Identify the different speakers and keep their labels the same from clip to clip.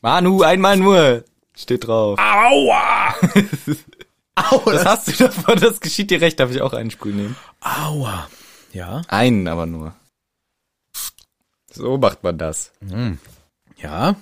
Speaker 1: Manu, einmal nur. Steht drauf.
Speaker 2: Aua! Aua!
Speaker 1: Was hast du davon? Ah, Das geschieht dir recht. Darf ich auch einen Sprüh nehmen?
Speaker 2: Aua! Ja?
Speaker 1: Einen aber nur. So macht man das.
Speaker 2: Ja?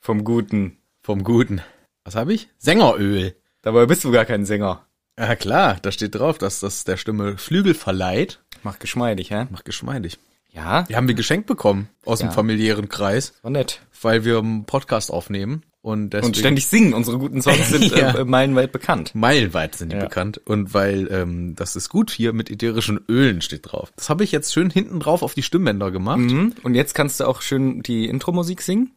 Speaker 1: Vom Guten.
Speaker 2: Vom Guten. Was habe ich? Sängeröl.
Speaker 1: Dabei bist du gar kein Sänger.
Speaker 2: Ja klar, da steht drauf, dass das der Stimme Flügel verleiht.
Speaker 1: Macht geschmeidig, hä?
Speaker 2: Macht geschmeidig.
Speaker 1: Ja,
Speaker 2: Die haben wir geschenkt bekommen aus
Speaker 1: Ja.
Speaker 2: dem familiären Kreis,
Speaker 1: war nett.
Speaker 2: weil wir einen Podcast aufnehmen und deswegen
Speaker 1: Und ständig singen. Unsere guten Songs sind
Speaker 2: Ja.
Speaker 1: äh, meilenweit bekannt.
Speaker 2: meilenweit sind die
Speaker 1: Ja.
Speaker 2: bekannt und weil ähm, das ist gut hier mit ätherischen Ölen steht drauf. Das habe ich jetzt schön hinten drauf auf die Stimmbänder gemacht.
Speaker 1: Mhm. Und jetzt kannst du auch schön die Intro-Musik singen.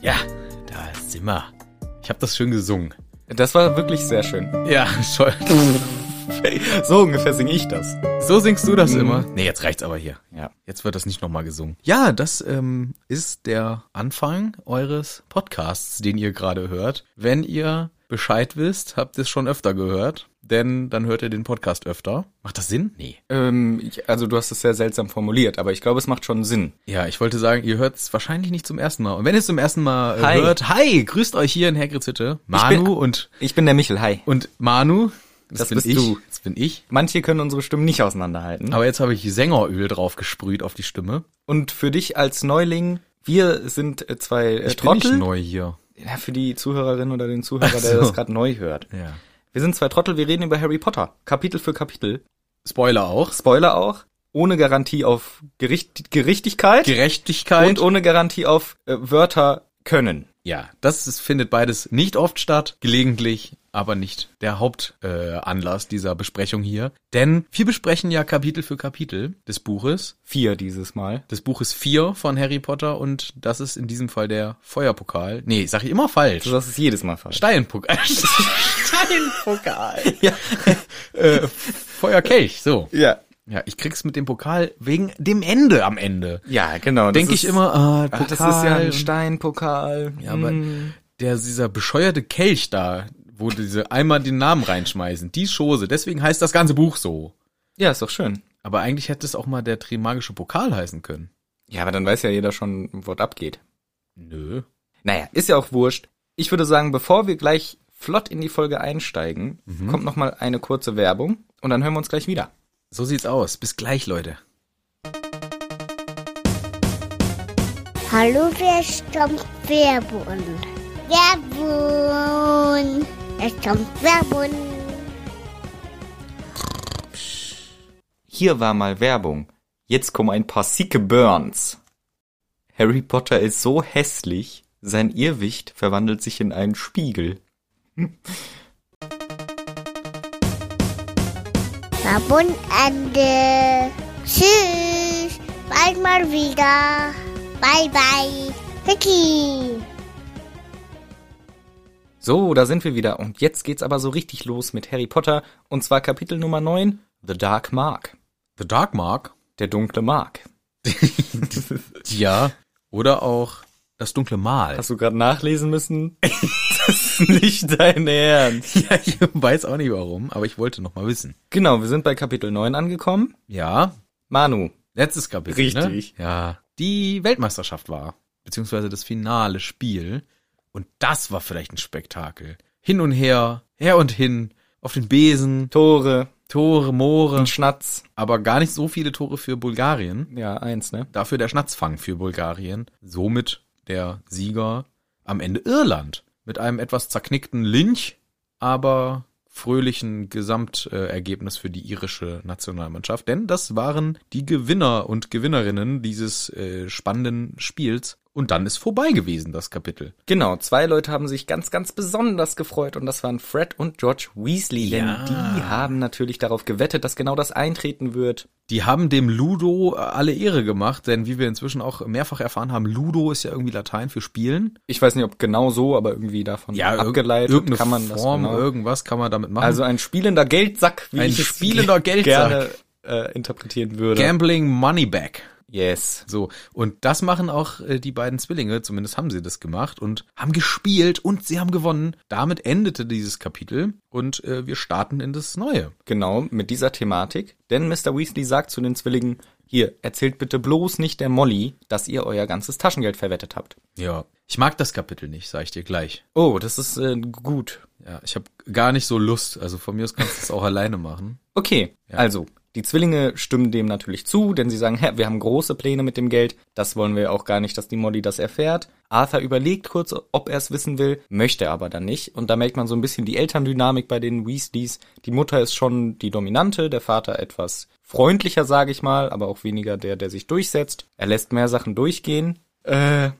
Speaker 2: Ja, da sind wir. Ich habe das schön gesungen.
Speaker 1: Das war wirklich sehr schön.
Speaker 2: Ja, schon.
Speaker 1: So ungefähr singe ich das.
Speaker 2: So singst du das immer? Mhm. Nee, jetzt reicht's aber hier.
Speaker 1: Ja.
Speaker 2: Jetzt wird das nicht nochmal gesungen. Ja, das ähm, ist der Anfang eures Podcasts, den ihr gerade hört. Wenn ihr Bescheid wisst, habt ihr es schon öfter gehört, denn dann hört ihr den Podcast öfter. Macht das Sinn? Nee.
Speaker 1: Ähm, ich, also du hast es sehr seltsam formuliert, aber ich glaube, es macht schon Sinn.
Speaker 2: Ja, ich wollte sagen, ihr hört es wahrscheinlich nicht zum ersten Mal. Und wenn ihr es zum ersten Mal äh,
Speaker 1: Hi.
Speaker 2: hört, hi, grüßt euch hier in Hergritzhütte.
Speaker 1: Ich
Speaker 2: Manu
Speaker 1: bin-
Speaker 2: und,
Speaker 1: Ich bin der Michel, hi.
Speaker 2: und Manu.
Speaker 1: Das
Speaker 2: Das, bin
Speaker 1: bist
Speaker 2: ich.
Speaker 1: du.
Speaker 2: Das bin ich.
Speaker 1: Manche können unsere Stimmen nicht auseinanderhalten.
Speaker 2: Aber jetzt habe ich Sängeröl drauf gesprüht auf die Stimme.
Speaker 1: Und für dich als Neuling, wir sind äh, zwei äh, Trottel.
Speaker 2: nicht neu hier.
Speaker 1: ja, für die Zuhörerin oder den Zuhörer,
Speaker 2: Ach
Speaker 1: der
Speaker 2: so.
Speaker 1: das gerade neu hört.
Speaker 2: Ja.
Speaker 1: Wir sind zwei Trottel, wir reden über Harry Potter. Kapitel für Kapitel.
Speaker 2: Spoiler auch.
Speaker 1: Spoiler auch. Ohne Garantie auf Gericht, Gerichtigkeit
Speaker 2: Gerechtigkeit.
Speaker 1: und ohne Garantie auf äh, Wörter können.
Speaker 2: Ja, das ist, findet beides nicht oft statt, gelegentlich, aber nicht der Hauptanlass äh, Anlass dieser Besprechung hier. Denn wir besprechen ja Kapitel für Kapitel des Buches.
Speaker 1: Vier dieses Mal.
Speaker 2: Des Buches 4 von Harry Potter und das ist in diesem Fall der Feuerpokal. Nee, sag ich immer falsch.
Speaker 1: So, das ist jedes Mal falsch.
Speaker 2: Steinpokal. Steinpokal. ja. äh, Feuerkelch, so.
Speaker 1: Ja.
Speaker 2: Ja, ich krieg's mit dem Pokal wegen dem Ende am Ende.
Speaker 1: Ja, genau. das
Speaker 2: Denke ich
Speaker 1: ist-
Speaker 2: immer, ah, Pokal.
Speaker 1: Ach, das ist ja ein
Speaker 2: und-
Speaker 1: Steinpokal. Hm.
Speaker 2: Ja, aber der, dieser bescheuerte Kelch da, wo diese einmal den Namen reinschmeißen, die Schose, deswegen heißt das ganze Buch so.
Speaker 1: ja, ist doch schön.
Speaker 2: Aber eigentlich hätte es auch mal der Trimagische Pokal heißen können.
Speaker 1: Ja, aber dann weiß ja jeder schon, was abgeht.
Speaker 2: Nö.
Speaker 1: Naja, ist ja auch wurscht. Ich würde sagen, bevor wir gleich flott in die Folge einsteigen, kommt noch mal eine kurze Werbung und dann hören wir uns gleich wieder.
Speaker 2: So sieht's aus. Bis gleich, Leute.
Speaker 3: Hallo, wer stammt Werbun? Werbun! Es kommt Werbun!
Speaker 1: Hier war mal Werbung. Jetzt kommen ein paar sicke Burns. Harry Potter ist so hässlich, sein Irrwicht verwandelt sich in einen Spiegel.
Speaker 3: Werbun Ende! Tschüss! Bald mal wieder! Bye, bye! Vicky!
Speaker 1: So, da sind wir wieder und jetzt geht's aber so richtig los mit Harry Potter und zwar Kapitel Nummer 9, The Dark Mark,
Speaker 2: The Dark Mark?
Speaker 1: der dunkle Mark.
Speaker 2: Ja. Oder auch das dunkle Mal.
Speaker 1: Hast du gerade nachlesen müssen? das ist nicht dein Ernst.
Speaker 2: ja, ich weiß auch nicht warum, aber ich wollte noch mal wissen.
Speaker 1: Genau, wir sind bei Kapitel 9 angekommen.
Speaker 2: Ja,
Speaker 1: Manu,
Speaker 2: letztes Kapitel.
Speaker 1: Richtig.
Speaker 2: Ne? Ja. Die Weltmeisterschaft war, beziehungsweise das finale Spiel. Und das war vielleicht ein Spektakel. Hin und her, her und hin, auf den Besen,
Speaker 1: Tore,
Speaker 2: Tore, Moore,
Speaker 1: ein Schnatz.
Speaker 2: aber gar nicht so viele Tore für Bulgarien.
Speaker 1: Ja, eins, ne?
Speaker 2: Dafür der Schnatzfang für Bulgarien. Somit der Sieger am Ende Irland. mit einem etwas zerknickten Lynch, aber fröhlichen Gesamtergebnis für die irische Nationalmannschaft. Denn das waren die Gewinner und Gewinnerinnen dieses äh, spannenden Spiels. Und dann ist vorbei gewesen, das Kapitel.
Speaker 1: Genau, zwei Leute haben sich ganz, ganz besonders gefreut und das waren Fred und George Weasley, denn
Speaker 2: Ja.
Speaker 1: die haben natürlich darauf gewettet, dass genau das eintreten wird.
Speaker 2: Die haben dem Ludo äh, alle Ehre gemacht, denn wie wir inzwischen auch mehrfach erfahren haben, Ludo ist ja irgendwie Latein für Spielen.
Speaker 1: Ich weiß nicht, ob genau so, aber irgendwie davon
Speaker 2: irg-
Speaker 1: abgeleitet
Speaker 2: irgendeine
Speaker 1: kann man
Speaker 2: Form,
Speaker 1: das genau.
Speaker 2: irgendwas kann man damit machen.
Speaker 1: Also ein spielender Geldsack, wie
Speaker 2: Ein
Speaker 1: ich es
Speaker 2: spielender
Speaker 1: ge-
Speaker 2: Geldsack.
Speaker 1: gerne äh, interpretieren würde.
Speaker 2: Gambling Money Back.
Speaker 1: yes.
Speaker 2: So, und das machen auch äh, die beiden Zwillinge, zumindest haben sie das gemacht und haben gespielt und sie haben gewonnen. Damit endete dieses Kapitel und äh, wir starten in das neue.
Speaker 1: Genau, mit dieser Thematik. Denn Mr. Weasley sagt zu den Zwillingen, hier, erzählt bitte bloß nicht der Molly, dass ihr euer ganzes Taschengeld verwettet habt.
Speaker 2: Ja. Ich mag das Kapitel nicht, sage ich dir gleich.
Speaker 1: Oh, das ist äh, gut.
Speaker 2: Ja, ich habe gar nicht so Lust. Also von mir aus kannst du es auch alleine machen.
Speaker 1: Okay, also, die Zwillinge stimmen dem natürlich zu, denn sie sagen, Hä, wir haben große Pläne mit dem Geld, das wollen wir auch gar nicht, dass die Molly das erfährt. Arthur überlegt kurz, ob er es wissen will, möchte aber dann nicht. Und da merkt man so ein bisschen die Elterndynamik bei den Weasleys. Die Mutter ist schon die Dominante, der Vater etwas freundlicher, sage ich mal, aber auch weniger der, der sich durchsetzt. Er lässt mehr Sachen durchgehen. Äh,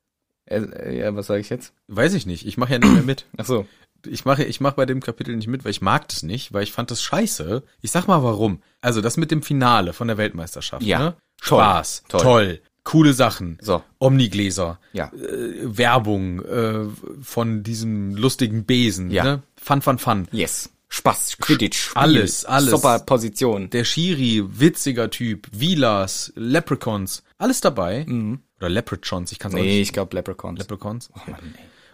Speaker 1: äh ja, was sage ich jetzt?
Speaker 2: Weiß ich nicht. Ich mache ja nicht mehr mit.
Speaker 1: Ach so.
Speaker 2: ich mache ich mach bei dem Kapitel nicht mit, weil ich mag das nicht, weil ich fand das scheiße. Ich sag mal warum. Also das mit dem Finale von der Weltmeisterschaft.
Speaker 1: Ja.
Speaker 2: Ne?
Speaker 1: Toll.
Speaker 2: Spaß,
Speaker 1: Toll.
Speaker 2: toll. coole Sachen.
Speaker 1: So.
Speaker 2: Omnigläser.
Speaker 1: Ja.
Speaker 2: Äh, Werbung äh, von diesem lustigen Besen.
Speaker 1: Ja.
Speaker 2: Ne? Fun, fun, fun.
Speaker 1: Yes. Spaß, Quidditch, Spiel,
Speaker 2: Alles, alles.
Speaker 1: Super Position.
Speaker 2: Der Shiri, witziger Typ. Vilas, Leprechauns. Alles dabei. Oder Leprechauns, ich kann es auch
Speaker 1: Mhm. Nee,
Speaker 2: nicht.
Speaker 1: ich glaube Leprechauns. Oh
Speaker 2: Leprechauns.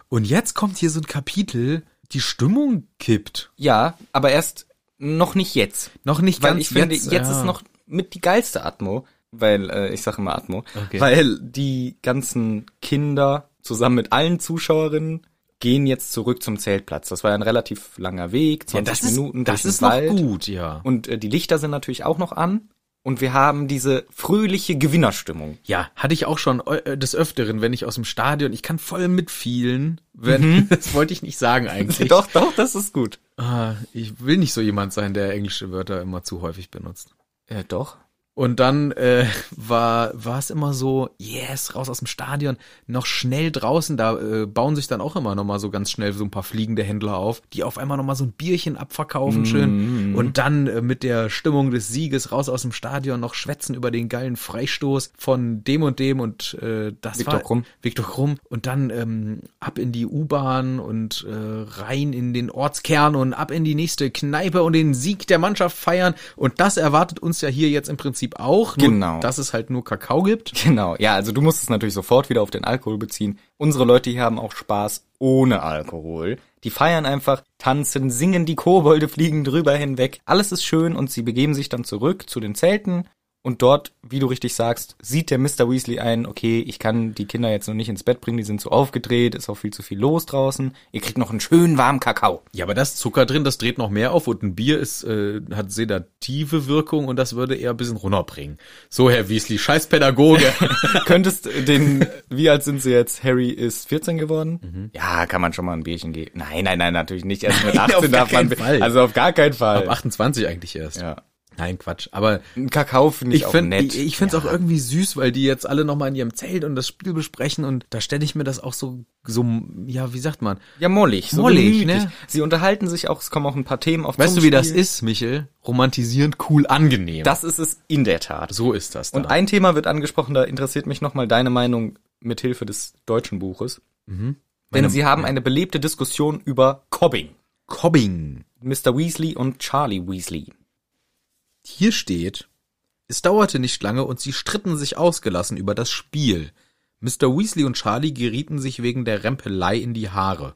Speaker 2: Und jetzt kommt hier so ein Kapitel, die Stimmung kippt.
Speaker 1: Ja, aber erst noch nicht jetzt.
Speaker 2: Noch nicht
Speaker 1: weil
Speaker 2: ganz Ah.
Speaker 1: ich finde, jetzt,
Speaker 2: ja.
Speaker 1: ist noch mit die geilste Atmo, weil, äh, ich sage immer Atmo,
Speaker 2: Okay.
Speaker 1: weil die ganzen Kinder zusammen mit allen Zuschauerinnen gehen jetzt zurück zum Zeltplatz. Das war ja ein relativ langer Weg, 20 Minuten durch
Speaker 2: das
Speaker 1: den
Speaker 2: ist
Speaker 1: Wald.
Speaker 2: noch gut, ja.
Speaker 1: Und äh, die Lichter sind natürlich auch noch an. Und wir haben diese fröhliche Gewinnerstimmung.
Speaker 2: Ja, hatte ich auch schon äh, des Öfteren, wenn ich aus dem Stadion, ich kann voll mitfielen, wenn, das wollte ich nicht sagen eigentlich.
Speaker 1: Mhm. Doch, doch, das ist gut.
Speaker 2: Ah, ich will nicht so jemand sein, der englische Wörter immer zu häufig benutzt.
Speaker 1: Äh, doch.
Speaker 2: Und dann äh, war war es immer so, yes, raus aus dem Stadion, noch schnell draußen. Da äh, bauen sich dann auch immer noch mal so ganz schnell so ein paar fliegende Händler auf, die auf einmal noch mal so ein Bierchen abverkaufen
Speaker 1: Mhm.
Speaker 2: schön. Und dann äh, mit der Stimmung des Sieges raus aus dem Stadion noch schwätzen über den geilen Freistoß von dem und dem und äh, das
Speaker 1: Viktor
Speaker 2: war
Speaker 1: Krumm.
Speaker 2: Viktor Krumm. Und dann ähm, ab in die U-Bahn und äh, rein in den Ortskern und ab in die nächste Kneipe und den Sieg der Mannschaft feiern. Und das erwartet uns ja hier jetzt im Prinzip auch. Nur,
Speaker 1: Genau.
Speaker 2: Dass es halt nur Kakao gibt.
Speaker 1: Genau, ja, also du musst es natürlich sofort wieder auf den Alkohol beziehen. Unsere Leute hier haben auch Spaß ohne Alkohol. Die feiern einfach, tanzen, singen, die Kobolde fliegen drüber hinweg. Alles ist schön und sie begeben sich dann zurück zu den Zelten. Und dort, wie du richtig sagst, sieht der Mr. Weasley ein, okay, ich kann die Kinder jetzt noch nicht ins Bett bringen, die sind zu aufgedreht, ist auch viel zu viel los draußen. Ihr kriegt noch einen schönen warmen Kakao.
Speaker 2: Ja, aber das Zucker drin, das dreht noch mehr auf und ein Bier ist, äh, hat sedative Wirkung und das würde eher ein bisschen runterbringen. So, Herr Wiesli, scheiß Pädagoge.
Speaker 1: Könntest äh, den, wie alt sind sie jetzt? Harry ist 14 geworden?
Speaker 2: Mhm.
Speaker 1: Ja, kann man schon mal ein Bierchen geben. Nein, nein, nein, natürlich nicht. Erst mit 18
Speaker 2: auf gar
Speaker 1: darf man,
Speaker 2: keinen Fall.
Speaker 1: also auf gar keinen Fall.
Speaker 2: Ab 28 eigentlich erst.
Speaker 1: Ja.
Speaker 2: Nein, Quatsch. Aber
Speaker 1: Ein Kakao finde ich,
Speaker 2: ich
Speaker 1: auch
Speaker 2: find,
Speaker 1: nett.
Speaker 2: Ich, ich finde es auch irgendwie süß, weil die jetzt alle nochmal in ihrem Zelt und das Spiel besprechen und da stelle ich mir das auch so, so, ja, wie sagt man?
Speaker 1: ja, mollig, so
Speaker 2: Mollig,
Speaker 1: gemütlich.
Speaker 2: ne?
Speaker 1: Sie unterhalten sich auch, es kommen auch ein paar Themen auf
Speaker 2: Weißt
Speaker 1: zum
Speaker 2: du, wie das
Speaker 1: Spiel.
Speaker 2: ist, Michel? Romantisierend, cool, angenehm.
Speaker 1: Das ist es in der Tat.
Speaker 2: so ist das dann.
Speaker 1: Und ein Thema wird angesprochen, da interessiert mich nochmal deine Meinung mithilfe des deutschen Buches. Denn
Speaker 2: Mhm. Meine-
Speaker 1: sie haben eine belebte Diskussion über Cobbing.
Speaker 2: Cobbing.
Speaker 1: Mr. Weasley und Charlie Weasley.
Speaker 2: Hier steht, es dauerte nicht lange und sie stritten sich ausgelassen über das Spiel. Mr. Weasley und Charlie gerieten sich wegen der Rempelei in die Haare.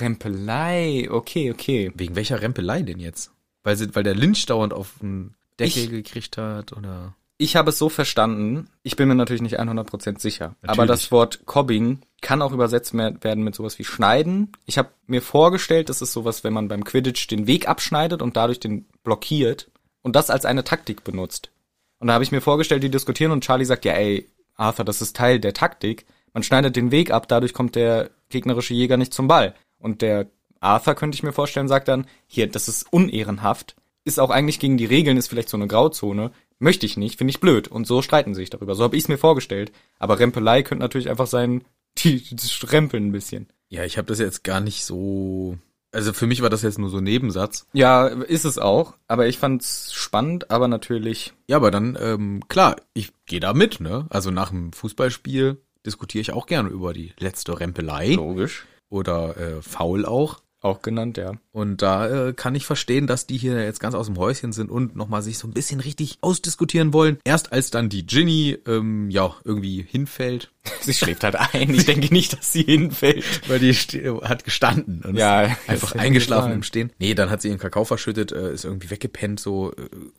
Speaker 1: Rempelei, okay, okay.
Speaker 2: Wegen welcher Rempelei denn jetzt? Weil, sie, weil der Lynch dauernd auf den Deckel
Speaker 1: Ich-
Speaker 2: gekriegt hat oder?
Speaker 1: Ich habe es so verstanden, ich bin mir natürlich nicht 100% sicher, aber
Speaker 2: Natürlich.
Speaker 1: das Wort Cobbing kann auch übersetzt mer- werden mit sowas wie schneiden. Ich habe mir vorgestellt, das ist sowas, wenn man beim Quidditch den Weg abschneidet und dadurch den blockiert und das als eine Taktik benutzt. Und da habe ich mir vorgestellt, die diskutieren und Charlie sagt, ja ey, Arthur, das ist Teil der Taktik. Man schneidet den Weg ab, dadurch kommt der gegnerische Jäger nicht zum Ball. Und Und der Arthur, könnte ich mir vorstellen, sagt dann, hier, das ist unehrenhaft, ist auch eigentlich gegen die Regeln, ist vielleicht so eine Grauzone, möchte ich nicht, finde ich blöd. Und so streiten sie sich darüber. So habe ich es mir vorgestellt. Aber Rempelei könnte natürlich einfach sein, die, die strempeln ein bisschen.
Speaker 2: Ja, ich habe das jetzt gar nicht so. Also für mich war das jetzt nur so ein Nebensatz.
Speaker 1: Ja, ist es auch. Aber ich fand's spannend, aber natürlich,
Speaker 2: Ja, aber dann, ähm, klar, ich gehe da mit, ne? Also nach dem Fußballspiel diskutiere ich auch gerne über die letzte Rempelei
Speaker 1: Logisch.
Speaker 2: oder äh, Foul auch.
Speaker 1: Auch genannt, ja.
Speaker 2: Und da äh, kann ich verstehen, dass die hier jetzt ganz aus dem Häuschen sind und nochmal sich so ein bisschen richtig ausdiskutieren wollen. Erst als dann die Ginny, ähm, ja, irgendwie hinfällt.
Speaker 1: Sie schläft halt ein. Ich denke nicht, dass sie hinfällt.
Speaker 2: Weil die ste- hat gestanden und
Speaker 1: Ja,
Speaker 2: ist
Speaker 1: das
Speaker 2: einfach
Speaker 1: hätte
Speaker 2: eingeschlafen
Speaker 1: gefallen.
Speaker 2: im Stehen. Nee, dann hat sie ihren Kakao verschüttet, äh, ist irgendwie weggepennt, so äh,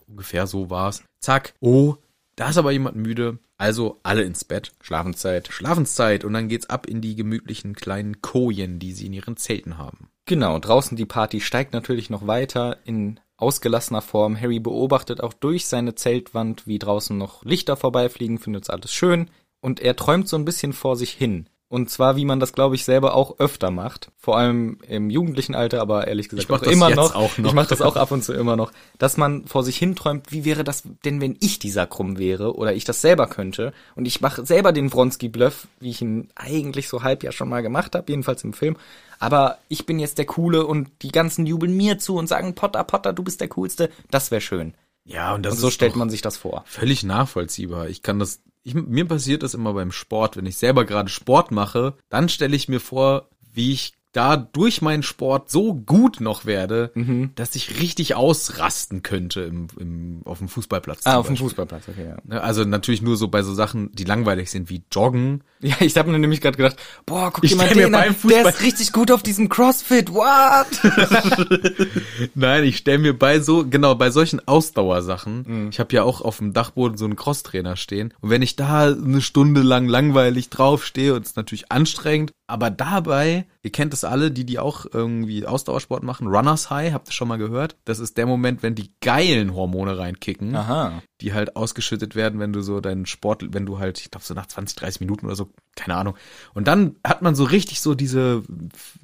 Speaker 2: ungefähr so war's. Zack, oh, da ist aber jemand müde. Also alle ins Bett.
Speaker 1: Schlafenszeit.
Speaker 2: Schlafenszeit und dann geht's ab in die gemütlichen kleinen Kojen, die sie in ihren Zelten haben.
Speaker 1: Genau, draußen die Party steigt natürlich noch weiter in ausgelassener Form. Harry beobachtet auch durch seine Zeltwand, wie draußen noch Lichter vorbeifliegen, findet's alles schön und er träumt so ein bisschen vor sich hin. Und zwar, wie man das, glaube ich, selber auch öfter macht. Vor allem im jugendlichen Alter, aber ehrlich gesagt
Speaker 2: Ich mach
Speaker 1: auch
Speaker 2: das
Speaker 1: immer
Speaker 2: jetzt
Speaker 1: noch.
Speaker 2: auch noch.
Speaker 1: Ich mache das auch ab und zu immer noch. Dass man vor sich hin träumt, wie wäre das denn, wenn ich dieser Krumm wäre oder ich das selber könnte. Und ich mache selber den Wronski-Bluff, wie ich ihn eigentlich so halb ja schon mal gemacht habe, jedenfalls im Film. Aber ich bin jetzt der Coole und die ganzen jubeln mir zu und sagen, Potter, Potter, du bist der Coolste. Das wäre schön.
Speaker 2: Ja, und das
Speaker 1: Und so stellt
Speaker 2: doch-
Speaker 1: man sich das vor.
Speaker 2: völlig nachvollziehbar. Ich kann das, ich, mir passiert das immer beim Sport. Wenn ich selber gerade Sport mache, dann stelle ich mir vor, wie ich da durch meinen Sport so gut noch werde, dass ich richtig ausrasten könnte im, im, Ah, auf dem Fußballplatz. zum Beispiel.
Speaker 1: Fußballplatz, okay, ja.
Speaker 2: Ne, Also natürlich nur so bei so Sachen, die langweilig sind wie Joggen.
Speaker 1: Ja, ich habe mir nämlich gerade gedacht, boah, guck
Speaker 2: Ich
Speaker 1: dir mal
Speaker 2: stell mir
Speaker 1: den an,
Speaker 2: beim
Speaker 1: der
Speaker 2: Fußball-
Speaker 1: ist richtig gut auf diesem Crossfit, what?
Speaker 2: Nein, ich stelle mir bei so, genau, bei solchen Ausdauersachen, ich habe ja auch auf dem Dachboden so einen Crosstrainer stehen und wenn ich da eine Stunde lang langweilig draufstehe und es ist natürlich anstrengend, aber dabei, ihr kennt es alle, die, die auch irgendwie Ausdauersport machen, Runners High, habt ihr schon mal gehört, das ist der Moment, wenn die geilen Hormone reinkicken,
Speaker 1: Aha.
Speaker 2: die halt ausgeschüttet werden, wenn du so deinen Sport, wenn du halt, ich glaube so nach 20, 30 Minuten oder so, keine Ahnung. Und dann hat man so richtig so diese,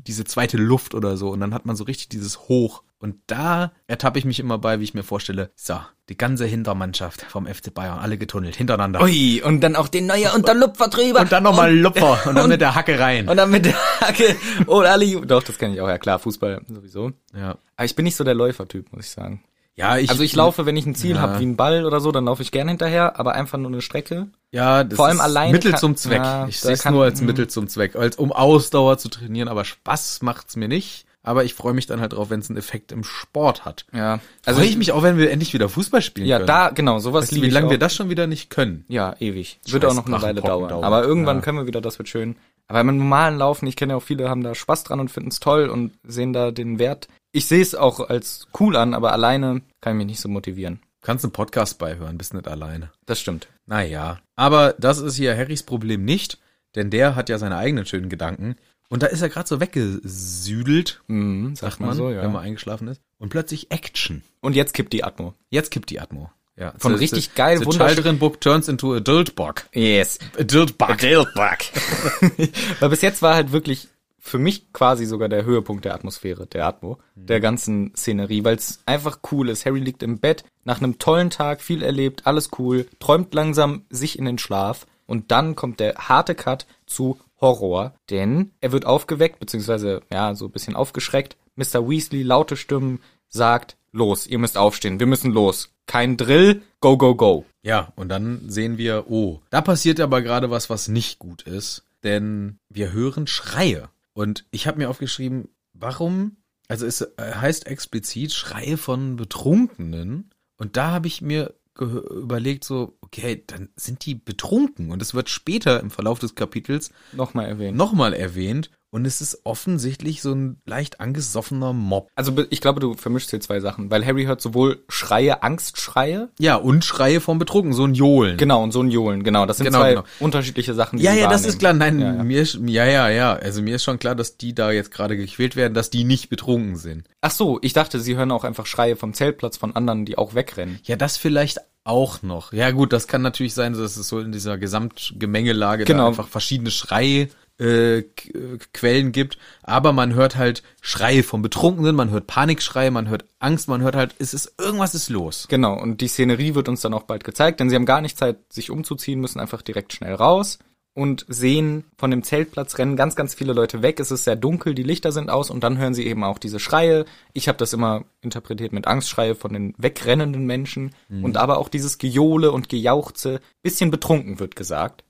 Speaker 2: diese zweite Luft oder so und dann hat man so richtig dieses Hoch. Und da ertappe ich mich immer bei, wie ich mir vorstelle, so, die ganze Hintermannschaft vom FC Bayern, alle getunnelt, hintereinander.
Speaker 1: Ui, und dann auch den neuer unter Lupfer drüber.
Speaker 2: Und dann nochmal Lupfer und dann mit der Hacke rein.
Speaker 1: Und dann mit der Hacke. Und alle Ju Doch, das kann ich auch, ja klar, Fußball sowieso.
Speaker 2: ja.
Speaker 1: Aber ich bin nicht so der Läufertyp, muss ich sagen.
Speaker 2: ja, ich,
Speaker 1: Also ich laufe, wenn ich ein Ziel
Speaker 2: Ja.
Speaker 1: hab habe, wie ein Ball oder so, dann laufe ich gerne hinterher, aber einfach nur eine Strecke.
Speaker 2: Ja, das
Speaker 1: Vor allem
Speaker 2: ist
Speaker 1: alleine
Speaker 2: Mittel
Speaker 1: kann-
Speaker 2: zum Zweck.
Speaker 1: Ja,
Speaker 2: ich
Speaker 1: da
Speaker 2: sehe es
Speaker 1: kann-
Speaker 2: nur als
Speaker 1: hm.
Speaker 2: Mittel zum Zweck, als um Ausdauer zu trainieren, aber Spaß macht's mir nicht. Aber ich freue mich dann halt drauf, wenn es einen Effekt im Sport hat.
Speaker 1: Ja.
Speaker 2: Also
Speaker 1: Also
Speaker 2: freue ich
Speaker 1: ich-
Speaker 2: mich auch, wenn wir endlich wieder Fußball spielen
Speaker 1: Ja,
Speaker 2: können.
Speaker 1: da, genau, sowas
Speaker 2: Weißt du, wie
Speaker 1: ich
Speaker 2: lange
Speaker 1: auch.
Speaker 2: wir das schon wieder nicht können.
Speaker 1: Ja, ewig. Wird auch noch eine
Speaker 2: Drachen,
Speaker 1: Weile
Speaker 2: Pocken
Speaker 1: dauern.
Speaker 2: dauern.
Speaker 1: Aber irgendwann
Speaker 2: Ja.
Speaker 1: können wir wieder, das wird schön. Aber im normalen Laufen, ich kenne ja auch viele, haben da Spaß dran und finden es toll und sehen da den Wert. Ich sehe es auch als cool an, aber alleine kann ich mich nicht so motivieren.
Speaker 2: Kannst einen Podcast beihören, bist nicht alleine.
Speaker 1: Das stimmt.
Speaker 2: Naja, aber das ist hier Harrys Problem nicht, denn der hat ja seine eigenen schönen Gedanken. Und da ist er gerade so weggesüdelt,
Speaker 1: Mhm, sagt,
Speaker 2: sagt man,
Speaker 1: so,
Speaker 2: wenn
Speaker 1: ja.
Speaker 2: man eingeschlafen ist. Und plötzlich Action.
Speaker 1: Und jetzt kippt die Atmo.
Speaker 2: Jetzt kippt die Atmo. Ja,
Speaker 1: Von
Speaker 2: the,
Speaker 1: richtig
Speaker 2: the,
Speaker 1: geil,
Speaker 2: the
Speaker 1: wunderschön-
Speaker 2: Children Book turns into a dirt bug.
Speaker 1: Yes.
Speaker 2: A dirt bug.
Speaker 1: Weil bis jetzt war halt wirklich für mich quasi sogar der Höhepunkt der Atmosphäre, der Atmo, der ganzen Szenerie, weil es einfach cool ist. Harry liegt im Bett, nach einem tollen Tag, viel erlebt, alles cool, träumt langsam sich in den Schlaf und dann kommt der harte Cut zu Horror, denn er wird aufgeweckt, beziehungsweise ja, so ein bisschen aufgeschreckt. Mr. Weasley, laute Stimmen, sagt, los, ihr müsst aufstehen, wir müssen los. Kein Drill, go, go, go.
Speaker 2: Ja, und dann sehen wir, oh, da passiert aber gerade was, was nicht gut ist, denn wir hören Schreie. Und ich habe mir aufgeschrieben, warum, also es äh, heißt explizit Schreie von Betrunkenen. Und da habe ich mir gehö- überlegt, so, okay, dann sind die betrunken. Und es wird später im Verlauf des Kapitels
Speaker 1: Nochmal erwähnen.
Speaker 2: nochmal erwähnt. Und es ist offensichtlich so ein leicht angesoffener Mob.
Speaker 1: Also be- ich glaube, du vermischst hier zwei Sachen, weil Harry hört sowohl Schreie, Angstschreie,
Speaker 2: Ja, und Schreie vom Betrunkenen, so ein Johlen.
Speaker 1: genau, und so ein Johlen, genau. Das sind
Speaker 2: Genau,
Speaker 1: zwei
Speaker 2: genau.
Speaker 1: unterschiedliche Sachen, die
Speaker 2: Ja,
Speaker 1: sie
Speaker 2: ja, das
Speaker 1: wahrnehmen.
Speaker 2: ist klar. Nein,
Speaker 1: Ja, ja.
Speaker 2: mir ist, ja, ja, ja. Also mir ist schon klar, dass die da jetzt gerade gequält werden, dass die nicht betrunken sind.
Speaker 1: Ach so, ich dachte, sie hören auch einfach Schreie vom Zeltplatz von anderen, die auch wegrennen.
Speaker 2: Ja, das vielleicht auch noch. Ja, gut, das kann natürlich sein, dass es so in dieser Gesamtgemengelage
Speaker 1: Genau.
Speaker 2: da einfach verschiedene Schreie äh, K- äh, Quellen gibt, aber man hört halt Schreie vom Betrunkenen, man hört Panikschreie, man hört Angst, man hört halt, es ist irgendwas ist los.
Speaker 1: Genau, und die Szenerie wird uns dann auch bald gezeigt, denn sie haben gar nicht Zeit, sich umzuziehen, müssen einfach direkt schnell raus und sehen von dem Zeltplatz rennen ganz, ganz viele Leute weg. Es ist sehr dunkel, die Lichter sind aus und dann hören sie eben auch diese Schreie. Ich habe das immer interpretiert mit Angstschreie von den wegrennenden Menschen und aber auch dieses Gejohle und Gejauchze. Bisschen betrunken wird gesagt.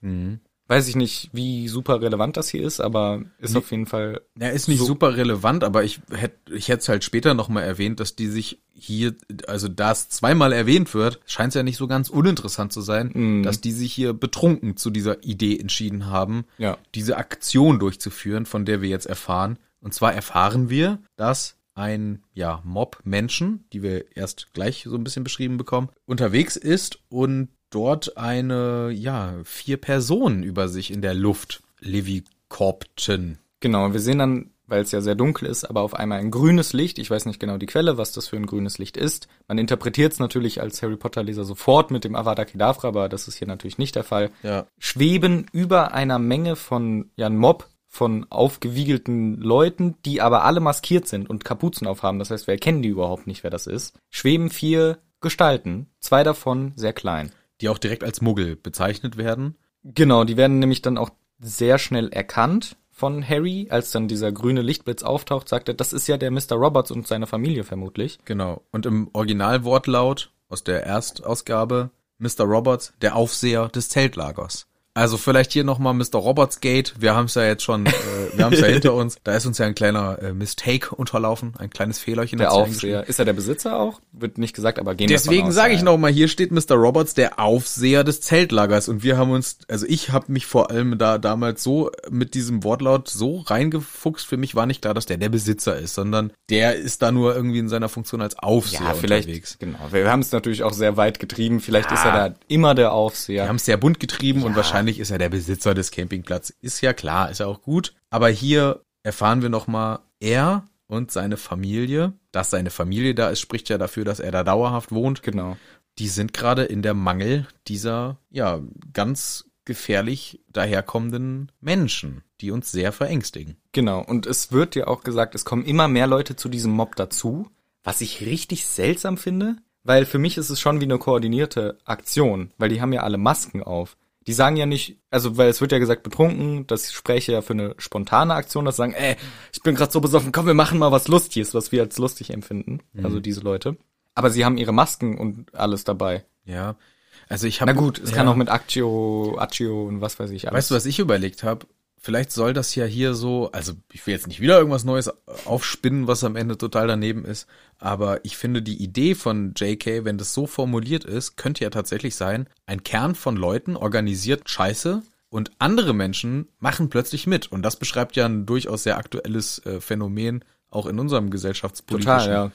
Speaker 1: Weiß ich nicht, wie super relevant das hier ist, aber ist auf jeden Fall
Speaker 2: Ja, ist nicht
Speaker 1: So-
Speaker 2: super relevant, aber ich hätte ich hätte es halt später nochmal erwähnt, dass die sich hier, also da es zweimal erwähnt wird, scheint es ja nicht so ganz uninteressant zu sein,
Speaker 1: Mhm.
Speaker 2: dass die sich hier betrunken zu dieser Idee entschieden haben,
Speaker 1: Ja.
Speaker 2: diese Aktion durchzuführen, von der wir jetzt erfahren. Und zwar erfahren wir, dass ein ja, Mob Menschen, die wir erst gleich so ein bisschen beschrieben bekommen, unterwegs ist und dort eine, ja, vier Personen über sich in der Luft levikopten.
Speaker 1: Genau, wir sehen dann, weil es ja sehr dunkel ist, aber auf einmal ein grünes Licht. Ich weiß nicht genau die Quelle, was das für ein grünes Licht ist. Man interpretiert es natürlich als Harry Potter-Leser sofort mit dem Avada Kedavra, aber das ist hier natürlich nicht der Fall.
Speaker 2: Ja.
Speaker 1: Schweben über einer Menge von, ja, ein Mob von aufgewiegelten Leuten, die aber alle maskiert sind und Kapuzen aufhaben. Das heißt, wir erkennen die überhaupt nicht, wer das ist. Schweben vier Gestalten, zwei davon sehr klein.
Speaker 2: die auch direkt als Muggel bezeichnet werden.
Speaker 1: Genau, die werden nämlich dann auch sehr schnell erkannt von Harry, als dann dieser grüne Lichtblitz auftaucht, sagt er, das ist ja der Mr. Roberts und seine Familie vermutlich.
Speaker 2: Genau. Und im Originalwortlaut aus der Erstausgabe Mr. Roberts, der Aufseher des Zeltlagers. Also vielleicht hier nochmal Mr. Roberts Gate. Wir haben es ja jetzt schon, äh, wir haben es ja hinter uns. Da ist uns ja ein kleiner äh, Mistake unterlaufen, ein kleines Fehlerchen.
Speaker 1: Der
Speaker 2: hat's hier
Speaker 1: Aufseher. Ist er der Besitzer auch? Wird nicht gesagt, aber gehen wir davon
Speaker 2: Deswegen
Speaker 1: aus,
Speaker 2: sage ich
Speaker 1: ja.
Speaker 2: nochmal, hier steht Mr. Roberts, der Aufseher des Zeltlagers. Und wir haben uns, also ich habe mich vor allem da damals so mit diesem Wortlaut so reingefuchst. Für mich war nicht klar, dass der der Besitzer ist, sondern der ist da nur irgendwie in seiner Funktion als Aufseher
Speaker 1: Ja, vielleicht.
Speaker 2: unterwegs.
Speaker 1: Genau. Wir haben es natürlich auch sehr weit getrieben. Vielleicht ist er da immer der Aufseher.
Speaker 2: Ah. Wir haben es sehr bunt getrieben und wahrscheinlich ist er der Besitzer des Campingplatzes. Ist ja klar, ist ja auch gut. Aber hier erfahren wir nochmal, er und seine Familie, dass seine Familie da ist, spricht ja dafür, dass er da dauerhaft wohnt.
Speaker 1: genau.
Speaker 2: die sind gerade in der Mangel dieser, ja, ganz gefährlich daherkommenden Menschen, die uns sehr verängstigen.
Speaker 1: Genau. Und es wird ja auch gesagt, es kommen immer mehr Leute zu diesem Mob dazu, was ich richtig seltsam finde, weil für mich ist es schon wie eine koordinierte Aktion, weil die haben ja alle Masken auf. Die sagen ja nicht, also weil es wird ja gesagt, betrunken, das spräche ja für eine spontane Aktion, das sagen, ey, ich bin gerade so besoffen, komm, wir machen mal was Lustiges, was wir als lustig empfinden,
Speaker 2: Mhm.
Speaker 1: also diese Leute. Aber sie haben ihre Masken und alles dabei.
Speaker 2: Ja. Also ich habe.
Speaker 1: Na gut, es
Speaker 2: ja.
Speaker 1: kann auch mit Accio, Accio und was weiß ich alles.
Speaker 2: Weißt du, was ich überlegt habe? Vielleicht soll das ja hier so, also ich will jetzt nicht wieder irgendwas Neues aufspinnen, was am Ende total daneben ist, aber ich finde die Idee von JK, wenn das so formuliert ist, könnte ja tatsächlich sein, ein Kern von Leuten organisiert Scheiße und andere Menschen machen plötzlich mit. Und das beschreibt ja ein durchaus sehr aktuelles äh, Phänomen, auch in unserem gesellschaftspolitischen.
Speaker 1: Total, ja.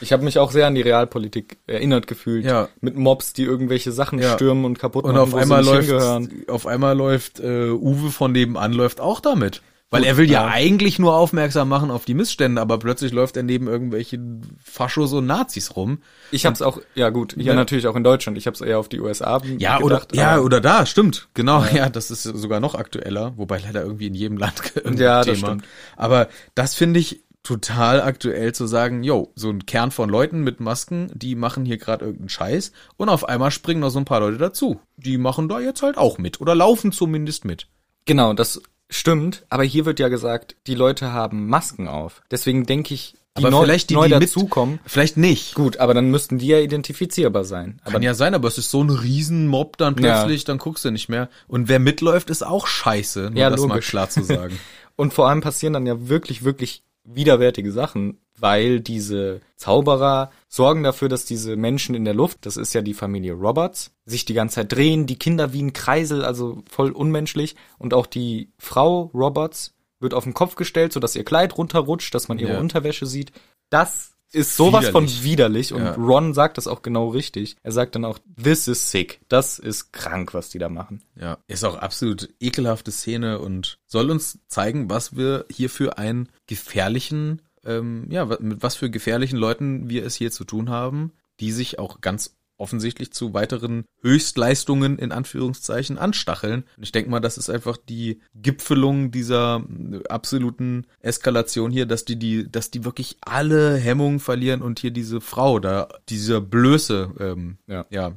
Speaker 1: Ich habe mich auch sehr an die Realpolitik erinnert gefühlt.
Speaker 2: Ja.
Speaker 1: Mit Mobs, die irgendwelche Sachen
Speaker 2: Ja.
Speaker 1: stürmen und kaputt
Speaker 2: Und
Speaker 1: machen,
Speaker 2: auf
Speaker 1: wo sie
Speaker 2: einmal,
Speaker 1: nicht
Speaker 2: läuft,
Speaker 1: hingehören.
Speaker 2: auf einmal läuft äh, Uwe von nebenan läuft auch damit. Weil er will ja,
Speaker 1: ja.
Speaker 2: eigentlich nur aufmerksam machen auf die Missstände, aber plötzlich läuft er neben irgendwelchen Faschos und Nazis rum.
Speaker 1: Ich habe es auch, ja gut, hier
Speaker 2: Ja.
Speaker 1: natürlich auch in Deutschland. Ich habe es eher auf die USA
Speaker 2: Ne? Ja,
Speaker 1: gedacht.
Speaker 2: oder, ja,
Speaker 1: aber-
Speaker 2: oder da, stimmt. Genau, ah. ja. das ist sogar noch aktueller, wobei leider irgendwie in jedem Land irgendwie
Speaker 1: Ja, das stimmt.
Speaker 2: Aber das finde ich total aktuell zu sagen, yo, so ein Kern von Leuten mit Masken, die machen hier gerade irgendeinen Scheiß und auf einmal springen noch so ein paar Leute dazu. Die machen da jetzt halt auch mit oder laufen zumindest mit.
Speaker 1: Genau, das stimmt. Aber hier wird ja gesagt, die Leute haben Masken auf. Deswegen denke ich, die
Speaker 2: aber
Speaker 1: neu,
Speaker 2: vielleicht die,
Speaker 1: neu
Speaker 2: die
Speaker 1: dazukommen.
Speaker 2: Mit, vielleicht nicht.
Speaker 1: Gut, aber dann müssten die ja identifizierbar sein. Aber
Speaker 2: Kann ja sein, aber es ist so ein Riesenmob dann plötzlich, dann guckst du nicht mehr. Und wer mitläuft, ist auch scheiße, nur
Speaker 1: Ja,
Speaker 2: das mal
Speaker 1: logisch.
Speaker 2: klar zu sagen.
Speaker 1: Und vor allem passieren dann ja wirklich, wirklich widerwärtige Sachen, weil diese Zauberer sorgen dafür, dass diese Menschen in der Luft, das ist ja die Familie Roberts, sich die ganze Zeit drehen, die Kinder wie ein Kreisel, also voll unmenschlich. Und auch die Frau Roberts wird auf den Kopf gestellt, sodass ihr Kleid runterrutscht, dass man ihre
Speaker 2: Ja.
Speaker 1: Unterwäsche sieht. Das ist sowas
Speaker 2: Widerlich.
Speaker 1: von widerlich und
Speaker 2: Ja.
Speaker 1: Ron sagt das auch genau richtig. Er sagt dann auch, this is sick. Das ist krank, was die da machen.
Speaker 2: ja, ist auch absolut ekelhafte Szene und soll uns zeigen, was wir hier für einen gefährlichen, ähm, ja, wa- mit was für gefährlichen Leuten wir es hier zu tun haben, die sich auch ganz offensichtlich zu weiteren Höchstleistungen in Anführungszeichen anstacheln. Und ich denke mal, das ist einfach die Gipfelung dieser äh, absoluten Eskalation hier, dass die, die, dass die wirklich alle Hemmungen verlieren und hier diese Frau da, dieser Blöße, ähm,
Speaker 1: Ja.
Speaker 2: ja,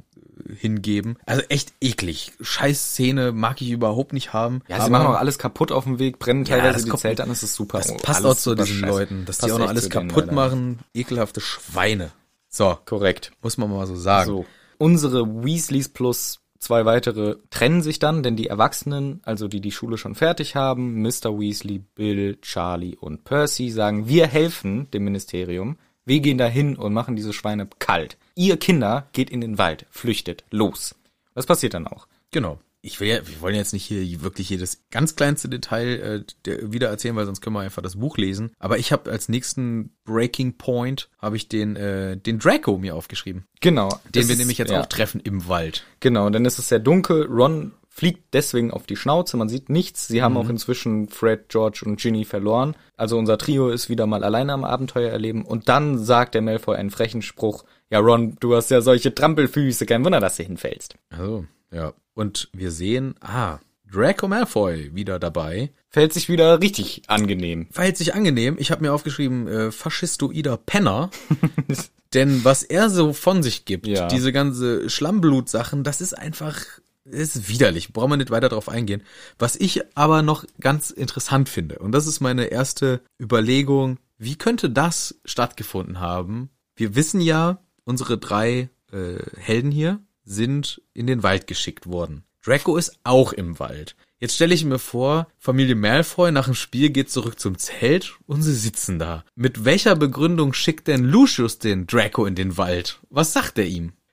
Speaker 2: hingeben. Also echt eklig. Scheiß Szene mag ich überhaupt nicht haben.
Speaker 1: Ja,
Speaker 2: Aber-
Speaker 1: sie machen auch alles kaputt auf dem Weg, brennen
Speaker 2: Ja,
Speaker 1: teilweise
Speaker 2: das
Speaker 1: die
Speaker 2: kommt-
Speaker 1: Zelte an, das ist super. Oh,
Speaker 2: Das passt
Speaker 1: Alles
Speaker 2: auch zu
Speaker 1: super
Speaker 2: diesen
Speaker 1: scheiße.
Speaker 2: Leuten, dass die
Speaker 1: Passt
Speaker 2: auch noch
Speaker 1: echt
Speaker 2: alles
Speaker 1: zu denen,
Speaker 2: kaputt
Speaker 1: leider.
Speaker 2: machen. Ekelhafte Schweine. So,
Speaker 1: Korrekt.
Speaker 2: muss man mal so sagen.
Speaker 1: So. Unsere Weasleys plus zwei weitere trennen sich dann, denn die Erwachsenen, also die die Schule schon fertig haben, Mr. Weasley, Bill, Charlie und Percy sagen, wir helfen dem Ministerium. Wir gehen dahin und machen diese Schweine kalt. Ihr Kinder geht in den Wald, flüchtet, los. Was passiert dann auch?
Speaker 2: Genau. Ich will ja, wir wollen jetzt nicht hier wirklich jedes ganz kleinste Detail äh, der, wieder erzählen, weil sonst können wir einfach das Buch lesen. Aber ich habe als nächsten Breaking Point habe ich den äh, den Draco mir aufgeschrieben,
Speaker 1: Genau.
Speaker 2: den
Speaker 1: das
Speaker 2: wir
Speaker 1: ist-
Speaker 2: nämlich jetzt
Speaker 1: ja.
Speaker 2: auch treffen im Wald.
Speaker 1: Genau, denn es ist sehr dunkel. Ron fliegt deswegen auf die Schnauze. Man sieht nichts. Sie haben auch inzwischen Fred, George und Ginny verloren. Also unser Trio ist wieder mal alleine am Abenteuer erleben. Und dann sagt der Malfoy einen frechen Spruch. Ja, Ron, du hast ja solche Trampelfüße. Kein Wunder, dass du hinfällst.
Speaker 2: Also ja. Und wir sehen, ah, Draco Malfoy wieder dabei.
Speaker 1: Fällt sich wieder richtig angenehm.
Speaker 2: verhält sich angenehm. Ich habe mir aufgeschrieben, äh, faschistoider Penner. Denn was er so von sich gibt,
Speaker 1: Ja.
Speaker 2: diese ganze Schlammblut-Sachen, das ist einfach, ist widerlich. Brauchen wir nicht weiter drauf eingehen. Was ich aber noch ganz interessant finde, und das ist meine erste Überlegung, wie könnte das stattgefunden haben? Wir wissen ja, unsere drei äh, Helden hier sind in den Wald geschickt worden. Draco ist auch im Wald. Jetzt stelle ich mir vor, Familie Malfoy nach dem Spiel geht zurück zum Zelt und sie sitzen da. Mit welcher Begründung schickt denn Lucius den Draco in den Wald? Was sagt er ihm?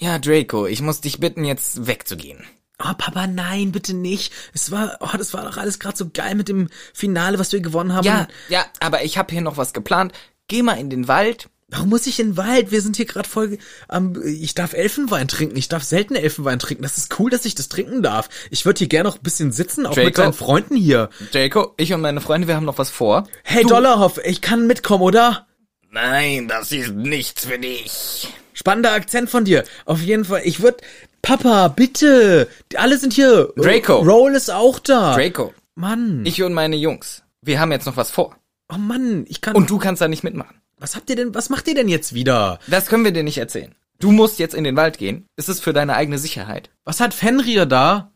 Speaker 1: Ja, Draco, ich muss dich bitten, jetzt wegzugehen.
Speaker 2: Ah, Papa, nein, bitte nicht. Es war, oh, das war doch alles gerade so geil mit dem Finale, was wir gewonnen haben.
Speaker 1: Hm, ja, aber ich habe hier noch was geplant. Geh mal in den Wald.
Speaker 2: Warum muss ich in den Wald? Wir sind hier gerade voll am. ich darf Elfenwein trinken. Ich darf selten Elfenwein trinken. Das ist cool, dass ich das trinken darf. Ich würde hier gerne noch ein bisschen sitzen, auch mit
Speaker 1: Draco.
Speaker 2: deinen Freunden hier.
Speaker 1: Draco, ich und meine Freunde, wir haben noch was vor.
Speaker 2: Hey, Dollarhoff, ich kann mitkommen, oder?
Speaker 1: Nein, das ist nichts für dich.
Speaker 2: Spannender Akzent von dir. Auf jeden Fall. Ich würde. Papa, bitte. Die- Alle sind hier.
Speaker 1: Draco.
Speaker 2: Roll ist auch da.
Speaker 1: Draco,
Speaker 2: Mann.
Speaker 1: Ich und meine Jungs, wir haben jetzt noch was vor.
Speaker 2: oh Mann, ich kann.
Speaker 1: Und du kannst da nicht mitmachen.
Speaker 2: was habt ihr denn? Was macht ihr denn jetzt wieder?
Speaker 1: Das können wir dir nicht erzählen. Du musst jetzt in den Wald gehen. Es ist für deine eigene Sicherheit.
Speaker 2: Was hat Fenrir da?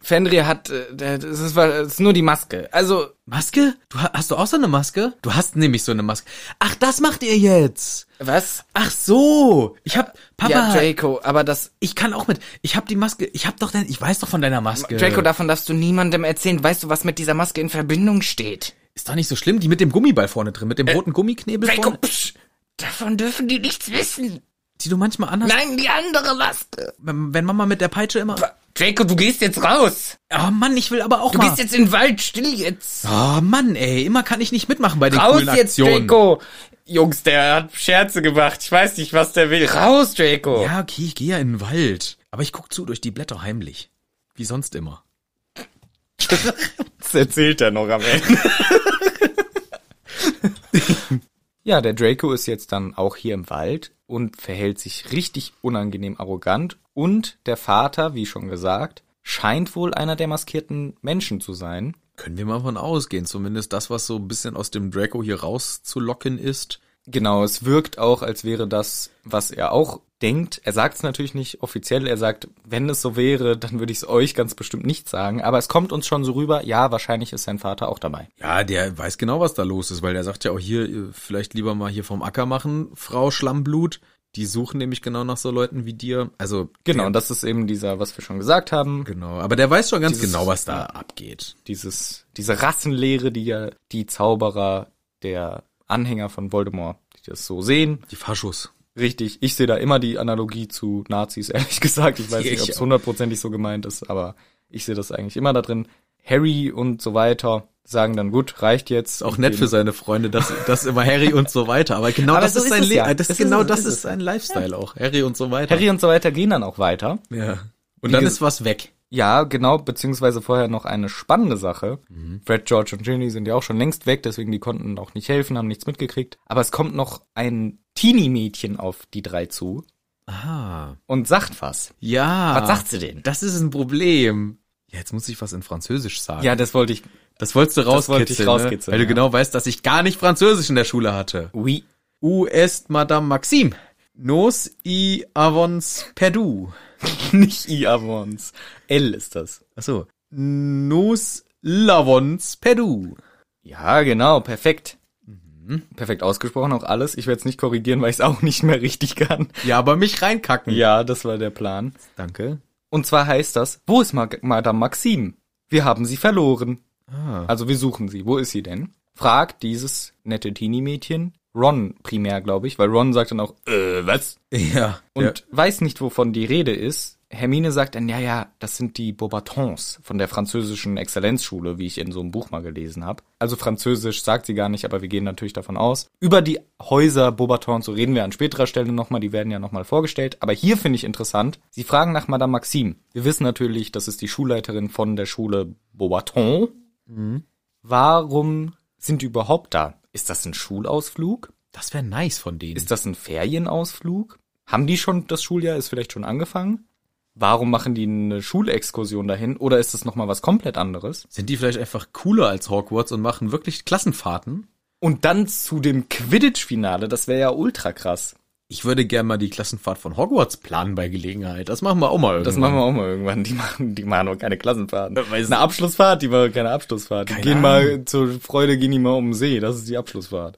Speaker 1: Fenrir hat, äh, der- das ist, das ist nur die Maske. Also,
Speaker 2: Maske? Du ha- hast du auch so eine Maske? Du hast nämlich so eine Maske. Ach, das macht ihr jetzt.
Speaker 1: was?
Speaker 2: Ach so, ich hab Papa,
Speaker 1: Ja, Draco, aber das,
Speaker 2: ich kann auch mit. Ich hab die Maske, ich hab doch dein, ich weiß doch von deiner Maske.
Speaker 1: Draco, davon darfst du niemandem erzählen. Weißt du, was mit dieser Maske in Verbindung steht?
Speaker 2: ist doch nicht so schlimm, die mit dem Gummiball vorne drin,
Speaker 1: Äh,
Speaker 2: mit dem roten Gummiknebel vorne,
Speaker 1: psch, davon dürfen die nichts wissen.
Speaker 2: die du manchmal anhast,
Speaker 1: Nein, die andere Maske.
Speaker 2: wenn wenn Mama mit der Peitsche immer.
Speaker 1: Draco, du gehst jetzt raus.
Speaker 2: Oh Mann, ich will aber auch
Speaker 1: Du
Speaker 2: mal.
Speaker 1: gehst jetzt in den Wald, still jetzt.
Speaker 2: oh Mann, ey, immer kann ich nicht mitmachen bei den
Speaker 1: Raus
Speaker 2: coolen
Speaker 1: jetzt,
Speaker 2: Aktionen.
Speaker 1: Draco! Jungs, der hat Scherze gemacht. Ich weiß nicht, was der will. Raus, Draco!
Speaker 2: Ja, okay, ich gehe ja in den Wald, aber ich guck zu durch die Blätter heimlich, wie sonst immer.
Speaker 1: Das erzählt er noch am Ende. ja, der Draco ist jetzt dann auch hier im Wald und verhält sich richtig unangenehm arrogant. Und der Vater, wie schon gesagt, scheint wohl einer der maskierten Menschen zu sein.
Speaker 2: Können wir mal von ausgehen, zumindest das, was so ein bisschen aus dem Draco hier rauszulocken ist.
Speaker 1: Genau, es wirkt auch, als wäre das, was er auch denkt. Er sagt es natürlich nicht offiziell. Er sagt, wenn es so wäre, dann würde ich es euch ganz bestimmt nicht sagen. Aber es kommt uns schon so rüber, ja, wahrscheinlich ist sein Vater auch dabei.
Speaker 2: Ja, der weiß genau, was da los ist, weil der sagt ja auch hier, äh, vielleicht lieber mal hier vom Acker machen, Frau Schlammblut. Die suchen nämlich genau nach so Leuten wie dir. Also,
Speaker 1: Genau,
Speaker 2: Der,
Speaker 1: und das ist eben dieser, was wir schon gesagt haben,
Speaker 2: genau. Aber der weiß schon ganz
Speaker 1: Dieses-
Speaker 2: genau, was da abgeht.
Speaker 1: dieses, diese Rassenlehre, die ja die Zauberer der Anhänger von Voldemort, die das so sehen.
Speaker 2: Die Faschos.
Speaker 1: Richtig, ich sehe da immer die Analogie zu Nazis, ehrlich gesagt. Ich weiß
Speaker 2: Ich
Speaker 1: nicht, ob es
Speaker 2: auch.
Speaker 1: hundertprozentig so gemeint ist, aber ich sehe das eigentlich immer da drin. Harry und so weiter sagen dann, gut, reicht jetzt.
Speaker 2: Auch nett für seine Freunde, dass, dass immer Harry und so weiter. Aber genau
Speaker 1: Aber
Speaker 2: das
Speaker 1: so
Speaker 2: ist
Speaker 1: ist
Speaker 2: sein
Speaker 1: es
Speaker 2: Leben.
Speaker 1: ja.
Speaker 2: Das
Speaker 1: Es
Speaker 2: ist
Speaker 1: ist-
Speaker 2: genau
Speaker 1: es
Speaker 2: das
Speaker 1: ist
Speaker 2: ist sein Lifestyle auch. Harry und so weiter.
Speaker 1: Harry und so weiter gehen dann auch weiter.
Speaker 2: Ja.
Speaker 1: Wie
Speaker 2: Und dann
Speaker 1: ges-
Speaker 2: ist was weg.
Speaker 1: Ja, genau, beziehungsweise vorher noch eine spannende Sache. Fred, George und Ginny sind ja auch schon längst weg, deswegen die konnten auch nicht helfen, haben nichts mitgekriegt. Aber es kommt noch ein Teenie-Mädchen auf die drei zu.
Speaker 2: Aha.
Speaker 1: und sagt was.
Speaker 2: Ja.
Speaker 1: Was sagt sie denn?
Speaker 2: Das ist ein Problem. Ja, jetzt muss ich was in Französisch sagen.
Speaker 1: Ja, das wollte ich.
Speaker 2: Das wolltest du rauskitzeln,
Speaker 1: wollte ich rauskitzeln,
Speaker 2: ne? weil du
Speaker 1: ja.
Speaker 2: genau weißt, dass ich gar nicht Französisch in der Schule hatte.
Speaker 1: Oui.
Speaker 2: U est Madame Maxime. Nos y avons perdu.
Speaker 1: Nicht I avons. L ist das.
Speaker 2: Achso. Nous l'avons perdu.
Speaker 1: Ja, genau, perfekt. Mhm. Perfekt ausgesprochen, auch alles. Ich werde es nicht korrigieren, weil ich es auch nicht mehr richtig kann.
Speaker 2: Ja, aber mich reinkacken.
Speaker 1: Ja, das war der Plan.
Speaker 2: Danke.
Speaker 1: Und zwar heißt das, wo ist Ma- Madame Maxime? Wir haben sie verloren.
Speaker 2: Ah.
Speaker 1: Also wir suchen sie. Wo ist sie denn? Fragt dieses nette Teenie-Mädchen. Ron primär, glaube ich, weil Ron sagt dann auch, äh, was?
Speaker 2: Ja.
Speaker 1: Und
Speaker 2: Und
Speaker 1: weiß nicht, wovon die Rede ist. Hermine sagt dann, ja, ja, das sind die Beaubatons von der französischen Exzellenzschule, wie ich in so einem Buch mal gelesen habe. Also Französisch sagt sie gar nicht, aber wir gehen natürlich davon aus. Über die Häuser Beaubatons, so reden wir an späterer Stelle nochmal, die werden ja nochmal vorgestellt. Aber hier finde ich interessant, sie fragen nach Madame Maxime. Wir wissen natürlich, das ist die Schulleiterin von der Schule Beaubaton. Warum sind die überhaupt da? Ist das ein Schulausflug?
Speaker 2: das wäre nice von denen.
Speaker 1: Ist das ein Ferienausflug? Haben die schon das Schuljahr ist vielleicht schon angefangen? Warum machen die eine Schulexkursion dahin oder ist das noch mal was komplett anderes?
Speaker 2: Sind die vielleicht einfach cooler als Hogwarts und machen wirklich Klassenfahrten?
Speaker 1: Und dann zu dem Quidditch Finale, das wäre ja ultra krass.
Speaker 2: Ich würde gerne mal die Klassenfahrt von Hogwarts planen bei Gelegenheit. Das machen wir auch mal
Speaker 1: Das
Speaker 2: irgendwann.
Speaker 1: machen wir auch mal irgendwann, die machen die machen auch keine Klassenfahrten.
Speaker 2: Äh, weiß
Speaker 1: eine Abschlussfahrt, die war keine Abschlussfahrt. Die
Speaker 2: Keine
Speaker 1: gehen
Speaker 2: Ahnung.
Speaker 1: mal zur Freude gehen die mal um den See, das ist die Abschlussfahrt.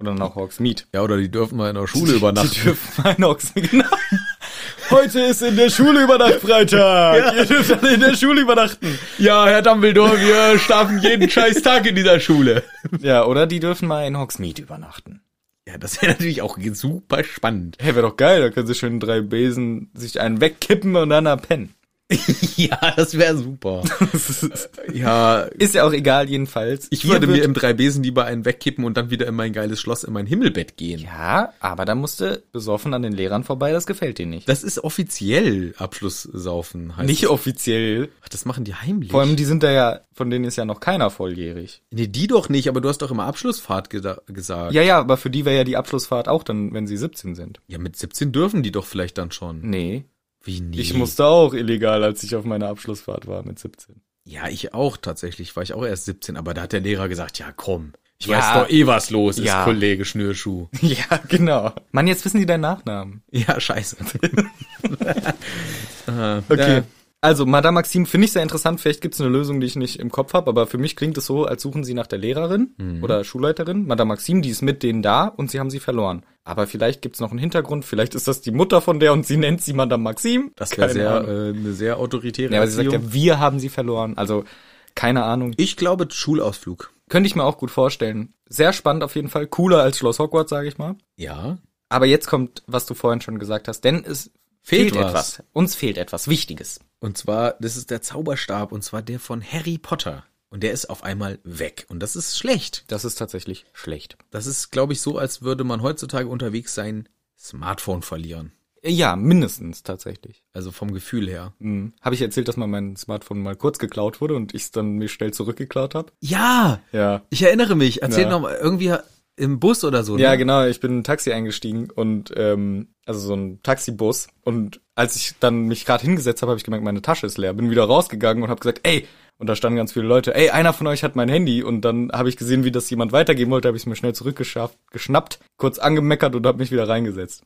Speaker 1: oder nach Hogsmeade.
Speaker 2: Ja, oder die dürfen mal in der Schule übernachten.
Speaker 1: Die dürfen mal in Hogsmeade. Genau. Heute ist in der Schule Übernachtfreitag. Ihr dürft alle in der Schule übernachten.
Speaker 2: Ja, Herr Dumbledore, wir schlafen jeden scheiß Tag in dieser Schule.
Speaker 1: Ja, oder die dürfen mal in Hogsmeade übernachten.
Speaker 2: Ja, das wäre natürlich auch super spannend.
Speaker 1: Hey, wäre doch geil, da können sie schön drei Besen sich einen wegkippen und dann pennen.
Speaker 2: Ja, das wäre super. Ja,
Speaker 1: ist ja auch egal, jedenfalls.
Speaker 2: ich würde
Speaker 1: Hier
Speaker 2: mir
Speaker 1: wird-
Speaker 2: im Drei-Besen lieber einen wegkippen und dann wieder in mein geiles Schloss, in mein Himmelbett gehen.
Speaker 1: Ja, aber da musste besoffen an den Lehrern vorbei, das gefällt dir nicht.
Speaker 2: Das ist offiziell Abschlusssaufen. Heißt
Speaker 1: nicht
Speaker 2: das.
Speaker 1: offiziell.
Speaker 2: Ach, das machen die heimlich.
Speaker 1: Vor allem, die sind da ja, von denen ist ja noch keiner volljährig.
Speaker 2: nee, die doch nicht, aber du hast doch immer Abschlussfahrt geda- gesagt.
Speaker 1: Ja, ja, aber für die wäre ja die Abschlussfahrt auch dann, wenn sie 17 sind.
Speaker 2: Ja, mit 17 dürfen die doch vielleicht dann schon.
Speaker 1: Nee.
Speaker 2: Wie nie.
Speaker 1: Ich musste auch illegal, als ich auf meiner Abschlussfahrt war mit 17.
Speaker 2: Ja, ich auch tatsächlich, war ich auch erst 17, aber da hat der Lehrer gesagt, ja komm, ich
Speaker 1: Ja.
Speaker 2: weiß doch eh, was los ist,
Speaker 1: Ja.
Speaker 2: Kollege Schnürschuh.
Speaker 1: Ja, genau. Mann, jetzt wissen die deinen Nachnamen.
Speaker 2: Ja, scheiße.
Speaker 1: Okay.
Speaker 2: Ja.
Speaker 1: Also, Madame Maxime finde ich sehr interessant. Vielleicht gibt es eine Lösung, die ich nicht im Kopf habe, aber für mich klingt es so, als suchen sie nach der Lehrerin oder Schulleiterin. Madame Maxime, die ist mit denen da und sie haben sie verloren. Aber vielleicht gibt es noch einen Hintergrund. Vielleicht ist das die Mutter von der und sie nennt sie Madame Maxime.
Speaker 2: Das wäre
Speaker 1: Keine
Speaker 2: sehr,
Speaker 1: Ahnung.
Speaker 2: äh, eine sehr autoritäre
Speaker 1: Ja, aber sie sagt
Speaker 2: Erziehung.
Speaker 1: ja, wir haben sie verloren. Also, keine Ahnung.
Speaker 2: ich glaube, Schulausflug.
Speaker 1: Könnte ich mir auch gut vorstellen. Sehr spannend auf jeden Fall. Cooler als Schloss Hogwarts, sage ich mal.
Speaker 2: Ja.
Speaker 1: Aber jetzt kommt, was du vorhin schon gesagt hast, denn es fehlt,
Speaker 2: Fehlt was.
Speaker 1: etwas. Uns fehlt etwas Wichtiges.
Speaker 2: Und zwar, das ist der Zauberstab, und zwar der von Harry Potter. Und der ist auf einmal weg. Und das ist schlecht.
Speaker 1: Das ist tatsächlich schlecht.
Speaker 2: Das ist, glaube ich, so, als würde man heutzutage unterwegs sein Smartphone verlieren.
Speaker 1: Äh, Ja, mindestens tatsächlich.
Speaker 2: Also vom Gefühl her.
Speaker 1: Mhm. Habe ich erzählt, dass mal mein Smartphone mal kurz geklaut wurde und ich es dann mir schnell zurückgeklaut habe?
Speaker 2: Ja,
Speaker 1: Ja.
Speaker 2: ich erinnere mich. Erzähl
Speaker 1: Ja.
Speaker 2: noch mal, irgendwie im Bus oder so.
Speaker 1: Ja,
Speaker 2: ne?
Speaker 1: genau. Ich bin in ein Taxi eingestiegen und ähm, also so ein Taxibus. Und als ich dann mich gerade hingesetzt habe, habe ich gemerkt, meine Tasche ist leer. Bin wieder rausgegangen und habe gesagt, ey. Und da standen ganz viele Leute. Ey, einer von euch hat mein Handy. Und dann habe ich gesehen, wie das jemand weitergeben wollte. Habe ich es mir schnell zurückgeschafft, geschnappt, kurz angemeckert und habe mich wieder reingesetzt.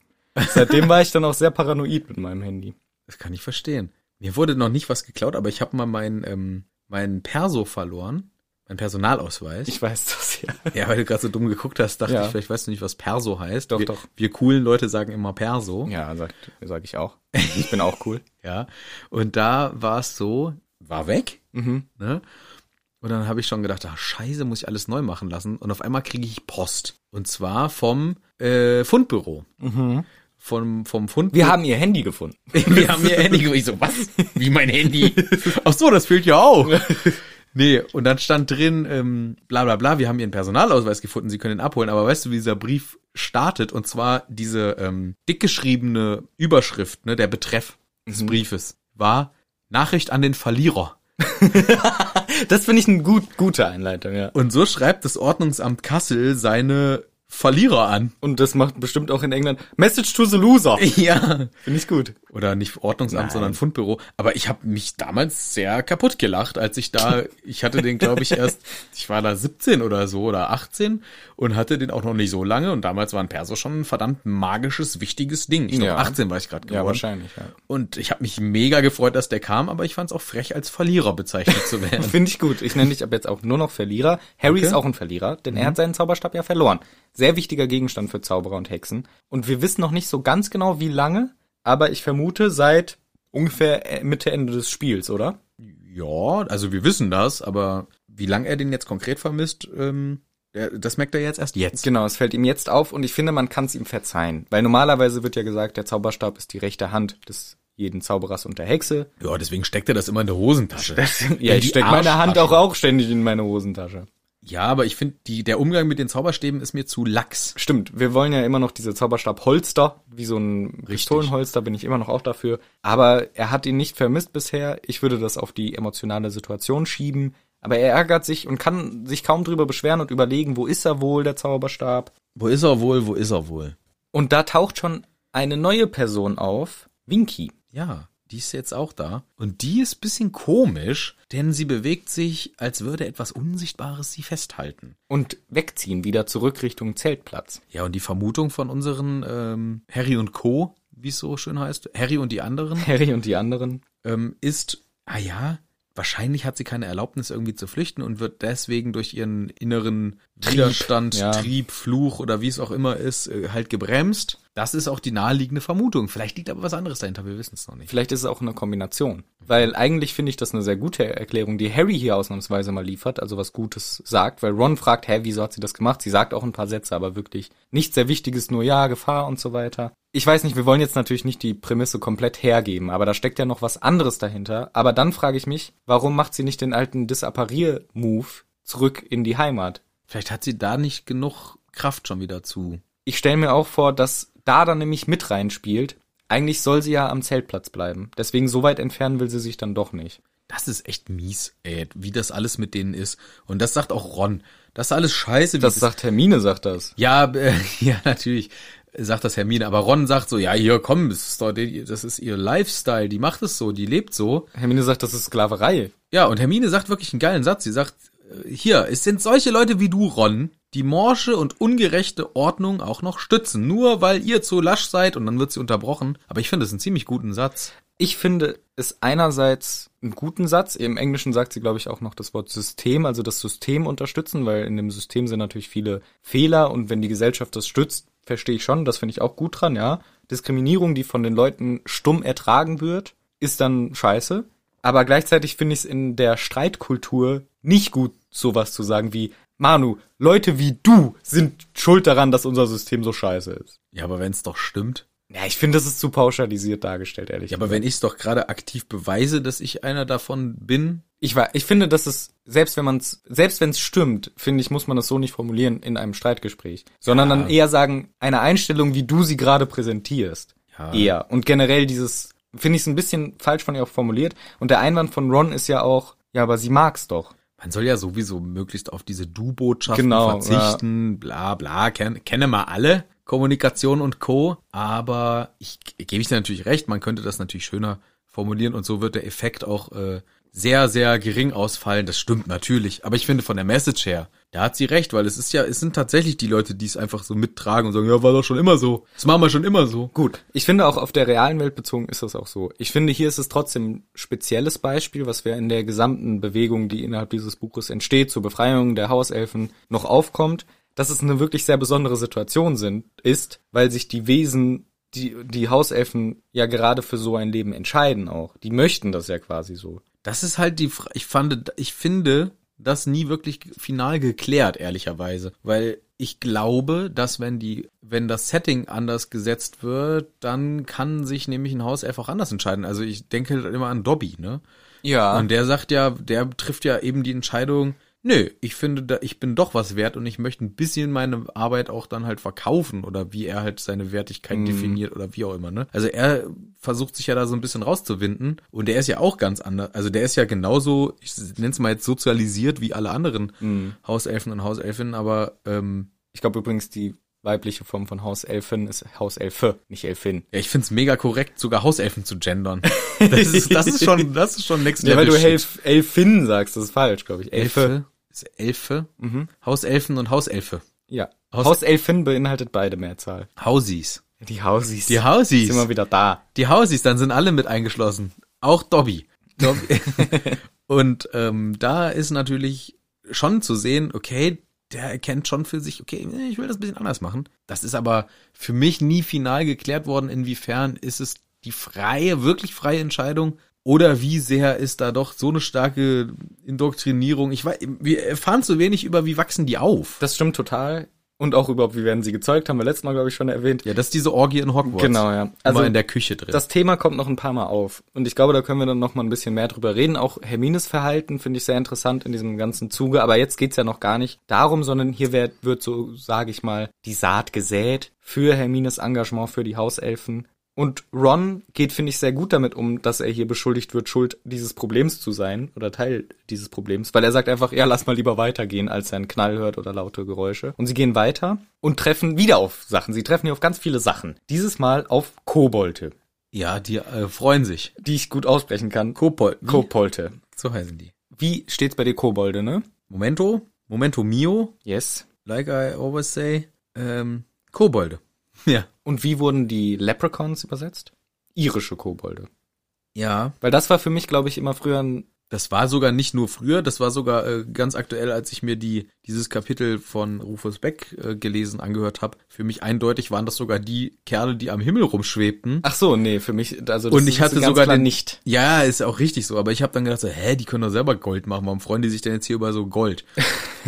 Speaker 1: Seitdem war ich dann auch sehr paranoid mit meinem Handy.
Speaker 2: Das kann ich verstehen. Mir wurde noch nicht was geklaut, aber ich habe mal meinen ähm, mein Perso verloren. Mein Personalausweis.
Speaker 1: Ich weiß das ja.
Speaker 2: ja, weil du gerade so dumm geguckt hast, dachte
Speaker 1: Ja.
Speaker 2: ich, vielleicht weißt du nicht, was Perso heißt.
Speaker 1: Doch,
Speaker 2: wir,
Speaker 1: doch.
Speaker 2: Wir coolen Leute sagen immer Perso.
Speaker 1: Ja, sag, sag ich auch. Ich bin auch cool.
Speaker 2: Ja. Und da war es so, war weg.
Speaker 1: Mhm.
Speaker 2: Ne? Und dann habe ich schon gedacht, ah, scheiße, muss ich alles neu machen lassen. Und auf einmal kriege ich Post. Und zwar vom äh, Fundbüro. Vom, vom Fundbüro.
Speaker 1: Mhm. Wir haben ihr Handy gefunden.
Speaker 2: Wir haben ihr Handy. Ich so, was? Wie mein Handy? Ach so, das fehlt ja auch. Nee, und dann stand drin, ähm, bla bla bla, wir haben ihren Personalausweis gefunden, sie können ihn abholen. Aber weißt du, wie dieser Brief startet? Und zwar diese ähm, dickgeschriebene Überschrift, ne, der Betreff des Briefes war Nachricht an den Verlierer.
Speaker 1: Das finde ich eine gut, gute Einleitung, ja.
Speaker 2: Und so schreibt das Ordnungsamt Kassel seine Verlierer an.
Speaker 1: Und das macht bestimmt auch in England Message to the Loser.
Speaker 2: Ja.
Speaker 1: Finde ich gut.
Speaker 2: Oder nicht Ordnungsamt,
Speaker 1: Nein.
Speaker 2: sondern Fundbüro. Aber ich habe mich damals sehr kaputt gelacht, als ich da, ich hatte den, glaube ich, erst, ich war da 17 oder so oder 18 und hatte den auch noch nicht so lange. Und damals war ein Perso schon ein verdammt magisches, wichtiges Ding. Ich glaube,
Speaker 1: Ja.
Speaker 2: 18 war ich gerade geworden.
Speaker 1: Ja, wahrscheinlich, ja.
Speaker 2: Und ich habe mich mega gefreut, dass der kam, aber ich fand es auch frech, als Verlierer bezeichnet zu werden.
Speaker 1: Finde ich gut. Ich nenne dich ab jetzt auch nur noch Verlierer. Harry ist auch ein Verlierer, denn er hat seinen Zauberstab ja verloren. Sehr wichtiger Gegenstand für Zauberer und Hexen. Und wir wissen noch nicht so ganz genau, wie lange, aber ich vermute seit ungefähr äh, Mitte, Ende des Spiels, oder?
Speaker 2: ja, also wir wissen das, aber wie lange er den jetzt konkret vermisst, ähm, der- das merkt er jetzt erst jetzt.
Speaker 1: Genau, es fällt ihm jetzt auf und ich finde, man kann es ihm verzeihen. Weil normalerweise wird ja gesagt, der Zauberstab ist die rechte Hand des jeden Zauberers und der Hexe.
Speaker 2: Ja, deswegen steckt er das immer in der Hosentasche.
Speaker 1: Ja,
Speaker 2: In
Speaker 1: ich
Speaker 2: die
Speaker 1: stecke meine Hand auch,
Speaker 2: Arschtasche.
Speaker 1: auch ständig in meine Hosentasche.
Speaker 2: Ja, aber ich finde, der Umgang mit den Zauberstäben ist mir zu lax.
Speaker 1: Stimmt, wir wollen ja immer noch diese Zauberstabholster, wie so ein Pistolenholster bin ich immer noch auch dafür. Aber er hat ihn nicht vermisst bisher. Ich würde das auf die emotionale Situation schieben. Aber er ärgert sich und kann sich kaum drüber beschweren und überlegen, wo ist er wohl, der Zauberstab.
Speaker 2: Wo ist er wohl, wo ist er wohl?
Speaker 1: Und da taucht schon eine neue Person auf, Winky.
Speaker 2: Ja, die ist jetzt auch da. Und die ist bisschen komisch, denn sie bewegt sich, als würde etwas Unsichtbares sie festhalten.
Speaker 1: Und wegziehen, wieder zurück Richtung Zeltplatz.
Speaker 2: Ja, und die Vermutung von unseren ähm, Harry und Co., wie es so schön heißt, Harry und die anderen,
Speaker 1: Harry und die anderen.
Speaker 2: ähm, ist, ah ja, wahrscheinlich hat sie keine Erlaubnis irgendwie zu flüchten und wird deswegen durch ihren inneren Widerstand,
Speaker 1: ja.
Speaker 2: Trieb, Fluch oder wie es auch immer ist, äh, halt gebremst. Das ist auch die naheliegende Vermutung. Vielleicht liegt aber was anderes dahinter, wir wissen es noch nicht.
Speaker 1: Vielleicht ist es auch eine Kombination. Weil eigentlich finde ich das eine sehr gute Erklärung, die Harry hier ausnahmsweise mal liefert, also was Gutes sagt, weil Ron fragt, hä, wieso hat sie das gemacht? Sie sagt auch ein paar Sätze, aber wirklich nichts sehr Wichtiges, nur ja, Gefahr und so weiter. Ich weiß nicht, wir wollen jetzt natürlich nicht die Prämisse komplett hergeben, aber da steckt ja noch was anderes dahinter. Aber dann frage ich mich, warum macht sie nicht den alten Disapparier-Move zurück in die Heimat?
Speaker 2: Vielleicht hat sie da nicht genug Kraft schon wieder zu.
Speaker 1: ich stelle mir auch vor, dass da dann nämlich mit reinspielt. Eigentlich soll sie ja am Zeltplatz bleiben. Deswegen so weit entfernen will sie sich dann doch nicht.
Speaker 2: Das ist echt mies, ey, wie das alles mit denen ist. Und das sagt auch Ron. Das ist alles scheiße, wie
Speaker 1: Das sagt Hermine, sagt das.
Speaker 2: Ja, äh, ja, natürlich sagt das Hermine, aber Ron sagt so, ja, hier, komm, das ist, doch, die- das ist ihr Lifestyle, die macht es so, die lebt so.
Speaker 1: Hermine sagt, das ist Sklaverei.
Speaker 2: Ja, und Hermine sagt wirklich einen geilen Satz, sie sagt, äh, hier, es sind solche Leute wie du, Ron, die morsche und ungerechte Ordnung auch noch stützen, nur weil ihr zu lasch seid und dann wird sie unterbrochen. Aber ich finde das einen ziemlich guten Satz.
Speaker 1: Ich finde es einerseits einen guten Satz. Im Englischen sagt sie, glaube ich, auch noch das Wort System, also das System unterstützen, weil in dem System sind natürlich viele Fehler und wenn die Gesellschaft das stützt, verstehe ich schon, das finde ich auch gut dran, ja. Diskriminierung, die von den Leuten stumm ertragen wird, ist dann scheiße. Aber gleichzeitig finde ich es in der Streitkultur nicht gut, sowas zu sagen wie, Manu, Leute wie du sind schuld daran, dass unser System so scheiße ist.
Speaker 2: Ja, aber wenn es doch stimmt.
Speaker 1: Ja, ich finde, das ist zu pauschalisiert dargestellt, ehrlich
Speaker 2: Ja, aber wenn ich es doch gerade aktiv beweise, dass ich einer davon bin,
Speaker 1: ich war, ich finde, dass es selbst wenn man es selbst wenn es stimmt, finde ich, muss man das so nicht formulieren in einem Streitgespräch, sondern dann eher sagen eine Einstellung, wie du sie gerade präsentierst.
Speaker 2: Ja.
Speaker 1: Eher und generell dieses finde ich es ein bisschen falsch von ihr auch formuliert und der Einwand von Ron ist ja auch, ja, aber sie mag's doch.
Speaker 2: Man soll ja sowieso möglichst auf diese Du-Botschaften
Speaker 1: Genau,
Speaker 2: verzichten, bla bla, ken, kenne mal alle, Kommunikation und Co. Aber ich gebe ich dir natürlich recht, man könnte das natürlich schöner formulieren und so wird der Effekt auch äh, sehr, sehr gering ausfallen. Das stimmt natürlich. Aber ich finde von der Message her, da hat sie recht, weil es ist ja, es sind tatsächlich die Leute, die es einfach so mittragen und sagen, ja, war doch schon immer so. Das machen wir schon immer so.
Speaker 1: Gut, ich finde auch auf der realen Welt bezogen ist das auch so. Ich finde, hier ist es trotzdem ein spezielles Beispiel, was wir in der gesamten Bewegung, die innerhalb dieses Buches entsteht, zur Befreiung der Hauselfen noch aufkommt, dass es eine wirklich sehr besondere Situation sind, ist, weil sich die Wesen, die, die Hauselfen ja gerade für so ein Leben entscheiden auch. Die möchten das ja quasi so.
Speaker 2: Das ist halt die Frage. Ich fand, ich finde das nie wirklich final geklärt, ehrlicherweise. Weil ich glaube, dass wenn die, wenn das Setting anders gesetzt wird, dann kann sich nämlich ein Haus einfach anders entscheiden. Also ich denke halt immer an Dobby, ne?
Speaker 1: Ja.
Speaker 2: Und der sagt ja, der trifft ja eben die Entscheidung, nö, ich finde, da, ich bin doch was wert und ich möchte ein bisschen meine Arbeit auch dann halt verkaufen oder wie er halt seine
Speaker 1: Mhm.
Speaker 2: Wertigkeit definiert oder wie auch immer, ne? Also er versucht sich ja da so ein bisschen rauszuwinden und der ist ja auch ganz anders, also der ist ja
Speaker 1: Mhm.
Speaker 2: genauso, ich nenne es mal jetzt sozialisiert wie alle anderen Hauselfen und Hauselfinnen, aber ähm,
Speaker 1: Ich glaube übrigens, die weibliche Form von Hauselfin ist Hauselfe, nicht Elfin.
Speaker 2: Ja, ich find's mega korrekt, sogar Hauselfen zu gendern. Das ist, das ist schon, das ist schon next
Speaker 1: Ja,
Speaker 2: level.
Speaker 1: weil du
Speaker 2: shit.
Speaker 1: Elf, Elfin sagst, das ist falsch, glaube ich. Elfe.
Speaker 2: Elfe. Ist Elfe.
Speaker 1: Mhm.
Speaker 2: Hauselfen und Hauselfe.
Speaker 1: Ja.
Speaker 2: Haus-
Speaker 1: Hauselfin beinhaltet beide Mehrzahl.
Speaker 2: Hausies.
Speaker 1: Die Hausis.
Speaker 2: Die
Speaker 1: sind
Speaker 2: Hausies.
Speaker 1: immer wieder da.
Speaker 2: Die Hausies, dann sind alle mit eingeschlossen. Auch Dobby. Dobby. und ähm, da ist natürlich schon zu sehen, okay, der erkennt schon für sich, okay, ich will das ein bisschen anders machen. Das ist aber für mich nie final geklärt worden, inwiefern ist es die freie, wirklich freie Entscheidung oder wie sehr ist da doch so eine starke Indoktrinierung. Ich weiß, wir erfahren zu wenig über, wie wachsen die auf.
Speaker 1: Das stimmt total. Und auch überhaupt, wie werden sie gezeugt, haben wir letztes Mal, glaube ich, schon erwähnt.
Speaker 2: ja, das ist diese Orgie in Hogwarts.
Speaker 1: Genau, ja.
Speaker 2: Also
Speaker 1: Also-
Speaker 2: immer in der Küche drin.
Speaker 1: Das Thema kommt noch ein paar Mal auf. Und ich glaube, da können wir dann noch mal ein bisschen mehr drüber reden. Auch Hermines Verhalten finde ich sehr interessant in diesem ganzen Zuge. Aber jetzt geht's ja noch gar nicht darum, sondern hier wird, wird so, sage ich mal, die Saat gesät für Hermines Engagement für die Hauselfen. Und Ron geht, finde ich, sehr gut damit um, dass er hier beschuldigt wird, Schuld dieses Problems zu sein oder Teil dieses Problems, weil er sagt einfach, ja, lass mal lieber weitergehen, als er einen Knall hört oder laute Geräusche. Und sie gehen weiter und treffen wieder auf Sachen. Sie treffen hier auf ganz viele Sachen. Dieses Mal auf Kobolde
Speaker 2: ja, die äh, freuen sich.
Speaker 1: die ich gut aussprechen kann.
Speaker 2: Kobold.
Speaker 1: Kobolte.
Speaker 2: So heißen die.
Speaker 1: Wie steht's bei dir Kobolde, ne?
Speaker 2: Momento, Momento mio,
Speaker 1: Yes.
Speaker 2: like I always say, ähm, Kobolde. Ja.
Speaker 1: Und wie wurden die Leprechauns übersetzt? Irische Kobolde.
Speaker 2: Ja,
Speaker 1: Weil das war für mich, glaube ich, immer früher ein
Speaker 2: das war sogar nicht nur früher, das war sogar äh, ganz aktuell, als ich mir die dieses Kapitel von Rufus Beck äh, gelesen angehört habe. Für mich eindeutig waren das sogar die Kerle, die am Himmel rumschwebten.
Speaker 1: Ach so, nee, für mich also
Speaker 2: Und ich
Speaker 1: ist
Speaker 2: hatte
Speaker 1: ganz
Speaker 2: sogar
Speaker 1: klar
Speaker 2: den-
Speaker 1: nicht.
Speaker 2: Ja, ist auch richtig so, aber ich habe dann gedacht, so, hä, die können doch selber Gold machen, warum freuen die sich denn jetzt hier über so Gold?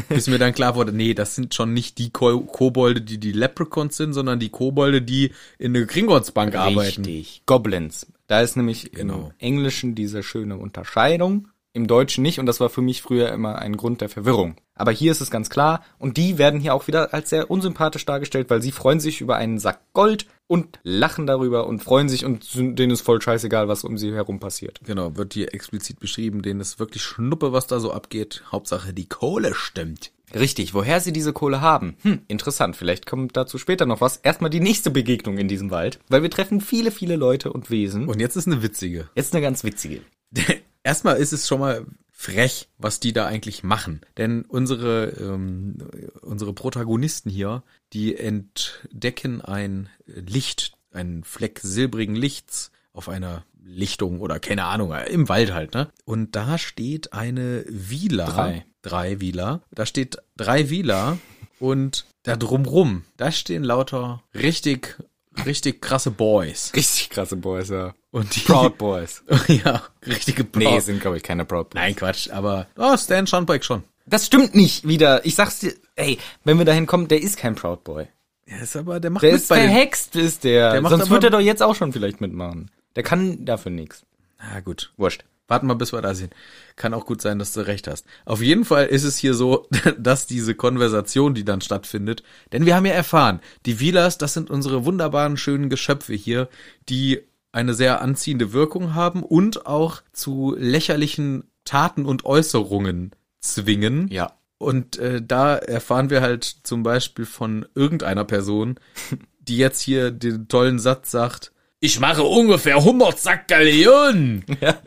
Speaker 2: Bis mir dann klar wurde, nee, das sind schon nicht die Ko Kobolde, die die Leprechauns sind, sondern die Kobolde, die in der Gringotts-Bank arbeiten.
Speaker 1: Richtig. Goblins. Da ist nämlich
Speaker 2: Genau.
Speaker 1: im Englischen diese schöne Unterscheidung, im Deutschen nicht und das war für mich früher immer ein Grund der Verwirrung. Aber hier ist es ganz klar und die werden hier auch wieder als sehr unsympathisch dargestellt, weil sie freuen sich über einen Sack Gold und lachen darüber und freuen sich und sind, denen ist voll scheißegal, was um sie herum passiert.
Speaker 2: Genau, wird hier explizit beschrieben, denen ist wirklich Schnuppe, was da so abgeht. Hauptsache die Kohle stimmt.
Speaker 1: Richtig, woher sie diese Kohle haben? Hm, interessant, vielleicht kommt dazu später noch was. Erstmal die nächste Begegnung in diesem Wald, weil wir treffen viele, viele Leute und Wesen.
Speaker 2: Und jetzt ist eine witzige.
Speaker 1: jetzt eine ganz witzige.
Speaker 2: Erstmal ist es schon mal frech, was die da eigentlich machen. Denn unsere, ähm, unsere Protagonisten hier, die entdecken ein Licht, einen Fleck silbrigen Lichts auf einer Lichtung oder keine Ahnung, im Wald halt, ne? Und da steht eine Vila.
Speaker 1: Drei.
Speaker 2: Drei Vila. Da steht drei Vila und da drumrum, da stehen lauter richtig, richtig krasse Boys.
Speaker 1: Richtig krasse Boys, ja.
Speaker 2: Und die,
Speaker 1: Proud Boys.
Speaker 2: ja, richtige
Speaker 1: Nee,
Speaker 2: Proud-
Speaker 1: sind, glaube ich, keine Proud Boys.
Speaker 2: Nein, Quatsch, aber. Oh, Stan Schoenberg schon.
Speaker 1: Das stimmt nicht wieder. Ich sag's dir, ey, wenn wir dahin kommen, der ist kein Proud Boy.
Speaker 2: Der ist aber, der macht
Speaker 1: Der
Speaker 2: mit
Speaker 1: ist
Speaker 2: bei den.
Speaker 1: verhext, ist der.
Speaker 2: Der macht
Speaker 1: Sonst
Speaker 2: aber-
Speaker 1: wird er doch jetzt auch schon vielleicht mitmachen. Der kann dafür nichts.
Speaker 2: Na Ah, gut.
Speaker 1: Wurscht.
Speaker 2: Warten wir, bis wir da sind. Kann auch gut sein, dass du recht hast. Auf jeden Fall ist es hier so, dass diese Konversation, die dann stattfindet, denn wir haben ja erfahren, die Vilas, das sind unsere wunderbaren, schönen Geschöpfe hier, die eine sehr anziehende Wirkung haben und auch zu lächerlichen Taten und Äußerungen zwingen.
Speaker 1: Ja.
Speaker 2: Und äh, da erfahren wir halt zum Beispiel von irgendeiner Person, die jetzt hier den tollen Satz sagt, ich mache ungefähr 100 Sack Galeonen.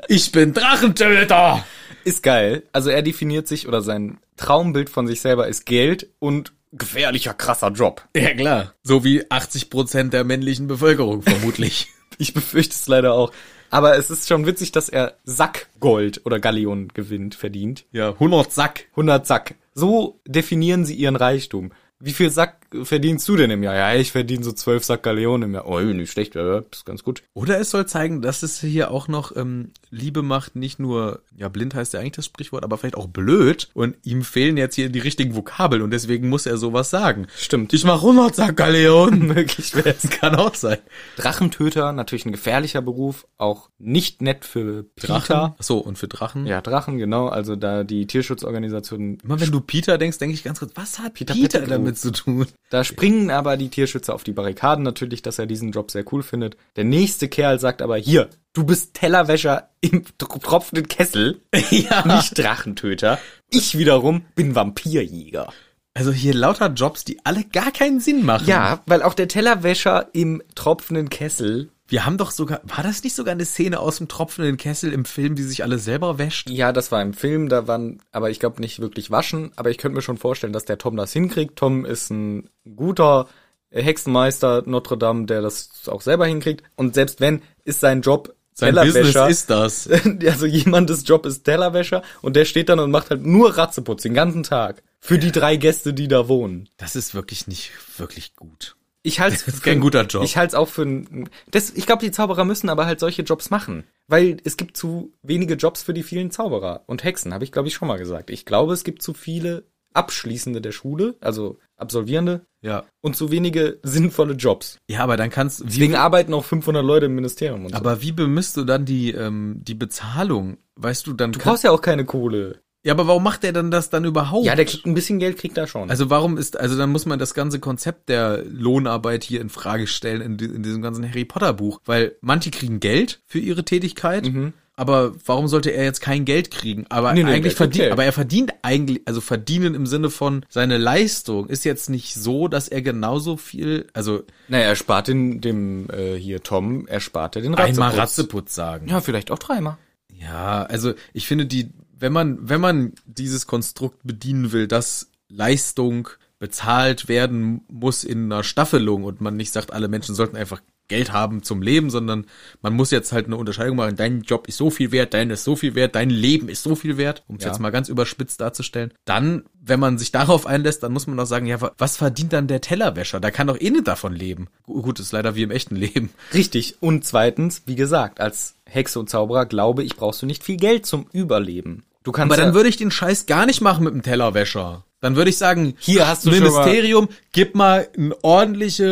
Speaker 2: Ich bin Drachentöter.
Speaker 1: Ist geil. Also er definiert sich oder sein Traumbild von sich selber ist Geld und gefährlicher, krasser Job.
Speaker 2: Ja, klar. So wie 80 Prozent der männlichen Bevölkerung vermutlich.
Speaker 1: Ich befürchte es leider auch. Aber es ist schon witzig, dass er Sackgold oder Galleon gewinnt, verdient.
Speaker 2: ja, 100 Sack.
Speaker 1: 100 Sack. So definieren sie ihren Reichtum. Wie viel Sack verdienst du denn im Jahr? Ja, ich verdiene so 12 Sack Galeone im Jahr. Oh, nicht schlecht, ja, ist ganz gut.
Speaker 2: Oder es soll zeigen, dass es hier auch noch ähm, Liebe macht, nicht nur, ja, blind heißt ja eigentlich das Sprichwort, aber vielleicht auch blöd. Und ihm fehlen jetzt hier die richtigen Vokabeln und deswegen muss er sowas sagen.
Speaker 1: Stimmt.
Speaker 2: Ich mach 100 Sack Galeonen.
Speaker 1: Möglich wäre es.
Speaker 2: Kann auch sein.
Speaker 1: Drachentöter, natürlich ein gefährlicher Beruf, auch nicht nett für Peter.
Speaker 2: So, und für Drachen?
Speaker 1: Ja, Drachen, genau. Also da die Tierschutzorganisationen,
Speaker 2: Immer wenn du Peter denkst, denke ich ganz kurz, was hat Peter,
Speaker 1: Pettigrew?
Speaker 2: damit zu tun?
Speaker 1: da springen aber die Tierschützer auf die Barrikaden natürlich, dass er diesen Job sehr cool findet. Der nächste Kerl sagt aber, hier, du bist Tellerwäscher im tr- tropfenden Kessel,
Speaker 2: ja.
Speaker 1: nicht Drachentöter. Ich wiederum bin Vampirjäger.
Speaker 2: Also hier lauter Jobs, die alle gar keinen Sinn machen.
Speaker 1: Ja, weil auch der Tellerwäscher im tropfenden Kessel.
Speaker 2: Wir haben doch sogar, war das nicht sogar eine Szene aus dem tropfenden Kessel im Film, die sich alle selber wäscht?
Speaker 1: Ja, das war im Film, da waren, aber ich glaube nicht wirklich waschen, aber ich könnte mir schon vorstellen, dass der Tom das hinkriegt. Tom ist ein guter Hexenmeister Notre Dame, der das auch selber hinkriegt. Und selbst wenn, ist sein Job
Speaker 2: Sein Business
Speaker 1: Tellerwäscher.
Speaker 2: ist das.
Speaker 1: also jemandes Job ist Tellerwäscher und der steht dann und macht halt nur Ratzeputz den ganzen Tag. Für die drei Gäste, die da wohnen.
Speaker 2: Das ist wirklich nicht wirklich gut.
Speaker 1: Ich halte es
Speaker 2: ist kein guter Job.
Speaker 1: Ich halte es auch für ein, das, ich glaube, die Zauberer müssen aber halt solche Jobs machen, weil es gibt zu wenige Jobs für die vielen Zauberer und Hexen, habe ich glaube ich schon mal gesagt. Ich glaube, es gibt zu viele Abschließende der Schule, also Absolvierende
Speaker 2: Ja.
Speaker 1: und zu wenige sinnvolle Jobs.
Speaker 2: Ja, aber dann kannst wie,
Speaker 1: Deswegen arbeiten auch 500 Leute im Ministerium und so.
Speaker 2: aber wie bemisst du dann die ähm, die Bezahlung? Weißt du dann
Speaker 1: Du brauchst ja auch keine Kohle.
Speaker 2: Ja, aber warum macht er dann das dann überhaupt?
Speaker 1: Ja, der kriegt ein bisschen Geld, kriegt er schon.
Speaker 2: also warum ist also dann muss man das ganze Konzept der Lohnarbeit hier in Frage stellen in, di- in diesem ganzen Harry Potter Buch, weil manche kriegen Geld für ihre Tätigkeit. Aber warum sollte er jetzt kein Geld kriegen? Aber
Speaker 1: Mhm. Nee, nee,
Speaker 2: eigentlich
Speaker 1: Geld,
Speaker 2: verdient,
Speaker 1: okay.
Speaker 2: aber er verdient eigentlich, also verdienen im Sinne von seine Leistung ist jetzt nicht so, dass er genauso viel, also
Speaker 1: naja, er spart den, dem äh, hier Tom, er spart den Ratzeputz.
Speaker 2: einmal Ratzeputz sagen.
Speaker 1: Ja, vielleicht auch dreimal.
Speaker 2: Ja, also ich finde die, wenn man, wenn man dieses Konstrukt bedienen will, dass Leistung bezahlt werden muss in einer Staffelung und man nicht sagt, alle Menschen sollten einfach Geld haben zum Leben, sondern man muss jetzt halt eine Unterscheidung machen, dein Job ist so viel wert, dein ist so viel wert, dein Leben ist so viel wert, um es
Speaker 1: Ja.
Speaker 2: jetzt mal ganz überspitzt darzustellen. Dann, wenn man sich darauf einlässt, dann muss man auch sagen, ja, wa- was verdient dann der Tellerwäscher? Da kann doch eh nicht davon leben. Gu- Gut, ist leider wie im echten Leben.
Speaker 1: Richtig. Und zweitens, wie gesagt, als Hexe und Zauberer glaube ich, brauchst du nicht viel Geld zum Überleben. Du kannst
Speaker 2: Aber dann
Speaker 1: ja-
Speaker 2: würde ich den Scheiß gar nicht machen mit dem Tellerwäscher. Dann würde ich sagen,
Speaker 1: Hier hast du schon
Speaker 2: Ministerium, gib mal eine ordentliche,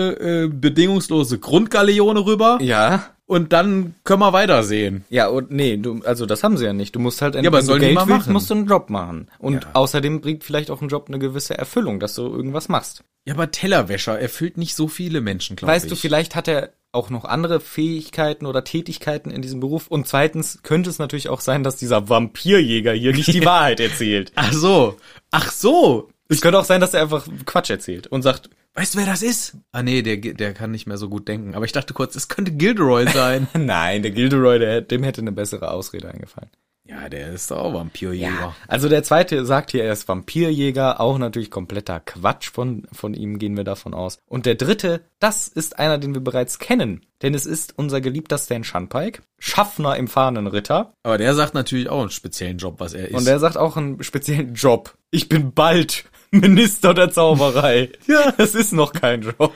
Speaker 2: äh, bedingungslose Grundgaleone rüber
Speaker 1: ja,
Speaker 2: und dann können wir weitersehen.
Speaker 1: ja und nee, du, also das haben sie ja nicht. Du musst halt, ja,
Speaker 2: aber
Speaker 1: du
Speaker 2: sollen die mal machen?
Speaker 1: musst du einen Job machen. Und
Speaker 2: Ja.
Speaker 1: außerdem bringt vielleicht auch ein Job eine gewisse Erfüllung, dass du irgendwas machst.
Speaker 2: Ja, aber Tellerwäscher erfüllt nicht so viele Menschen, glaube ich.
Speaker 1: weißt du, vielleicht hat er auch noch andere Fähigkeiten oder Tätigkeiten in diesem Beruf. Und zweitens könnte es natürlich auch sein, dass dieser Vampirjäger hier nicht die Wahrheit erzählt.
Speaker 2: Ach so. Ach so.
Speaker 1: Es könnte auch sein, dass er einfach Quatsch erzählt und sagt,
Speaker 2: Weißt du, wer das ist? Ah nee, der, der kann nicht mehr so gut denken. Aber ich dachte kurz, es könnte Gilderoy sein.
Speaker 1: Nein, der Gilderoy, der, dem hätte eine bessere Ausrede eingefallen.
Speaker 2: ja, der ist auch Vampirjäger.
Speaker 1: Also der zweite sagt hier, er ist Vampirjäger, auch natürlich kompletter Quatsch von, von ihm, gehen wir davon aus. Und der dritte, das ist einer, den wir bereits kennen, denn es ist unser geliebter Stan Schandpike, Schaffner im fahrenden Ritter,
Speaker 2: Aber der sagt natürlich auch einen speziellen Job, was er ist.
Speaker 1: und der sagt auch einen speziellen Job. Ich bin bald Minister der Zauberei. ja. Das ist noch kein Job.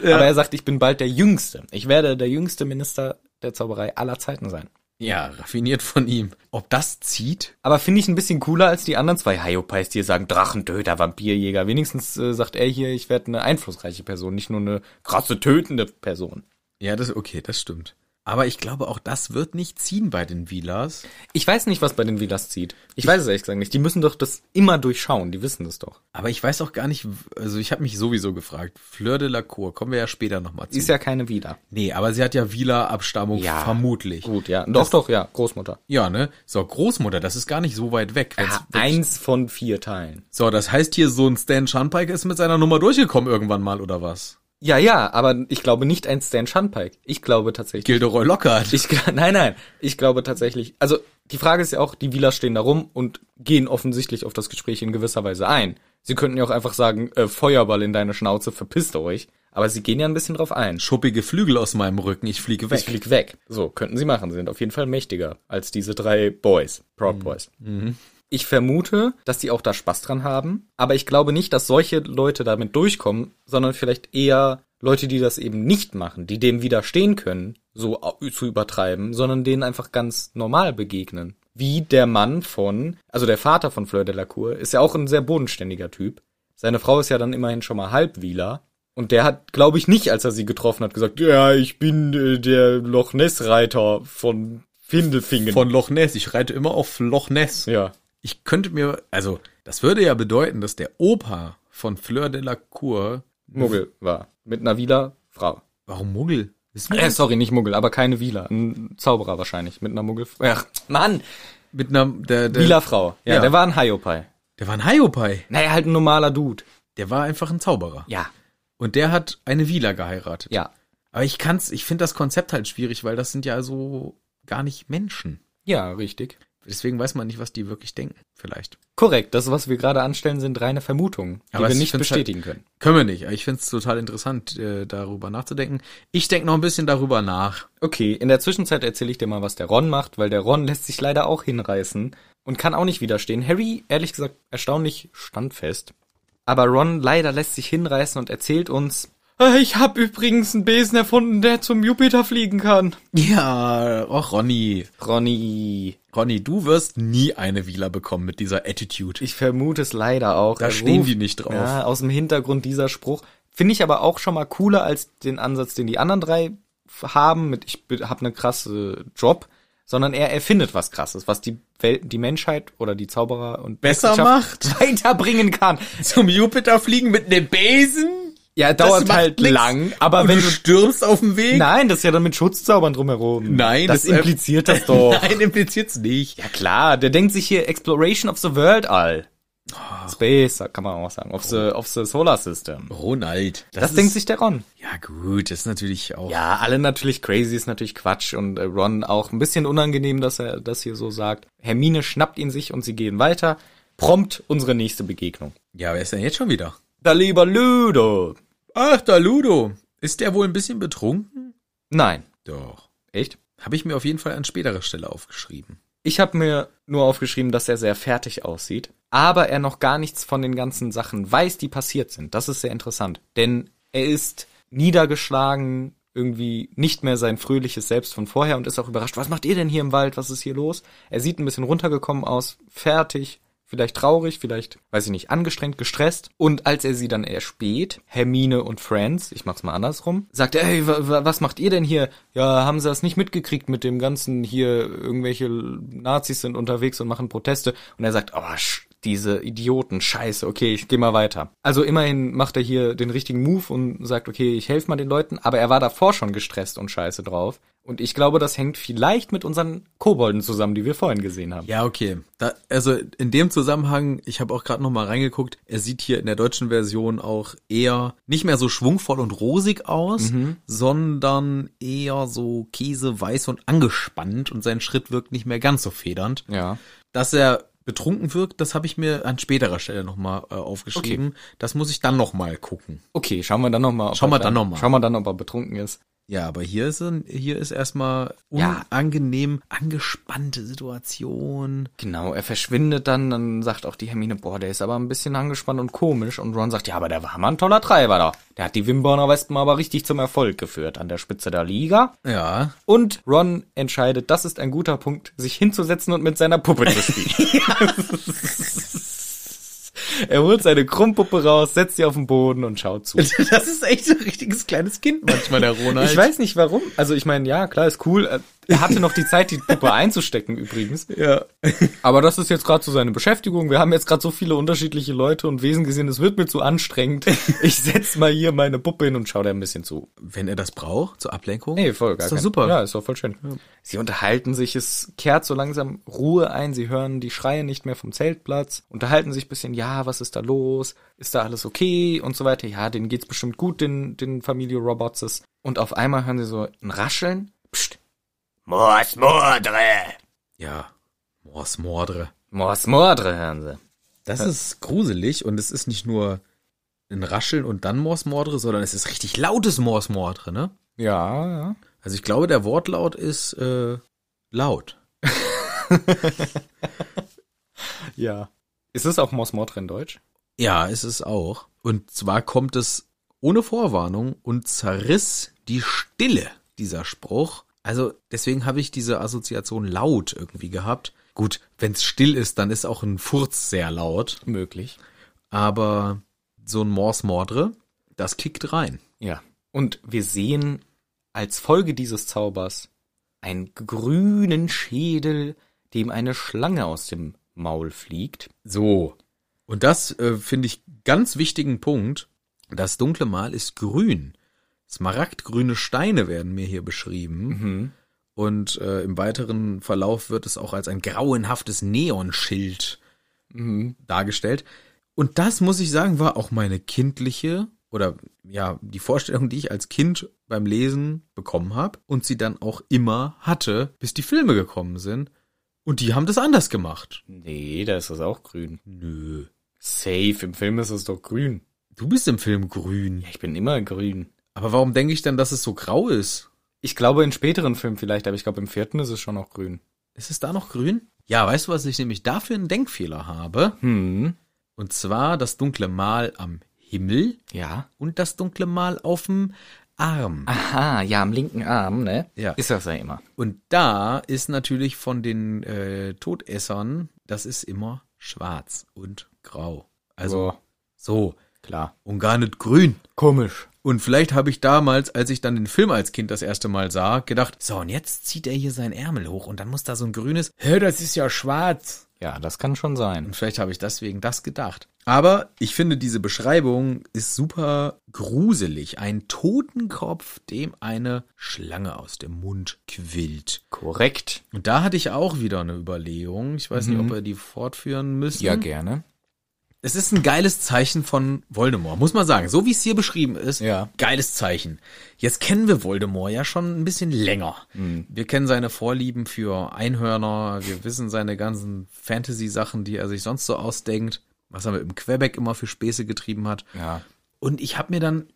Speaker 1: Aber er sagt, ich bin bald der Jüngste. Ich werde der jüngste Minister der Zauberei aller Zeiten sein.
Speaker 2: ja, raffiniert von ihm. Ob das zieht?
Speaker 1: Aber finde ich ein bisschen cooler als die anderen zwei Hyopies, die sagen Drachentöter, Vampirjäger. Wenigstens äh, sagt er hier, ich werde eine einflussreiche Person, nicht nur eine krasse tötende Person.
Speaker 2: Ja, das okay, das stimmt. Aber ich glaube, auch das wird nicht ziehen bei den Vilas.
Speaker 1: Ich weiß nicht, was bei den Vilas zieht. Ich, weiß es ehrlich gesagt nicht. Die müssen doch das immer durchschauen. Die wissen das doch.
Speaker 2: Aber ich weiß auch gar nicht, also ich habe mich sowieso gefragt. Fleur de la Cour, kommen wir ja später nochmal zu.
Speaker 1: Ist ja keine Vila.
Speaker 2: nee, aber sie hat ja Vila-Abstammung,
Speaker 1: Ja,
Speaker 2: vermutlich.
Speaker 1: Gut, ja. Doch, doch, ja. Großmutter.
Speaker 2: Ja, ne? So, Großmutter, das ist gar nicht so weit weg. wenn's wirklich-
Speaker 1: Ah, eins von vier Teilen.
Speaker 2: So, das heißt hier, so ein Stan Schandpike ist mit seiner Nummer durchgekommen irgendwann mal, oder was?
Speaker 1: Ja, ja, aber ich glaube nicht ein Stan Schandpike. Ich glaube tatsächlich.
Speaker 2: Gilderoy Lockhart.
Speaker 1: Ich, gl- nein, nein. Ich glaube tatsächlich. Also die Frage ist ja auch, die Wieler stehen da rum und gehen offensichtlich auf das Gespräch in gewisser Weise ein. Sie könnten ja auch einfach sagen, äh, Feuerball in deine Schnauze, verpisst euch. Aber sie gehen ja ein bisschen drauf ein.
Speaker 2: Schuppige Flügel aus meinem Rücken, ich fliege weg.
Speaker 1: Ich flieg weg. So, könnten sie machen. Sie sind auf jeden Fall mächtiger als diese drei Boys, Proud Boys. Ich vermute, dass die auch da Spaß dran haben, aber ich glaube nicht, dass solche Leute damit durchkommen, sondern vielleicht eher Leute, die das eben nicht machen, die dem widerstehen können, so au- zu übertreiben, sondern denen einfach ganz normal begegnen. Wie der Mann von, also der Vater von Fleur de la Cour, ist ja auch ein sehr bodenständiger Typ. Seine Frau ist ja dann immerhin schon mal Halbwieler. Und der hat, glaube ich, nicht, als er sie getroffen hat, gesagt, ja, ich bin äh, der Loch Ness-Reiter von Findelfingen.
Speaker 2: Von Loch Ness, ich reite immer auf Loch Ness.
Speaker 1: ja.
Speaker 2: ich könnte mir, also das würde ja bedeuten, dass der Opa von Fleur de la Cour,
Speaker 1: Muggel war. Mit einer Wieler Frau.
Speaker 2: warum Muggel? Ist
Speaker 1: Äh, sorry, nicht Muggel, aber keine Wieler. Ein Zauberer wahrscheinlich. Mit einer Muggel. Ach, Mann!
Speaker 2: mit einer, der, der,
Speaker 1: Wieler Frau. Ja,
Speaker 2: Äh, Ja.
Speaker 1: der war ein Hyopai.
Speaker 2: der war ein Hyopai.
Speaker 1: Naja, halt ein normaler Dude.
Speaker 2: Der war einfach ein Zauberer.
Speaker 1: Ja,
Speaker 2: Und der hat eine Wieler geheiratet.
Speaker 1: ja,
Speaker 2: Aber ich kann's, ich finde das Konzept halt schwierig, weil das sind ja so gar nicht Menschen.
Speaker 1: ja, richtig.
Speaker 2: Deswegen weiß man nicht, was die wirklich denken, vielleicht.
Speaker 1: Korrekt, das, was wir gerade anstellen, sind reine Vermutungen, die
Speaker 2: Aber
Speaker 1: wir
Speaker 2: es-
Speaker 1: nicht
Speaker 2: ich find's halt-
Speaker 1: bestätigen können.
Speaker 2: Können wir nicht. aber Ich finde es total interessant, äh, darüber nachzudenken. Ich denke noch ein bisschen darüber nach.
Speaker 1: Okay, in der Zwischenzeit erzähle ich dir mal, was der Ron macht, weil der Ron lässt sich leider auch hinreißen und kann auch nicht widerstehen. Harry, ehrlich gesagt, erstaunlich standfest. Aber Ron leider lässt sich hinreißen und erzählt uns, "Äh, ich habe übrigens einen Besen erfunden, der zum Jupiter fliegen kann.
Speaker 2: Ja, och Ronny.
Speaker 1: Ronny,
Speaker 2: Ronny, du wirst nie eine Wieler bekommen mit dieser Attitude.
Speaker 1: ich vermute es leider auch.
Speaker 2: Da
Speaker 1: Er
Speaker 2: stehen
Speaker 1: ruft-
Speaker 2: die nicht drauf.
Speaker 1: Ja, aus dem Hintergrund dieser Spruch. Finde ich aber auch schon mal cooler als den Ansatz, den die anderen drei f- haben, mit ich habe eine krasse Job, sondern er erfindet was krasses, was die Welt, die Menschheit oder die Zauberer und
Speaker 2: Besser
Speaker 1: Wissenschaft weiterbringen kann.
Speaker 2: Zum Jupiter fliegen mit einem Besen?
Speaker 1: Ja,
Speaker 2: Das
Speaker 1: dauert
Speaker 2: macht
Speaker 1: halt
Speaker 2: nix.
Speaker 1: lang, aber wenn du
Speaker 2: stürmst auf dem Weg? Nein,
Speaker 1: Nein, das ist ja dann mit Schutzzaubern drumherum.
Speaker 2: Nein,
Speaker 1: das,
Speaker 2: das-
Speaker 1: impliziert das doch.
Speaker 2: Nein impliziert's nicht.
Speaker 1: Ja klar, der denkt sich hier Exploration of the World all.
Speaker 2: Oh.
Speaker 1: Space, kann man auch sagen. Of the, of the Solar System.
Speaker 2: Ronald.
Speaker 1: Das, denkt sich der Ron.
Speaker 2: Ja gut, das ist natürlich auch.
Speaker 1: Ja, alle natürlich crazy, ist natürlich Quatsch und äh, Ron auch ein bisschen unangenehm, dass er das hier so sagt. Hermine schnappt ihn sich und sie gehen weiter. Prompt unsere nächste Begegnung.
Speaker 2: ja, wer ist denn jetzt schon wieder?
Speaker 1: Der lieber Ludo.
Speaker 2: Ach, der Ludo. Ist der wohl ein bisschen betrunken?
Speaker 1: Nein.
Speaker 2: Doch.
Speaker 1: Echt?
Speaker 2: Habe ich mir auf jeden Fall an späterer Stelle aufgeschrieben.
Speaker 1: Ich habe mir nur aufgeschrieben, dass er sehr fertig aussieht, aber er noch gar nichts von den ganzen Sachen weiß, die passiert sind. Das ist sehr interessant, denn er ist niedergeschlagen, irgendwie nicht mehr sein fröhliches Selbst von vorher und ist auch überrascht. Was macht ihr denn hier im Wald? Was ist hier los? Er sieht ein bisschen runtergekommen aus, fertig, vielleicht traurig, vielleicht, weiß ich nicht, angestrengt, gestresst. Und als er sie dann erspäht, Hermine und Franz, ich mach's mal andersrum, sagt er, hey, wa- wa- was macht ihr denn hier? Ja, haben sie das nicht mitgekriegt mit dem ganzen hier, irgendwelche Nazis sind unterwegs und machen Proteste. Und er sagt, oh, sch diese Idioten, scheiße, okay, ich geh mal weiter. Also immerhin macht er hier den richtigen Move und sagt, okay, ich helfe mal den Leuten, aber er war davor schon gestresst und scheiße drauf. Und ich glaube, das hängt vielleicht mit unseren Kobolden zusammen, die wir vorhin gesehen haben.
Speaker 2: Ja, okay. Da, also in dem Zusammenhang, ich habe auch gerade noch mal reingeguckt, er sieht hier in der deutschen Version auch eher nicht mehr so schwungvoll und rosig aus, sondern eher so käseweiß und angespannt und sein Schritt wirkt nicht mehr ganz so federnd.
Speaker 1: ja.
Speaker 2: Dass er betrunken wirkt, das habe ich mir an späterer Stelle noch mal äh, aufgeschrieben. Das muss ich dann noch mal gucken.
Speaker 1: Okay, schauen wir dann nochmal.
Speaker 2: Schauen wir dann noch mal.
Speaker 1: Schauen wir dann, ob er betrunken ist.
Speaker 2: Ja, aber hier ist ein, hier ist erstmal
Speaker 1: Ja.
Speaker 2: unangenehm angespannte Situation.
Speaker 1: Genau, er verschwindet dann, dann sagt auch die Hermine, boah, der ist aber ein bisschen angespannt und komisch. Und Ron sagt, ja, aber der war mal ein toller Treiber da. Der hat die Wimborner Wespen aber richtig zum Erfolg geführt, an der Spitze der Liga.
Speaker 2: Ja,
Speaker 1: Und Ron entscheidet, das ist ein guter Punkt, sich hinzusetzen und mit seiner Puppe zu spielen. er holt seine Krummpuppe raus, setzt sie auf den Boden und schaut zu.
Speaker 2: Das ist echt so ein richtiges kleines Kind manchmal, der Ronald.
Speaker 1: Ich weiß nicht warum. Also ich meine, ja, klar, ist cool. Er hatte noch die Zeit, die Puppe einzustecken übrigens.
Speaker 2: Ja.
Speaker 1: Aber das ist jetzt gerade so seine Beschäftigung. Wir haben jetzt gerade so viele unterschiedliche Leute und Wesen gesehen, es wird mir zu anstrengend. Ich setz mal hier meine Puppe hin und schau da ein bisschen zu.
Speaker 2: Wenn er das braucht, zur Ablenkung.
Speaker 1: Nee, voll gar
Speaker 2: Ist doch
Speaker 1: kein-
Speaker 2: super.
Speaker 1: Ja, ist doch voll schön. Sie unterhalten sich, es kehrt so langsam Ruhe ein, sie hören die Schreie nicht mehr vom Zeltplatz, unterhalten sich ein bisschen, ja, was ist da los? Ist da alles okay und so weiter? Ja, denen geht's bestimmt gut, den, den Familie Robots. Und auf einmal hören sie so ein Rascheln. Psst,
Speaker 4: Mors Mordre.
Speaker 2: Ja. Mors Mordre.
Speaker 1: Mors Mordre hören sie.
Speaker 2: Das ist gruselig und es ist nicht nur ein Rascheln und dann Mors Mordre, sondern es ist richtig lautes Mors Mordre, ne?
Speaker 1: Ja, ja.
Speaker 2: Also ich glaube, der Wortlaut ist äh, laut.
Speaker 1: Ja. Ist es auch Mors Mordre in Deutsch?
Speaker 2: Ja, es ist auch. Und zwar kommt es ohne Vorwarnung und zerriss die Stille, dieser Spruch. Also deswegen habe ich diese Assoziation laut irgendwie gehabt. Gut, wenn es still ist, dann ist auch ein Furz sehr laut.
Speaker 1: Möglich.
Speaker 2: Aber so ein Morse-Mordre, das kickt rein.
Speaker 1: Ja. Und wir sehen als Folge dieses Zaubers einen grünen Schädel, dem eine Schlange aus dem Maul fliegt.
Speaker 2: So. Und das äh, finde ich ganz wichtigen Punkt. Das dunkle Mal ist grün. Smaragdgrüne Steine werden mir hier beschrieben. Und äh, im weiteren Verlauf wird es auch als ein grauenhaftes Neonschild dargestellt. Und das, muss ich sagen, war auch meine kindliche oder ja, die Vorstellung, die ich als Kind beim Lesen bekommen habe und sie dann auch immer hatte, bis die Filme gekommen sind. Und die haben das anders gemacht.
Speaker 1: Nee, da ist das auch grün.
Speaker 2: Nö.
Speaker 1: Safe, im Film ist es doch grün.
Speaker 2: Du bist im Film grün.
Speaker 1: Ja, ich bin immer grün.
Speaker 2: Aber warum denke ich dann, dass es so grau ist?
Speaker 1: Ich glaube in späteren Filmen vielleicht, aber ich glaube im vierten ist es schon noch grün.
Speaker 2: Ist es da noch grün? Ja, weißt du, was ich nämlich dafür einen Denkfehler habe?
Speaker 1: Hm,
Speaker 2: Und zwar das dunkle Mal am Himmel
Speaker 1: ja.
Speaker 2: und das dunkle Mal auf dem Arm.
Speaker 1: Aha, ja, am linken Arm, ne?
Speaker 2: Ja.
Speaker 1: Ist das ja immer.
Speaker 2: Und da ist natürlich von den äh, Todessern, das ist immer schwarz und grau. Also
Speaker 1: Boah,
Speaker 2: so
Speaker 1: klar.
Speaker 2: und gar nicht grün.
Speaker 1: Komisch.
Speaker 2: Und vielleicht habe ich damals, als ich dann den Film als Kind das erste Mal sah, gedacht, so und jetzt zieht er hier seinen Ärmel hoch und dann muss da so ein grünes, hä, das ist ja schwarz.
Speaker 1: Ja, das kann schon sein.
Speaker 2: Und vielleicht habe ich deswegen das gedacht. Aber ich finde, diese Beschreibung ist super gruselig. Ein Totenkopf, dem eine Schlange aus dem Mund quillt.
Speaker 1: Korrekt.
Speaker 2: Und da hatte ich auch wieder eine Überlegung. Ich weiß nicht, ob wir die fortführen müssen.
Speaker 1: Ja, gerne.
Speaker 2: Es ist ein geiles Zeichen von Voldemort, muss man sagen. So wie es hier beschrieben ist,
Speaker 1: Ja.
Speaker 2: geiles Zeichen. Jetzt kennen wir Voldemort ja schon ein bisschen länger.
Speaker 1: Mhm.
Speaker 2: Wir kennen seine Vorlieben für Einhörner, wir wissen seine ganzen Fantasy-Sachen, die er sich sonst so ausdenkt, was er mit dem Quebec immer für Späße getrieben hat.
Speaker 1: Ja.
Speaker 2: Und ich habe mir dann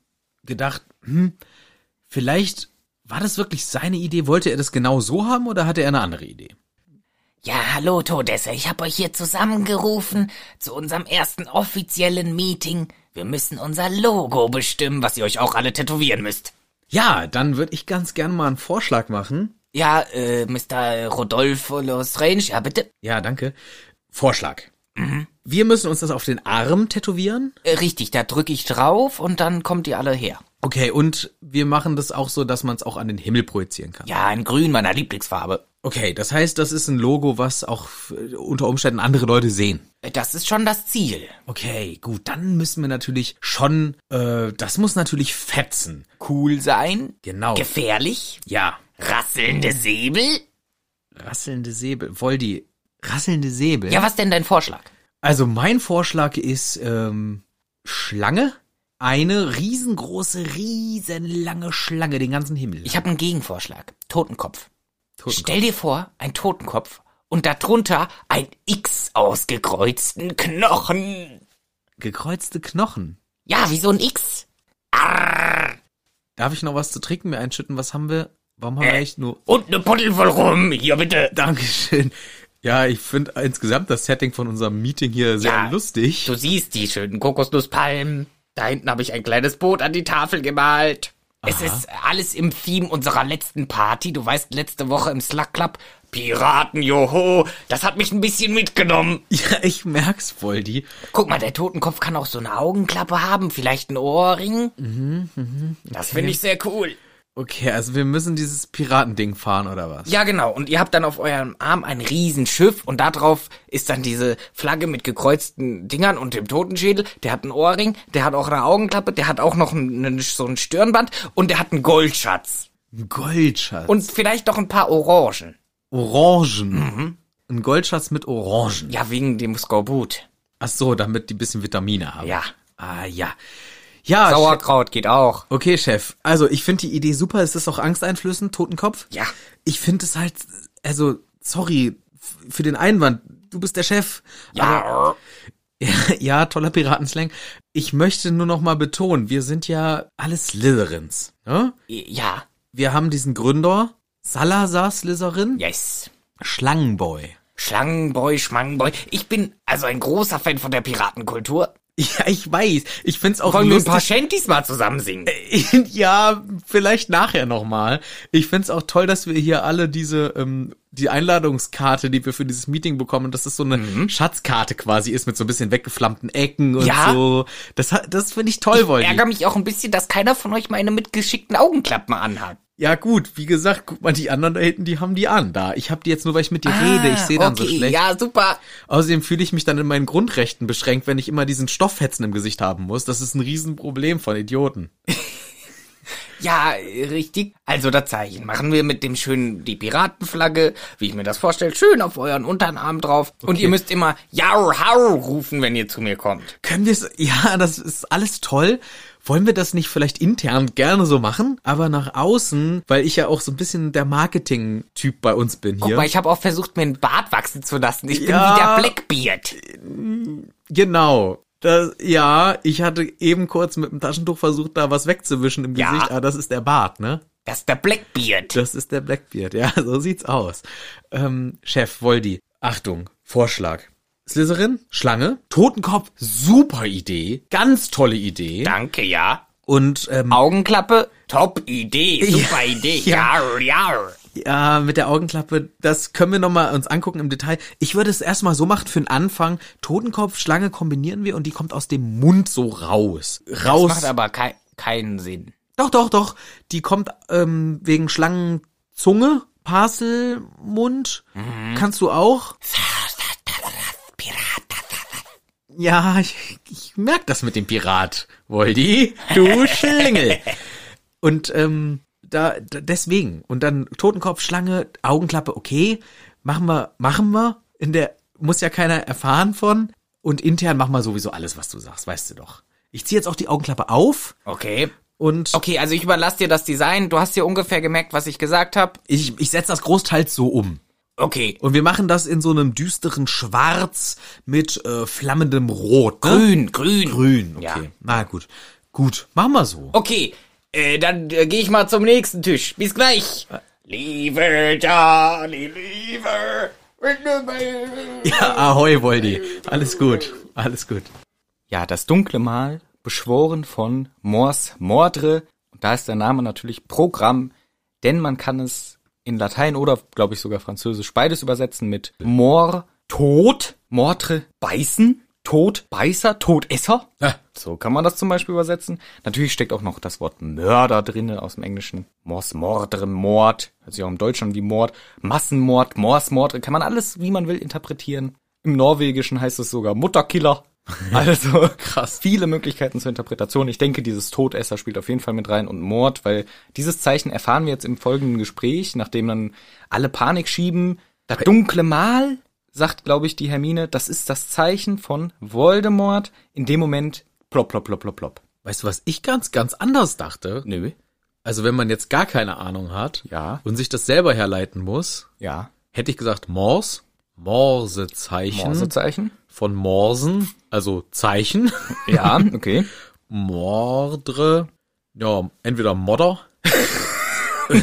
Speaker 2: gedacht, hm, vielleicht war das wirklich seine Idee, wollte er das genau so haben oder hatte er eine andere Idee?
Speaker 5: Ja, hallo Todesser, ich hab euch hier zusammengerufen zu unserem ersten offiziellen Meeting. Wir müssen unser Logo bestimmen, was ihr euch auch alle tätowieren müsst.
Speaker 2: Ja, dann würde ich ganz gerne mal einen Vorschlag machen.
Speaker 5: Ja, äh, Mr. Rodolfo Los Range, ja bitte.
Speaker 2: Ja, danke. Vorschlag. Wir müssen uns das auf den Arm tätowieren.
Speaker 5: Äh, richtig, da drücke ich drauf und dann kommt ihr alle her.
Speaker 2: Okay, und wir machen das auch so, dass man es auch an den Himmel projizieren kann.
Speaker 5: Ja, in grün, meiner Lieblingsfarbe.
Speaker 2: Okay, das heißt, das ist ein Logo, was auch äh, unter Umständen andere Leute sehen.
Speaker 5: Äh, Das ist schon das Ziel.
Speaker 2: Okay, gut, dann müssen wir natürlich schon, äh, das muss natürlich fetzen.
Speaker 5: Cool sein,
Speaker 2: Genau.
Speaker 5: gefährlich,
Speaker 2: ja.
Speaker 5: rasselnde Säbel.
Speaker 2: Rasselnde Säbel. Voldi, rasselnde Säbel.
Speaker 5: Ja, was denn dein Vorschlag?
Speaker 2: Also mein Vorschlag ist ähm, Schlange. Eine riesengroße, riesenlange Schlange, den ganzen Himmel.
Speaker 5: Ich habe einen Gegenvorschlag. Totenkopf.
Speaker 2: Totenkopf.
Speaker 5: Stell dir vor, ein Totenkopf und darunter ein X ausgekreuzten Knochen.
Speaker 2: Gekreuzte Knochen.
Speaker 5: Ja, wie so ein X.
Speaker 2: Darf ich noch was zu trinken mir einschütten? Was haben wir? Warum
Speaker 5: Äh.
Speaker 2: haben wir eigentlich nur...
Speaker 5: Und eine Puddel voll rum. Hier bitte.
Speaker 2: Dankeschön. Ja, ich finde insgesamt das Setting von unserem Meeting hier sehr
Speaker 5: Ja.
Speaker 2: lustig.
Speaker 5: Du siehst die schönen Kokosnusspalmen. Da hinten habe ich ein kleines Boot an die Tafel gemalt. Es ist alles im Theme unserer letzten Party. Du weißt, letzte Woche im Slack Club. Piraten, joho. Das hat mich ein bisschen mitgenommen.
Speaker 2: Ja, ich merk's, Voldi.
Speaker 5: Guck mal, der Totenkopf kann auch so eine Augenklappe haben. Vielleicht ein Ohrring. Das finde ich sehr cool.
Speaker 2: Okay, also wir müssen dieses Piratending fahren, oder was?
Speaker 5: Ja, genau. Und ihr habt dann auf eurem Arm ein Riesenschiff und darauf ist dann diese Flagge mit gekreuzten Dingern und dem Totenschädel. Der hat einen Ohrring, der hat auch eine Augenklappe, der hat auch noch einen, so ein Stirnband und der hat einen Goldschatz.
Speaker 2: Ein Goldschatz.
Speaker 5: Und vielleicht noch ein paar Orangen.
Speaker 2: Orangen. Ein Goldschatz mit Orangen.
Speaker 5: Mhm. Ja, wegen dem Skorbut.
Speaker 2: Ach so, damit die bisschen Vitamine haben.
Speaker 5: Ja.
Speaker 2: Ah, ja.
Speaker 5: Ah,
Speaker 2: Ja, Chef.
Speaker 5: Sauerkraut geht auch.
Speaker 2: okay, Chef. Also, ich finde die Idee super. Es ist auch angsteinflößend, Totenkopf.
Speaker 5: Ja.
Speaker 2: Ich finde es halt, also, sorry f- für den Einwand. Du bist der Chef.
Speaker 5: Ja.
Speaker 2: ja, toller Piratenslang. Ich möchte nur noch mal betonen, wir sind ja alle Slytherins. Ne?
Speaker 5: Ja.
Speaker 2: Wir haben diesen Gründer, Salazar Slytherin,
Speaker 5: Yes.
Speaker 2: Schlangenboy.
Speaker 5: Schlangenboy, Schmangenboy. Ich bin also ein großer Fan von der Piratenkultur.
Speaker 2: Ja, ich weiß. Ich find's auch
Speaker 5: Wollen wir ein paar
Speaker 2: lustig. Äh,
Speaker 5: Shanties mal zusammen singen?
Speaker 2: ja, vielleicht nachher nochmal. Ich find's auch toll, dass wir hier alle diese, ähm, die Einladungskarte, die wir für dieses Meeting bekommen, dass das so eine
Speaker 5: Mhm.
Speaker 2: Schatzkarte quasi ist mit so ein bisschen weggeflammten Ecken und
Speaker 5: Ja.
Speaker 2: so. Das, hat- das finde ich toll, Woldi.
Speaker 5: ärgere mich auch ein bisschen, dass keiner von euch meine mitgeschickten Augenklappen anhat.
Speaker 2: Ja gut, wie gesagt, guck mal, die anderen da hinten, die haben die an da. Ich hab die jetzt nur, weil ich mit dir rede. Ich sehe dann so schlecht.
Speaker 5: Ah, Ja, super.
Speaker 2: Außerdem fühle ich mich dann in meinen Grundrechten beschränkt, wenn ich immer diesen Stofffetzen im Gesicht haben muss. Das ist ein Riesenproblem von Idioten.
Speaker 5: Ja, richtig. Also das Zeichen machen wir mit dem schönen, die Piratenflagge, wie ich mir das vorstelle, schön auf euren Unterarm drauf. Und ihr müsst immer Jau, Hau rufen, wenn ihr zu mir kommt.
Speaker 2: Können wir es, ja, das ist alles toll. Wollen wir das nicht vielleicht intern gerne so machen, aber nach außen, weil ich ja auch so ein bisschen der Marketing-Typ bei uns bin
Speaker 5: Guck
Speaker 2: hier.
Speaker 5: mal, ich habe auch versucht, mir einen Bart wachsen zu lassen. Ich
Speaker 2: Ja.
Speaker 5: bin wieder Blackbeard.
Speaker 2: genau. Das, ja, ich hatte eben kurz mit dem Taschentuch versucht, da was wegzuwischen im
Speaker 5: Ja.
Speaker 2: Gesicht, aber das ist der Bart, ne?
Speaker 5: Das ist der Blackbeard.
Speaker 2: Das ist der Blackbeard, ja, so sieht's aus. Ähm, Chef, Voldi, Achtung, Vorschlag. Slytherin, Schlange, Totenkopf, super Idee, ganz tolle Idee.
Speaker 5: Danke, ja.
Speaker 2: Und ähm,
Speaker 5: Augenklappe, top Idee, super Idee. Ja, ja.
Speaker 2: ja, mit der Augenklappe, das können wir nochmal uns angucken im Detail. Ich würde es erstmal so machen für den Anfang. Totenkopf, Schlange kombinieren wir und die kommt aus dem Mund so raus. Raus.
Speaker 5: Macht also aber kei- keinen Sinn.
Speaker 2: Doch, doch, doch. Die kommt ähm, wegen Schlangenzunge, Parselmund. Kannst du auch? Ja, ich, ich merk das mit dem Pirat, Woldi. Du Schlingel. Und ähm, da, da deswegen. Und dann Totenkopf, Schlange, Augenklappe, okay. Machen wir, machen wir. In der muss ja keiner erfahren von. Und intern machen wir sowieso alles, was du sagst, weißt du doch. Ich ziehe jetzt auch die Augenklappe auf
Speaker 5: Okay.
Speaker 2: und
Speaker 5: Okay, also ich überlasse dir das Design. Du hast dir ungefähr gemerkt, was ich gesagt habe.
Speaker 2: ich, ich setze das großteils so um.
Speaker 5: Okay.
Speaker 2: Und wir machen das in so einem düsteren Schwarz mit äh, flammendem Rot. Ne?
Speaker 5: Grün, grün.
Speaker 2: Grün, okay.
Speaker 5: Ja.
Speaker 2: Na gut. Gut, machen wir so.
Speaker 5: Okay, äh, dann äh, gehe ich mal zum nächsten Tisch. Bis gleich. Liebe Johnny, liebe.
Speaker 2: Ja, ahoi, Woldi. Alles gut. Alles gut.
Speaker 1: Ja, das dunkle Mal, beschworen von Mors Mordre. Und da ist der Name natürlich Programm, denn man kann es in Latein oder, glaube ich, sogar Französisch beides übersetzen mit Mor, Tod, Mordre, Beißen, Tod, Beißer, Todesser.
Speaker 2: Ah.
Speaker 1: So kann man das zum Beispiel übersetzen. Natürlich steckt auch noch das Wort Mörder drinne aus dem Englischen. Mors Mordre, Mord, hört sich auch im Deutschen wie Mord, Massenmord, Mors Mordre, kann man alles, wie man will, interpretieren. Im Norwegischen heißt es sogar Mutterkiller. Also krass. Viele Möglichkeiten zur Interpretation. Ich denke, dieses Todesser spielt auf jeden Fall mit rein und Mord, weil dieses Zeichen erfahren wir jetzt im folgenden Gespräch, nachdem dann alle Panik schieben. Das dunkle Mal, sagt, glaube ich, die Hermine, das ist das Zeichen von Voldemort. In dem Moment plopp, plopp, plopp, plopp, plopp.
Speaker 2: Weißt du, was ich ganz, ganz anders dachte?
Speaker 1: Nö.
Speaker 2: Also wenn man jetzt gar keine Ahnung hat
Speaker 1: Ja.
Speaker 2: und sich das selber herleiten muss,
Speaker 1: Ja.
Speaker 2: hätte ich gesagt Morse, Morsezeichen
Speaker 1: Morsezeichen?
Speaker 2: von Morsen, also Zeichen,
Speaker 1: Ja, okay.
Speaker 2: Mordre, ja, entweder Modder,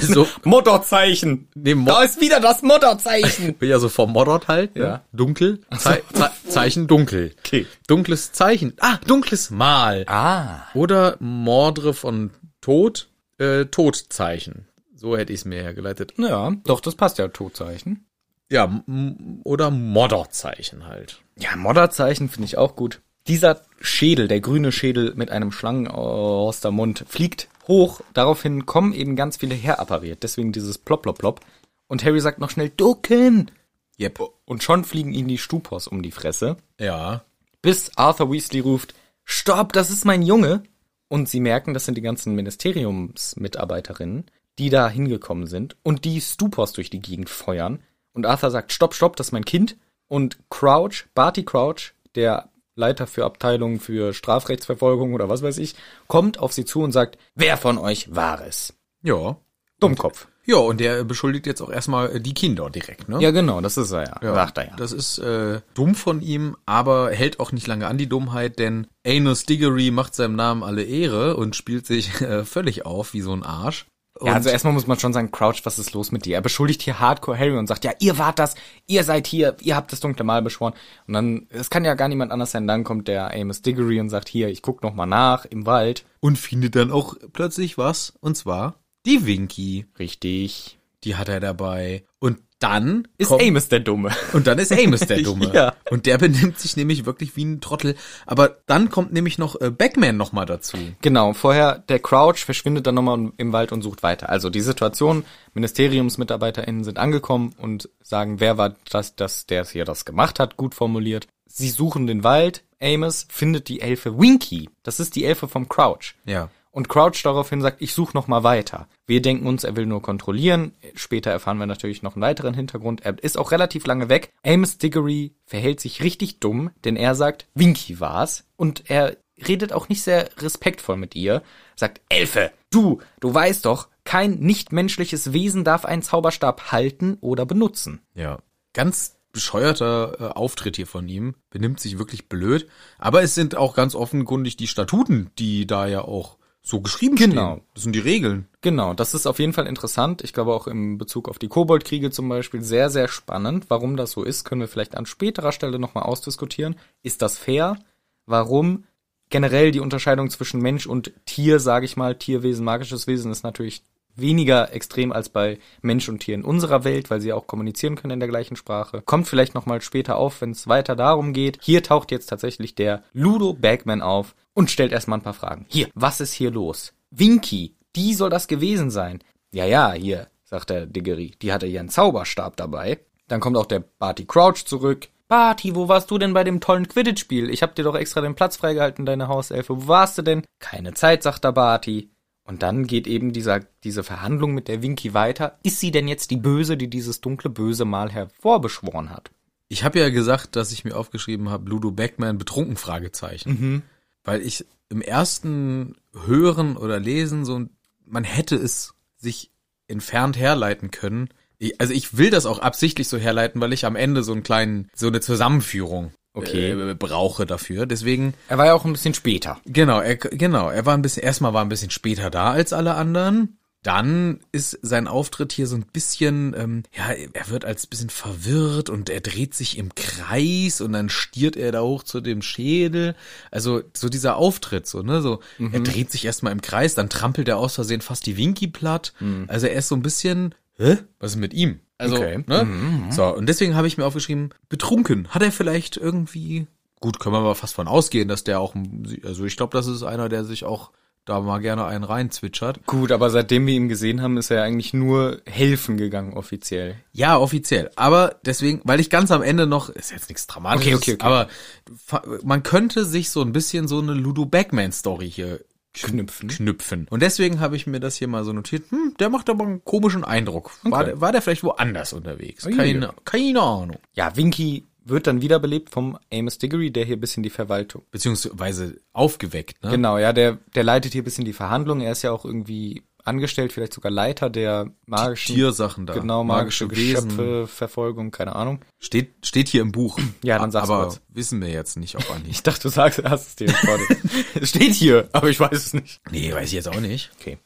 Speaker 2: so,
Speaker 1: Mutterzeichen.
Speaker 2: nee, Mord,
Speaker 5: ist wieder das Mutterzeichen.
Speaker 2: ja, so vermoddert halt, ne?
Speaker 1: Ja.
Speaker 2: dunkel, Zei Ze Zeichen dunkel,
Speaker 1: Okay.
Speaker 2: dunkles Zeichen, ah, dunkles Mal,
Speaker 1: Ah.
Speaker 2: oder Mordre von Tod, äh, Todzeichen, so hätte ich es mir hergeleitet.
Speaker 1: Ja, doch, das passt ja, Todzeichen.
Speaker 2: Ja, m- oder Modderzeichen halt.
Speaker 1: Ja, Modderzeichen finde ich auch gut. Dieser Schädel, der grüne Schädel mit einem Schlangenorstermund, fliegt hoch. Daraufhin kommen eben ganz viele herappariert. Deswegen dieses Plop, Plop, Plop. Und Harry sagt noch schnell, ducken!
Speaker 2: Yep.
Speaker 1: Und schon fliegen ihm die Stupors um die Fresse.
Speaker 2: Ja.
Speaker 1: Bis Arthur Weasley ruft, stopp, das ist mein Junge! Und sie merken, das sind die ganzen Ministeriumsmitarbeiterinnen, die da hingekommen sind und die Stupors durch die Gegend feuern. Und Arthur sagt, stopp, stopp, das ist mein Kind. Und Crouch, Barty Crouch, der Leiter für Abteilung für Strafrechtsverfolgung oder was weiß ich, kommt auf sie zu und sagt,
Speaker 5: Wer von euch war es?
Speaker 2: Ja.
Speaker 1: Dummkopf.
Speaker 2: Ja, und der beschuldigt jetzt auch erstmal äh, die Kinder direkt, ne?
Speaker 1: Ja, genau, das ist er ja, sagt er ja.
Speaker 2: Das ist äh, dumm von ihm, aber hält auch nicht lange an die Dummheit, denn Anus Diggory macht seinem Namen alle Ehre und spielt sich äh, völlig auf wie so ein Arsch. Und
Speaker 1: Ja, also erstmal muss man schon sagen, Crouch, was ist los mit dir? Er beschuldigt hier Hardcore Harry und sagt, ja, ihr wart das, ihr seid hier, ihr habt das dunkle Mal beschworen. Und dann, es kann ja gar niemand anders sein. Dann kommt der Amos Diggory und sagt, hier, ich guck noch mal nach im Wald.
Speaker 2: und findet dann auch plötzlich was, und zwar die Winky.
Speaker 1: Richtig.
Speaker 2: Die hat er dabei. Und dann
Speaker 1: Ist
Speaker 2: kommt-
Speaker 1: Amos der Dumme?
Speaker 2: Und dann ist Amos der Dumme.
Speaker 1: Ja.
Speaker 2: Und der benimmt sich nämlich wirklich wie ein Trottel. Aber dann kommt nämlich noch äh, Backman nochmal dazu.
Speaker 1: Genau, vorher der Crouch verschwindet dann nochmal im Wald und sucht weiter. Also die Situation, MinisteriumsmitarbeiterInnen sind angekommen und sagen, wer war das, das der es hier das gemacht hat, gut formuliert. Sie suchen den Wald, Amos findet die Elfe Winky. Das ist die Elfe vom Crouch.
Speaker 2: Ja.
Speaker 1: und Crouch daraufhin sagt, ich suche noch mal weiter. Wir denken uns, er will nur kontrollieren. Später erfahren wir natürlich noch einen weiteren Hintergrund. Er ist auch relativ lange weg. Amos Diggory verhält sich richtig dumm, denn er sagt, Winky war's und er redet auch nicht sehr respektvoll mit ihr. Sagt, Elfe, du, du weißt doch, kein nichtmenschliches Wesen darf einen Zauberstab halten oder benutzen.
Speaker 2: Ja. Ganz bescheuerter äh, Auftritt hier von ihm. Benimmt sich wirklich blöd. Aber es sind auch ganz offenkundig die Statuten, die da ja auch so geschrieben
Speaker 1: Genau.
Speaker 2: stehen. Das sind die Regeln.
Speaker 1: Genau, das ist auf jeden Fall interessant. Ich glaube auch im Bezug auf die Koboldkriege zum Beispiel sehr, sehr spannend. Warum das so ist, können wir vielleicht an späterer Stelle nochmal ausdiskutieren. Ist das fair? Warum? Generell die Unterscheidung zwischen Mensch und Tier, sage ich mal, Tierwesen, magisches Wesen ist natürlich weniger extrem als bei Mensch und Tier in unserer Welt, weil sie auch kommunizieren können in der gleichen Sprache. Kommt vielleicht nochmal später auf, wenn es weiter darum geht. Hier taucht jetzt tatsächlich der Ludo Bagman auf und stellt erstmal ein paar Fragen. Hier, was ist hier los? Winky, die soll das gewesen sein. Ja, ja, hier, sagt der Diggery. Die hatte ihren Zauberstab dabei. Dann kommt auch der Barty Crouch zurück. Barty, wo warst du denn bei dem tollen Quidditch-Spiel? Ich hab dir doch extra den Platz freigehalten, deine Hauselfe. Wo warst du denn? Keine Zeit, sagt der Barty. Und dann geht eben dieser, diese Verhandlung mit der Winky weiter. Ist sie denn jetzt die Böse, die dieses dunkle Böse mal hervorbeschworen hat?
Speaker 2: Ich habe ja gesagt, dass ich mir aufgeschrieben habe, Ludo Beckman betrunken Fragezeichen.
Speaker 1: Mhm.
Speaker 2: Weil ich im ersten Hören oder Lesen so, ein- man hätte es sich entfernt herleiten können. Ich, also ich will das auch absichtlich so herleiten, weil ich am Ende so einen kleinen, so eine Zusammenführung
Speaker 1: Okay.
Speaker 2: äh, brauche dafür. Deswegen
Speaker 1: Er war ja auch ein bisschen später.
Speaker 2: Genau, er, genau, er war ein bisschen, erstmal war er ein bisschen später da als alle anderen. Dann ist sein Auftritt hier so ein bisschen, ähm, ja, er wird als bisschen verwirrt und er dreht sich im Kreis und dann stiert er da hoch zu dem Schädel. Also so dieser Auftritt, so, ne, so, er dreht sich erstmal im Kreis, dann trampelt er aus Versehen fast die Winky platt. Also er ist so ein bisschen, hä? Was ist mit ihm? Also,
Speaker 1: Okay.
Speaker 2: ne? So, und deswegen habe ich mir aufgeschrieben, betrunken. Hat er vielleicht irgendwie, gut, können wir aber fast von ausgehen, dass der auch, ein- also ich glaube, das ist einer, der sich auch da mal gerne einen reinzwitschert.
Speaker 1: Gut, aber seitdem wir ihn gesehen haben, ist er eigentlich nur helfen gegangen offiziell.
Speaker 2: Ja, offiziell. Aber deswegen, weil ich ganz am Ende noch, ist jetzt nichts Dramatisches,
Speaker 1: Okay, okay, okay.
Speaker 2: aber fa- man könnte sich so ein bisschen so eine Ludo Backman-Story hier
Speaker 1: Knüpfen.
Speaker 2: knüpfen. Und deswegen habe ich mir das hier mal so notiert, hm, der macht aber einen komischen Eindruck. War, der, war der vielleicht woanders unterwegs? Keine, keine Ahnung.
Speaker 1: Ja, Winky wird dann wiederbelebt vom Amos Diggory, der hier ein bisschen die Verwaltung.
Speaker 2: Beziehungsweise aufgeweckt, ne?
Speaker 1: Genau, ja, der, der leitet hier ein bisschen die Verhandlung. Er ist ja auch irgendwie angestellt, vielleicht sogar Leiter der magischen
Speaker 2: Tiersachen da.
Speaker 1: Genau, magische,
Speaker 2: Magische Wesen.
Speaker 1: Geschöpfe, Verfolgung, keine Ahnung.
Speaker 2: Steht, steht hier im Buch.
Speaker 1: Ja, dann sag's
Speaker 2: Aber
Speaker 1: kurz.
Speaker 2: wissen wir jetzt nicht, ob er nicht.
Speaker 1: Ich dachte, du sagst, du hast es dir vor dir. Es Steht hier, aber ich weiß es nicht.
Speaker 2: nee, weiß ich jetzt auch nicht.
Speaker 1: Okay.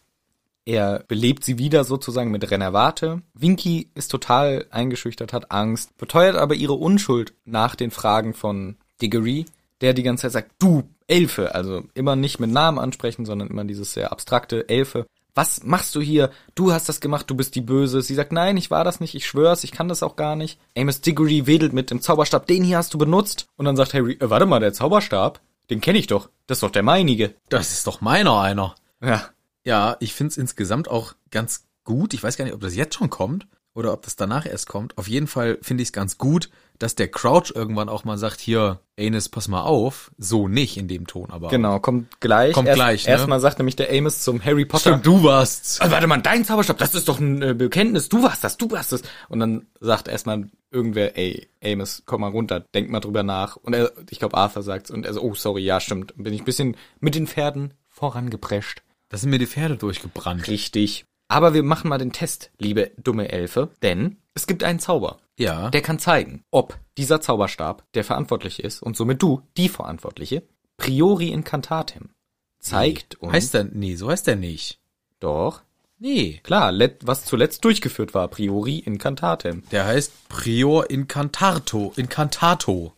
Speaker 1: Er belebt sie wieder sozusagen mit Renervate. Winky ist total eingeschüchtert, hat Angst, beteuert aber ihre Unschuld nach den Fragen von Diggory, der die ganze Zeit sagt, du Elfe, also immer nicht mit Namen ansprechen, sondern immer dieses sehr abstrakte Elfe. Was machst du hier? Du hast das gemacht, du bist die Böse. Sie sagt, nein, ich war das nicht, ich schwör's, ich kann das auch gar nicht. Amos Diggory wedelt mit dem Zauberstab, den hier hast du benutzt. Und dann sagt Harry, äh, warte mal, der Zauberstab, den kenne ich doch. Das ist doch der meinige.
Speaker 2: Das ist doch meiner einer.
Speaker 1: Ja,
Speaker 2: Ja, ich find's insgesamt auch ganz gut. Ich weiß gar nicht, ob das jetzt schon kommt oder ob das danach erst kommt. Auf jeden Fall finde ich's ganz gut, dass der Crouch irgendwann auch mal sagt, hier, Anis, pass mal auf. So nicht in dem Ton, aber.
Speaker 1: Genau, kommt gleich.
Speaker 2: Kommt
Speaker 1: Erst-
Speaker 2: gleich, ne?
Speaker 1: Erstmal sagt nämlich der Amos zum Harry Potter.
Speaker 2: Stimmt, du warst's.
Speaker 1: Also, warte mal, dein Zauberstab, das ist doch ein äh, Bekenntnis. Du warst das, du warst das. Und dann sagt erstmal irgendwer, ey, Amos, komm mal runter, denk mal drüber nach. Und er, ich glaube, Arthur sagt's. Und er so, oh, sorry, ja, stimmt. Bin ich ein bisschen mit den Pferden vorangeprescht.
Speaker 2: Da sind mir die Pferde durchgebrannt.
Speaker 1: Richtig. Aber wir machen mal den Test, liebe dumme Elfe. Denn es gibt einen Zauber.
Speaker 2: Ja.
Speaker 1: Der kann zeigen, ob dieser Zauberstab, der verantwortlich ist, und somit du, die Verantwortliche, priori incantatem, zeigt uns...
Speaker 2: heißt der, nee, so heißt der nicht.
Speaker 1: Doch,
Speaker 2: Nee.
Speaker 1: klar, let, was zuletzt durchgeführt war, priori incantatem.
Speaker 2: Der heißt Prior Incantato. Incantato.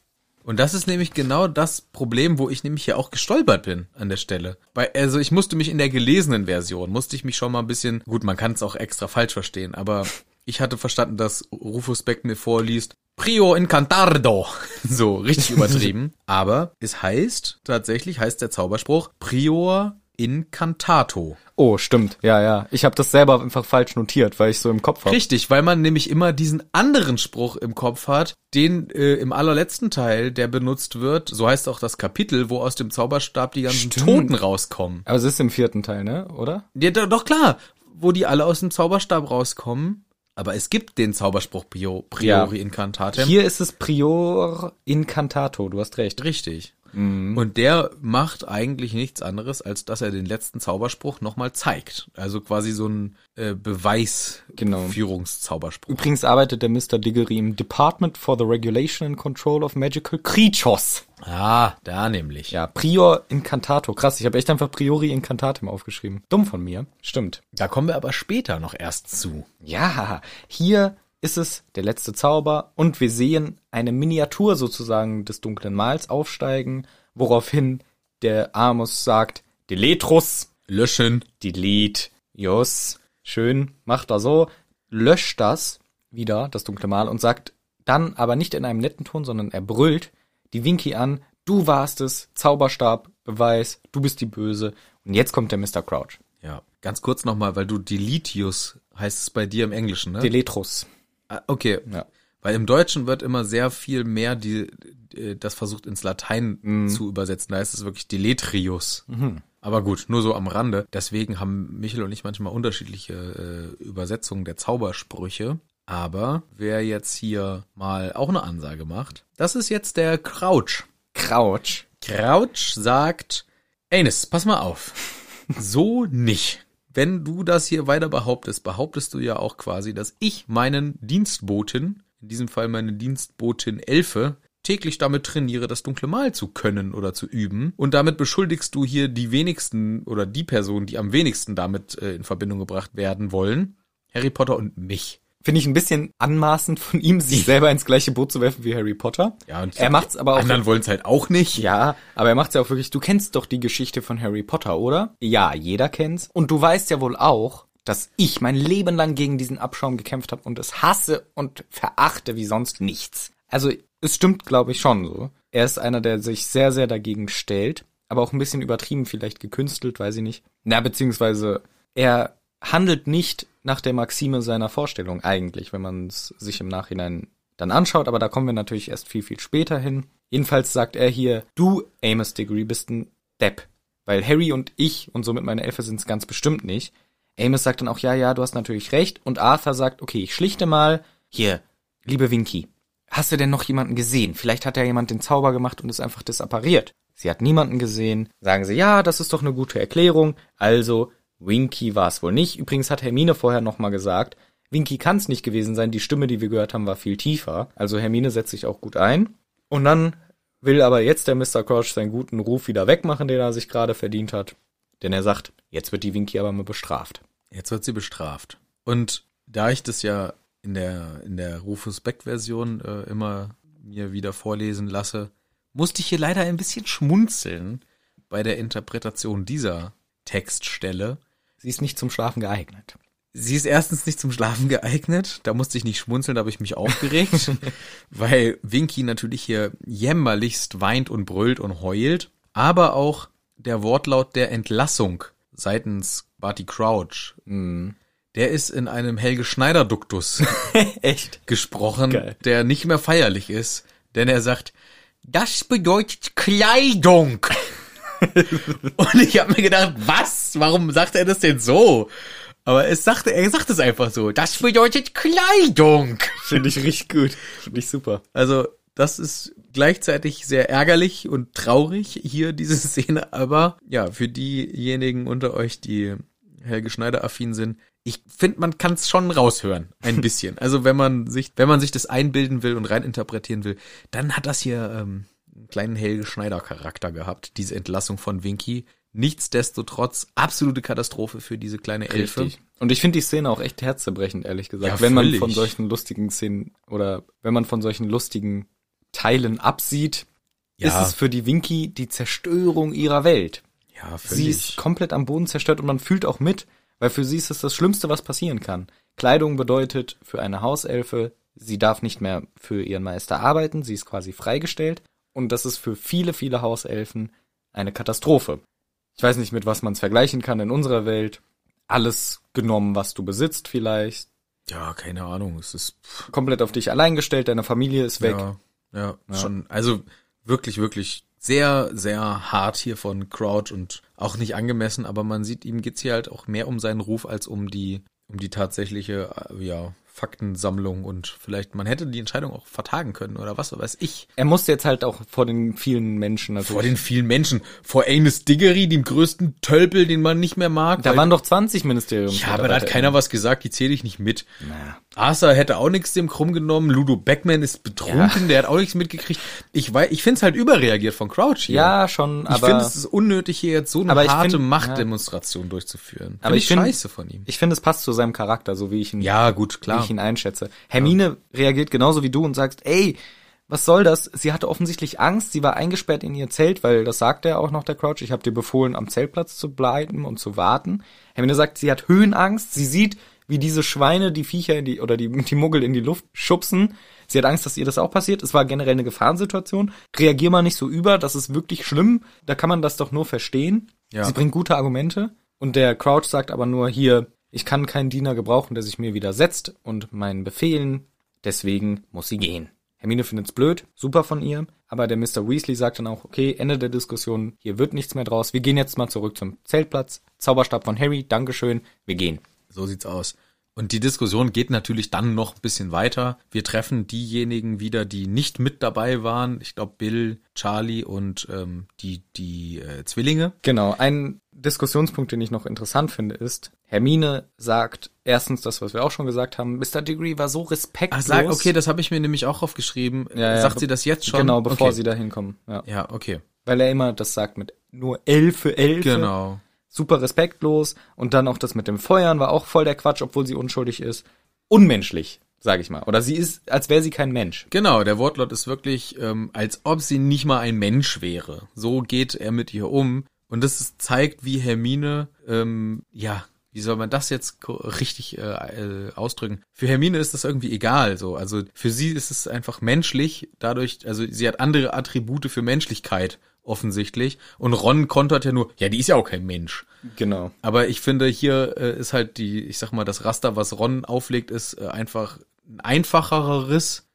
Speaker 2: Und das ist nämlich genau das Problem, wo ich nämlich hier auch gestolpert bin an der Stelle. Weil, also ich musste mich in der gelesenen Version, musste ich mich schon mal ein bisschen, gut, man kann es auch extra falsch verstehen, aber ich hatte verstanden, dass Rufus Beck mir vorliest, Prior Incantardo. So, richtig übertrieben. aber es heißt, tatsächlich heißt der Zauberspruch Prior Incantato.
Speaker 1: Oh, stimmt. Ja, ja. Ich habe das selber einfach falsch notiert, weil ich so im Kopf habe.
Speaker 2: Richtig, weil man nämlich immer diesen anderen Spruch im Kopf hat, den äh, im allerletzten Teil, der benutzt wird, so heißt auch das Kapitel, wo aus dem Zauberstab die ganzen
Speaker 1: Stimmt.
Speaker 2: Toten rauskommen.
Speaker 1: Aber es ist im vierten Teil, ne? Oder?
Speaker 2: Ja, do- doch klar, wo die alle aus dem Zauberstab rauskommen. Aber es gibt den Zauberspruch Prio, Priori Incantatem.
Speaker 1: Hier ist es Prior Incantato, du hast recht.
Speaker 2: Richtig. Und der macht eigentlich nichts anderes, als dass er den letzten Zauberspruch nochmal zeigt. Also quasi so ein äh,
Speaker 1: Genau.
Speaker 2: Beweisführungszauberspruch.
Speaker 1: Übrigens arbeitet der Mr. Diggory im Department for the Regulation and Control of Magical Creatures.
Speaker 2: Ah, da nämlich.
Speaker 1: Ja, Prior Incantato. Krass, ich habe echt einfach Priori Incantatem aufgeschrieben. Dumm von mir. Stimmt.
Speaker 2: Da kommen wir aber später noch erst zu.
Speaker 1: Ja, hier ist es der letzte Zauber und wir sehen eine Miniatur sozusagen des dunklen Mals aufsteigen, woraufhin der Amos sagt, Deletrus,
Speaker 2: Löschen.
Speaker 1: delete, jos, schön, macht er so, löscht das wieder, das dunkle Mal, und sagt dann aber nicht in einem netten Ton, sondern er brüllt die Winky an, du warst es, Zauberstab, Beweis, du bist die Böse. Und jetzt kommt der Mr. Crouch,
Speaker 2: Ja, ganz kurz nochmal, weil du Deletius heißt es bei dir im Englischen, ne?
Speaker 1: Deletrus.
Speaker 2: Ah, okay.
Speaker 1: Ja.
Speaker 2: Weil im Deutschen wird immer sehr viel mehr die, äh, das versucht ins Latein
Speaker 1: Mhm.
Speaker 2: zu übersetzen. Da ist es wirklich Deletrius. Aber gut, nur so am Rande. Deswegen haben Michel und ich manchmal unterschiedliche äh, Übersetzungen der Zaubersprüche. Aber wer jetzt hier mal auch eine Ansage macht, das ist jetzt der Crouch.
Speaker 1: Crouch.
Speaker 2: Crouch sagt, Enes, pass mal auf. So nicht. Wenn du das hier weiter behauptest, behauptest du ja auch quasi, dass ich meinen Dienstboten, in diesem Fall meine Dienstbotin Elfe, täglich damit trainiere, das dunkle Mal zu können oder zu üben. Und damit beschuldigst du hier die wenigsten oder die Personen, die am wenigsten damit äh, in Verbindung gebracht werden wollen. Harry Potter und mich.
Speaker 1: Finde ich ein bisschen anmaßend von ihm, sich selber ins gleiche Boot zu werfen wie Harry Potter. er macht's aber auch.
Speaker 2: Anderen wollen es halt auch nicht.
Speaker 1: ja, aber er macht's ja auch wirklich. Du kennst doch die Geschichte von Harry Potter, oder? Ja, jeder kennt's. Und du weißt ja wohl auch, dass ich mein Leben lang gegen diesen Abschaum gekämpft habe und es hasse und verachte wie sonst nichts. Also es stimmt, glaube ich, schon so. Er ist einer, der sich sehr, sehr dagegen stellt, aber auch ein bisschen übertrieben, vielleicht gekünstelt, weiß ich nicht. Na, beziehungsweise er handelt nicht nach der Maxime seiner Vorstellung eigentlich, wenn man es sich im Nachhinein dann anschaut, aber da kommen wir natürlich erst viel, viel später hin. Jedenfalls sagt er hier, du, Amos Degree, bist ein Depp. Weil Harry und ich und somit meine Elfe sind es ganz bestimmt nicht. Amos sagt dann auch, ja, ja, du hast natürlich recht. Und Arthur sagt, okay, ich schlichte mal. Hier, liebe Winky, hast du denn noch jemanden gesehen? Vielleicht hat ja jemand den Zauber gemacht und ist einfach disappariert. Sie hat niemanden gesehen. Sagen sie, ja, das ist doch eine gute Erklärung. Also, Winky war es wohl nicht. Übrigens hat Hermine vorher nochmal gesagt, Winky kann es nicht gewesen sein. Die Stimme, die wir gehört haben, war viel tiefer. Also Hermine setzt sich auch gut ein. Und dann will aber jetzt der Mr. Crouch seinen guten Ruf wieder wegmachen, den er sich gerade verdient hat. Denn er sagt, jetzt wird die Winky aber mal bestraft.
Speaker 2: Jetzt wird sie bestraft. Und da ich das ja in der, in der Rufus Beck-Version äh, immer mir wieder vorlesen lasse, musste ich hier leider ein bisschen schmunzeln bei der Interpretation dieser Textstelle.
Speaker 1: Sie ist nicht zum Schlafen geeignet.
Speaker 2: Sie ist erstens nicht zum Schlafen geeignet. Da musste ich nicht schmunzeln, da habe ich mich aufgeregt, weil Winky natürlich hier jämmerlichst weint und brüllt und heult. Aber auch der Wortlaut der Entlassung seitens Barty Crouch, der ist in einem Helge Schneider-Duktus
Speaker 1: Echt?
Speaker 2: gesprochen,
Speaker 1: Geil.
Speaker 2: der nicht mehr feierlich ist, denn er sagt, das bedeutet Kleidung. Und ich habe mir gedacht, was? Warum sagt er das denn so? Aber es sagte, er sagt es einfach so. Das bedeutet Kleidung.
Speaker 1: Finde ich richtig gut. Finde ich super.
Speaker 2: Also, das ist gleichzeitig sehr ärgerlich und traurig hier diese Szene, aber ja, für diejenigen unter euch, die Helge Schneider affin sind, ich finde, man kann es schon raushören, ein bisschen. Also, wenn man sich wenn man sich das einbilden will und reininterpretieren will, dann hat das hier ähm, einen kleinen Helge Schneider Charakter gehabt, diese Entlassung von Winky. Nichtsdestotrotz absolute Katastrophe für diese kleine Elfe.
Speaker 1: Richtig. Und ich finde die Szene auch echt herzzerbrechend, ehrlich gesagt.
Speaker 2: Ja,
Speaker 1: wenn man
Speaker 2: völlig.
Speaker 1: von solchen lustigen Szenen oder wenn man von solchen lustigen Teilen absieht,
Speaker 2: Ja.
Speaker 1: ist es für die Winky die Zerstörung ihrer Welt.
Speaker 2: Ja,
Speaker 1: Sie ist komplett am Boden zerstört und man fühlt auch mit, weil für sie ist es das Schlimmste, was passieren kann. Kleidung bedeutet für eine Hauselfe, sie darf nicht mehr für ihren Meister arbeiten, sie ist quasi freigestellt und das ist für viele, viele Hauselfen eine Katastrophe. Ich weiß nicht, mit was man es vergleichen kann in unserer Welt. alles genommen, was du besitzt vielleicht.
Speaker 2: Ja, keine Ahnung. Es ist pff,
Speaker 1: Komplett auf dich allein gestellt, deine Familie ist weg.
Speaker 2: ja, ja, schon. Also wirklich, wirklich sehr, sehr hart hier von Crouch und auch nicht angemessen. Aber man sieht, ihm geht's hier halt auch mehr um seinen Ruf als um die, um die tatsächliche, äh, ja, Faktensammlung und vielleicht man hätte die Entscheidung auch vertagen können oder was weiß ich.
Speaker 1: Er muss jetzt halt auch vor den vielen Menschen also natürlich.
Speaker 2: Vor den vielen Menschen, vor Agnes Diggory, dem größten Tölpel, den man nicht mehr mag.
Speaker 1: da
Speaker 2: weil-
Speaker 1: waren doch 20 Ministeriums.
Speaker 2: ja, aber da hat
Speaker 1: äh,
Speaker 2: keiner was gesagt, die zähle ich nicht mit.
Speaker 1: Naja.
Speaker 2: Arthur hätte auch nichts dem krumm genommen. Ludo Beckman ist betrunken, der hat auch nichts mitgekriegt. Ich weiß, ich finde es halt überreagiert von Crouch hier.
Speaker 1: Ja, schon,
Speaker 2: ich
Speaker 1: aber
Speaker 2: finde es ist unnötig, hier jetzt so eine
Speaker 1: Aber ich
Speaker 2: harte
Speaker 1: find-
Speaker 2: Machtdemonstration durchzuführen.
Speaker 1: aber ich finde
Speaker 2: scheiße von ihm.
Speaker 1: Ich finde, es passt zu seinem Charakter, so wie ich ihn
Speaker 2: Ja, gut,
Speaker 1: wie
Speaker 2: klar.
Speaker 1: ich ihn einschätze. Hermine reagiert genauso wie du und sagt, ey, was soll das? Sie hatte offensichtlich Angst, sie war eingesperrt in ihr Zelt, weil das sagt er auch noch, der Crouch, ich habe dir befohlen, am Zeltplatz zu bleiben und zu warten. Hermine sagt, sie hat Höhenangst, sie sieht, wie diese Schweine die Viecher in die, oder die, die Muggel in die Luft schubsen. Sie hat Angst, dass ihr das auch passiert. Es war generell eine Gefahrensituation. Reagier mal nicht so über, das ist wirklich schlimm. Da kann man das doch nur verstehen.
Speaker 2: Ja.
Speaker 1: Sie bringt gute Argumente. Und der Crouch sagt aber nur hier, ich kann keinen Diener gebrauchen, der sich mir widersetzt und meinen Befehlen. Deswegen muss sie gehen. Hermine findet's blöd, super von ihr. Aber der Mr. Weasley sagt dann auch, okay, Ende der Diskussion, hier wird nichts mehr draus. Wir gehen jetzt mal zurück zum Zeltplatz. Zauberstab von Harry, Dankeschön, wir gehen.
Speaker 2: So sieht's aus. Und die Diskussion geht natürlich dann noch ein bisschen weiter. Wir treffen diejenigen wieder, die nicht mit dabei waren. Ich glaube, Bill, Charlie und ähm, die, die äh, Zwillinge.
Speaker 1: Genau, ein Diskussionspunkt, den ich noch interessant finde, ist, Hermine sagt erstens das, was wir auch schon gesagt haben, Mr. Degree war so
Speaker 2: Ach,
Speaker 1: respektlos.
Speaker 2: sag, okay, das habe ich mir nämlich auch aufgeschrieben.
Speaker 1: Ja, ja,
Speaker 2: sagt
Speaker 1: be-
Speaker 2: sie das jetzt schon?
Speaker 1: Genau, bevor
Speaker 2: okay.
Speaker 1: sie da hinkommen. Ja.
Speaker 2: Ja, okay.
Speaker 1: Weil er immer das sagt mit nur elf für elf.
Speaker 2: Genau.
Speaker 1: Super respektlos. Und dann auch das mit dem Feuern war auch voll der Quatsch, obwohl sie unschuldig ist. Unmenschlich, sage ich mal. Oder sie ist, als wäre sie kein Mensch.
Speaker 2: Genau, der Wortlaut ist wirklich, ähm, als ob sie nicht mal ein Mensch wäre. So geht er mit ihr um. Und das ist, zeigt, wie Hermine, ähm, ja, wie soll man das jetzt ko- richtig äh, äh, ausdrücken? Für Hermine ist das irgendwie egal. So, also für sie ist es einfach menschlich. Dadurch, also sie hat andere Attribute für Menschlichkeit offensichtlich. Und Ron kontert ja nur, ja, die ist ja auch kein Mensch.
Speaker 1: Genau.
Speaker 2: Aber ich finde, hier äh, ist halt die, ich sag mal, das Raster, was Ron auflegt, ist äh, einfach ein einfacheres.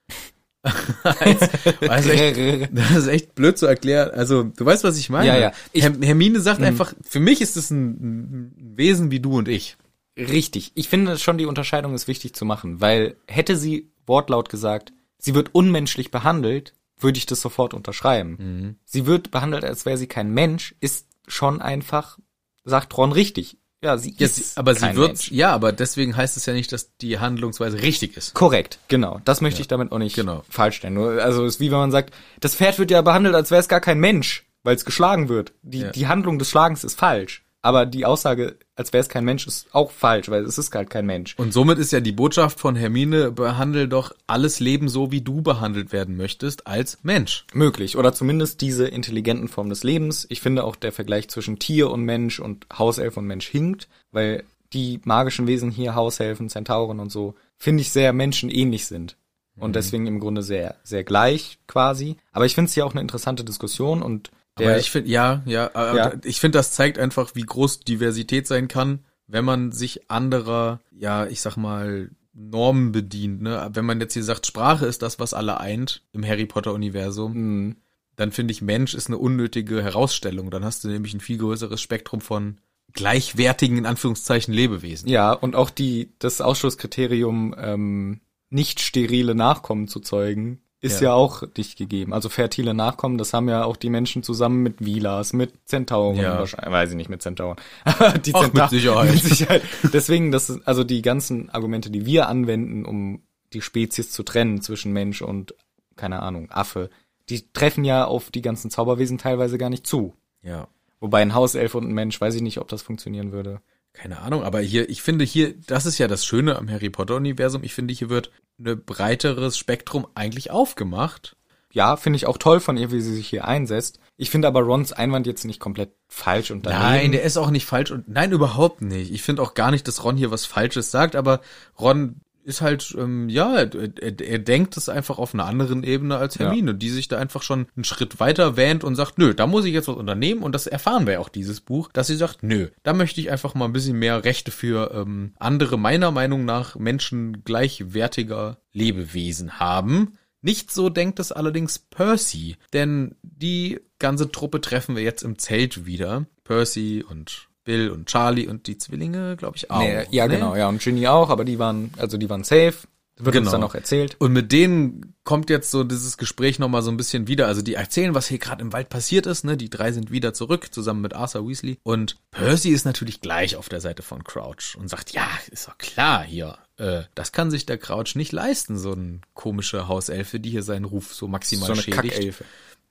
Speaker 2: als, als echt, das ist echt blöd zu erklären. Also, du weißt, was ich meine.
Speaker 1: Ja, ja. Ich- Hm.
Speaker 2: Herm Hermine sagt einfach, für mich ist es ein ein Wesen wie du und ich.
Speaker 1: Richtig. Ich finde schon, die Unterscheidung ist wichtig zu machen, weil hätte sie wortlaut gesagt, sie wird unmenschlich behandelt, würde ich das sofort unterschreiben.
Speaker 2: Mhm.
Speaker 1: Sie wird behandelt, als wäre sie kein Mensch, ist schon einfach, sagt Ron richtig. Ja, sie
Speaker 2: Ja,
Speaker 1: ist.
Speaker 2: sie, aber sie
Speaker 1: kein
Speaker 2: wird,
Speaker 1: Mensch.
Speaker 2: ja, aber deswegen heißt es ja nicht, dass die Handlungsweise richtig ist.
Speaker 1: Korrekt, genau. Das möchte ich damit auch nicht
Speaker 2: Genau.
Speaker 1: falsch stellen. Nur, also es ist wie wenn man sagt, das Pferd wird ja behandelt, als wäre es gar kein Mensch, weil es geschlagen wird. Die,
Speaker 2: Ja.
Speaker 1: die Handlung des Schlagens ist falsch. Aber die Aussage, als wäre es kein Mensch, ist auch falsch, weil es ist halt kein Mensch.
Speaker 2: Und somit ist ja die Botschaft von Hermine, behandle doch alles Leben so, wie du behandelt werden möchtest, als Mensch.
Speaker 1: Möglich. Oder zumindest diese intelligenten Formen des Lebens. Ich finde auch der Vergleich zwischen Tier und Mensch und Hauself und Mensch hinkt, weil die magischen Wesen hier, Haushelfen, Zentauren und so, finde ich sehr menschenähnlich sind.
Speaker 2: Mhm.
Speaker 1: Und deswegen im Grunde sehr, sehr gleich quasi. Aber ich finde es hier auch eine interessante Diskussion und der,
Speaker 2: Aber ich finde, ja, ja, aber
Speaker 1: Ja.
Speaker 2: ich finde, das zeigt einfach, wie groß Diversität sein kann, wenn man sich anderer, ja, ich sag mal, Normen bedient. Ne? Wenn man jetzt hier sagt, Sprache ist das, was alle eint im Harry Potter-Universum,
Speaker 1: mh,
Speaker 2: dann finde ich, Mensch ist eine unnötige Herausstellung. Dann hast du nämlich ein viel größeres Spektrum von gleichwertigen, in Anführungszeichen, Lebewesen.
Speaker 1: ja, und auch die, das Ausschlusskriterium, ähm, nicht sterile Nachkommen zu zeugen, ist ja.
Speaker 2: Ja.
Speaker 1: auch nicht gegeben. Also fertile Nachkommen, das haben ja auch die Menschen zusammen mit Vilas, mit Zentauren
Speaker 2: Ja.
Speaker 1: wahrscheinlich, weiß ich nicht, mit Zentauren. die
Speaker 2: Ach,
Speaker 1: Zenta-
Speaker 2: mit Sicherheit.
Speaker 1: Mit Sicherheit. Deswegen, das ist, also die ganzen Argumente, die wir anwenden, um die Spezies zu trennen zwischen Mensch und, keine Ahnung, Affe, die treffen ja auf die ganzen Zauberwesen teilweise gar nicht zu.
Speaker 2: ja.
Speaker 1: Wobei ein Hauself und ein Mensch, weiß ich nicht, ob das funktionieren würde.
Speaker 2: Keine Ahnung, aber hier, ich finde hier, das ist ja das Schöne am Harry Potter-Universum. Ich finde, hier wird ein breiteres Spektrum eigentlich aufgemacht.
Speaker 1: ja, finde ich auch toll von ihr, wie sie sich hier einsetzt. Ich finde aber Rons Einwand jetzt nicht komplett falsch und daneben.
Speaker 2: Nein, der ist auch nicht falsch und nein, überhaupt nicht. Ich finde auch gar nicht, dass Ron hier was Falsches sagt, aber Ron ist halt, ähm, ja, er, er, er denkt es einfach auf einer anderen Ebene als Hermine, die sich da einfach schon einen Schritt weiter wähnt und sagt, nö, da muss ich jetzt was unternehmen und das erfahren wir ja auch dieses Buch, dass sie sagt, nö, da möchte ich einfach mal ein bisschen mehr Rechte für ähm, andere, meiner Meinung nach, Menschen gleichwertiger Lebewesen haben. Nicht so denkt es allerdings Percy, denn die ganze Truppe treffen wir jetzt im Zelt wieder. Percy und Bill und Charlie und die Zwillinge, glaube ich, auch.
Speaker 1: Nee, ja,
Speaker 2: ne?
Speaker 1: genau, ja. Und Ginny auch, aber die waren, also die waren safe. Wird
Speaker 2: Genau.
Speaker 1: uns dann auch erzählt.
Speaker 2: Und mit denen kommt jetzt so dieses Gespräch nochmal so ein bisschen wieder. Also die erzählen, was hier gerade im Wald passiert ist. Ne? Die drei sind wieder zurück, zusammen mit Arthur Weasley. Und Percy ist natürlich gleich auf der Seite von Crouch und sagt, ja, ist doch klar hier. Äh, das kann sich der Crouch nicht leisten, so eine komische Hauselfe, die hier seinen Ruf so maximal
Speaker 1: So eine
Speaker 2: schädigt.
Speaker 1: Kackelfe.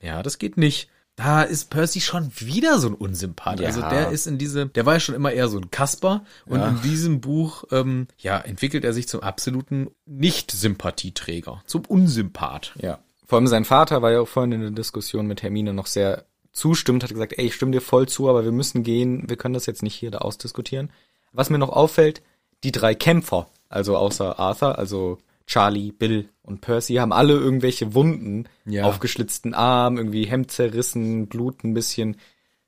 Speaker 2: Ja, das geht nicht. Da ist Percy schon wieder so ein Unsympath. Also der ist in diesem, der war ja schon immer eher so ein Kasper und in diesem Buch ähm, ja entwickelt er sich zum absoluten Nicht-Sympathieträger, zum Unsympath.
Speaker 1: Ja. Vor allem sein Vater war ja auch vorhin in der Diskussion mit Hermine noch sehr zustimmt, hat gesagt, ey, ich stimme dir voll zu, aber wir müssen gehen, wir können das jetzt nicht hier da ausdiskutieren. Was mir noch auffällt, die drei Kämpfer, also außer Arthur, also Charlie, Bill und Percy, haben alle irgendwelche Wunden,
Speaker 2: Ja.
Speaker 1: aufgeschlitzten Arm, irgendwie Hemd zerrissen, Blut ein bisschen.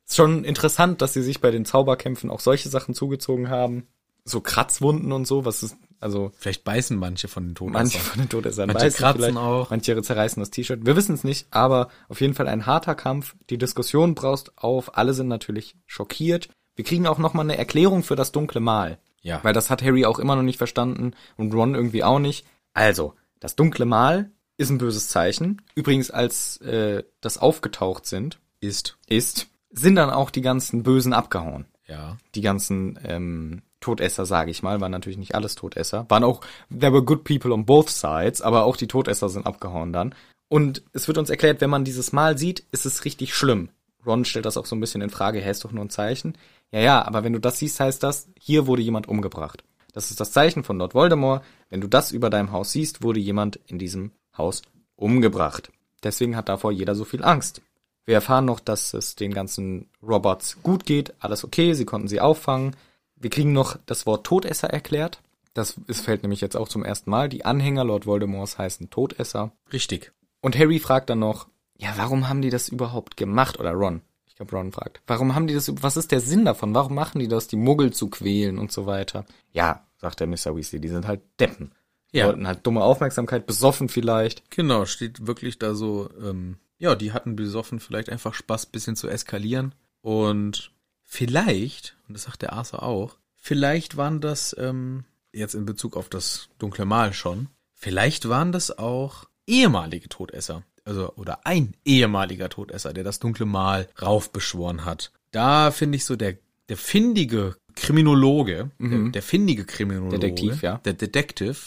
Speaker 1: Ist schon interessant, dass sie sich bei den Zauberkämpfen auch solche Sachen zugezogen haben. So Kratzwunden und so, was ist, also
Speaker 2: Vielleicht beißen manche von den Toten.
Speaker 1: Manche von den Todessern
Speaker 2: Manche
Speaker 1: beißen
Speaker 2: kratzen
Speaker 1: vielleicht,
Speaker 2: auch.
Speaker 1: Manche zerreißen das T-Shirt. Wir wissen es nicht, aber auf jeden Fall ein harter Kampf. Die Diskussion braust auf. Alle sind natürlich schockiert. Wir kriegen auch nochmal eine Erklärung für das dunkle Mal.
Speaker 2: Ja.
Speaker 1: Weil das hat Harry auch immer noch nicht verstanden und Ron irgendwie auch nicht. Also, das dunkle Mal ist ein böses Zeichen. Übrigens, als äh, das aufgetaucht sind,
Speaker 2: ist.
Speaker 1: ist, sind dann auch die ganzen Bösen abgehauen
Speaker 2: Ja.
Speaker 1: die ganzen ähm, Todesser, sage ich mal, waren natürlich nicht alles Todesser, waren auch, there were good people on both sides, aber auch die Todesser sind abgehauen dann. Und es wird uns erklärt, wenn man dieses Mal sieht, ist es richtig schlimm. Ron stellt das auch so ein bisschen in Frage, hä, ist doch nur ein Zeichen. Ja, ja, aber wenn du das siehst, heißt das, hier wurde jemand umgebracht. Das ist das Zeichen von Lord Voldemort. Wenn du das über deinem Haus siehst, wurde jemand in diesem Haus umgebracht. Deswegen hat davor jeder so viel Angst. Wir erfahren noch, dass es den ganzen Robots gut geht, alles okay, sie konnten sie auffangen. Wir kriegen noch das Wort Todesser erklärt. Das ist, fällt nämlich jetzt auch zum ersten Mal. Die Anhänger Lord Voldemorts heißen Todesser.
Speaker 2: Richtig.
Speaker 1: Und Harry fragt dann noch, ja, warum haben die das überhaupt gemacht? Oder Ron. Ich glaube, Ron fragt. Warum haben die das, was ist der Sinn davon? Warum machen die das, die Muggel zu quälen und so weiter? Ja, sagt der Mr. Weasley, die sind halt Deppen. Die
Speaker 2: Ja.
Speaker 1: wollten halt dumme Aufmerksamkeit, besoffen vielleicht.
Speaker 2: Genau, steht wirklich da so, ähm, ja, die hatten besoffen vielleicht einfach Spaß, bisschen zu eskalieren. Und vielleicht, und das sagt der Arthur auch, vielleicht waren das, ähm, jetzt in Bezug auf das dunkle Mal schon, vielleicht waren das auch ehemalige Todesser. Also, oder ein ehemaliger Todesser, der das dunkle Mal raufbeschworen hat. Da finde ich so der, der findige Kriminologe, der, der findige Kriminologe,
Speaker 1: Mhm. Detektiv, ja.
Speaker 2: der Detective,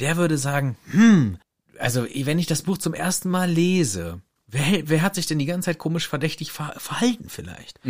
Speaker 2: der würde sagen, hm, also wenn ich das Buch zum ersten Mal lese, wer, wer hat sich denn die ganze Zeit komisch verdächtig ver verhalten vielleicht?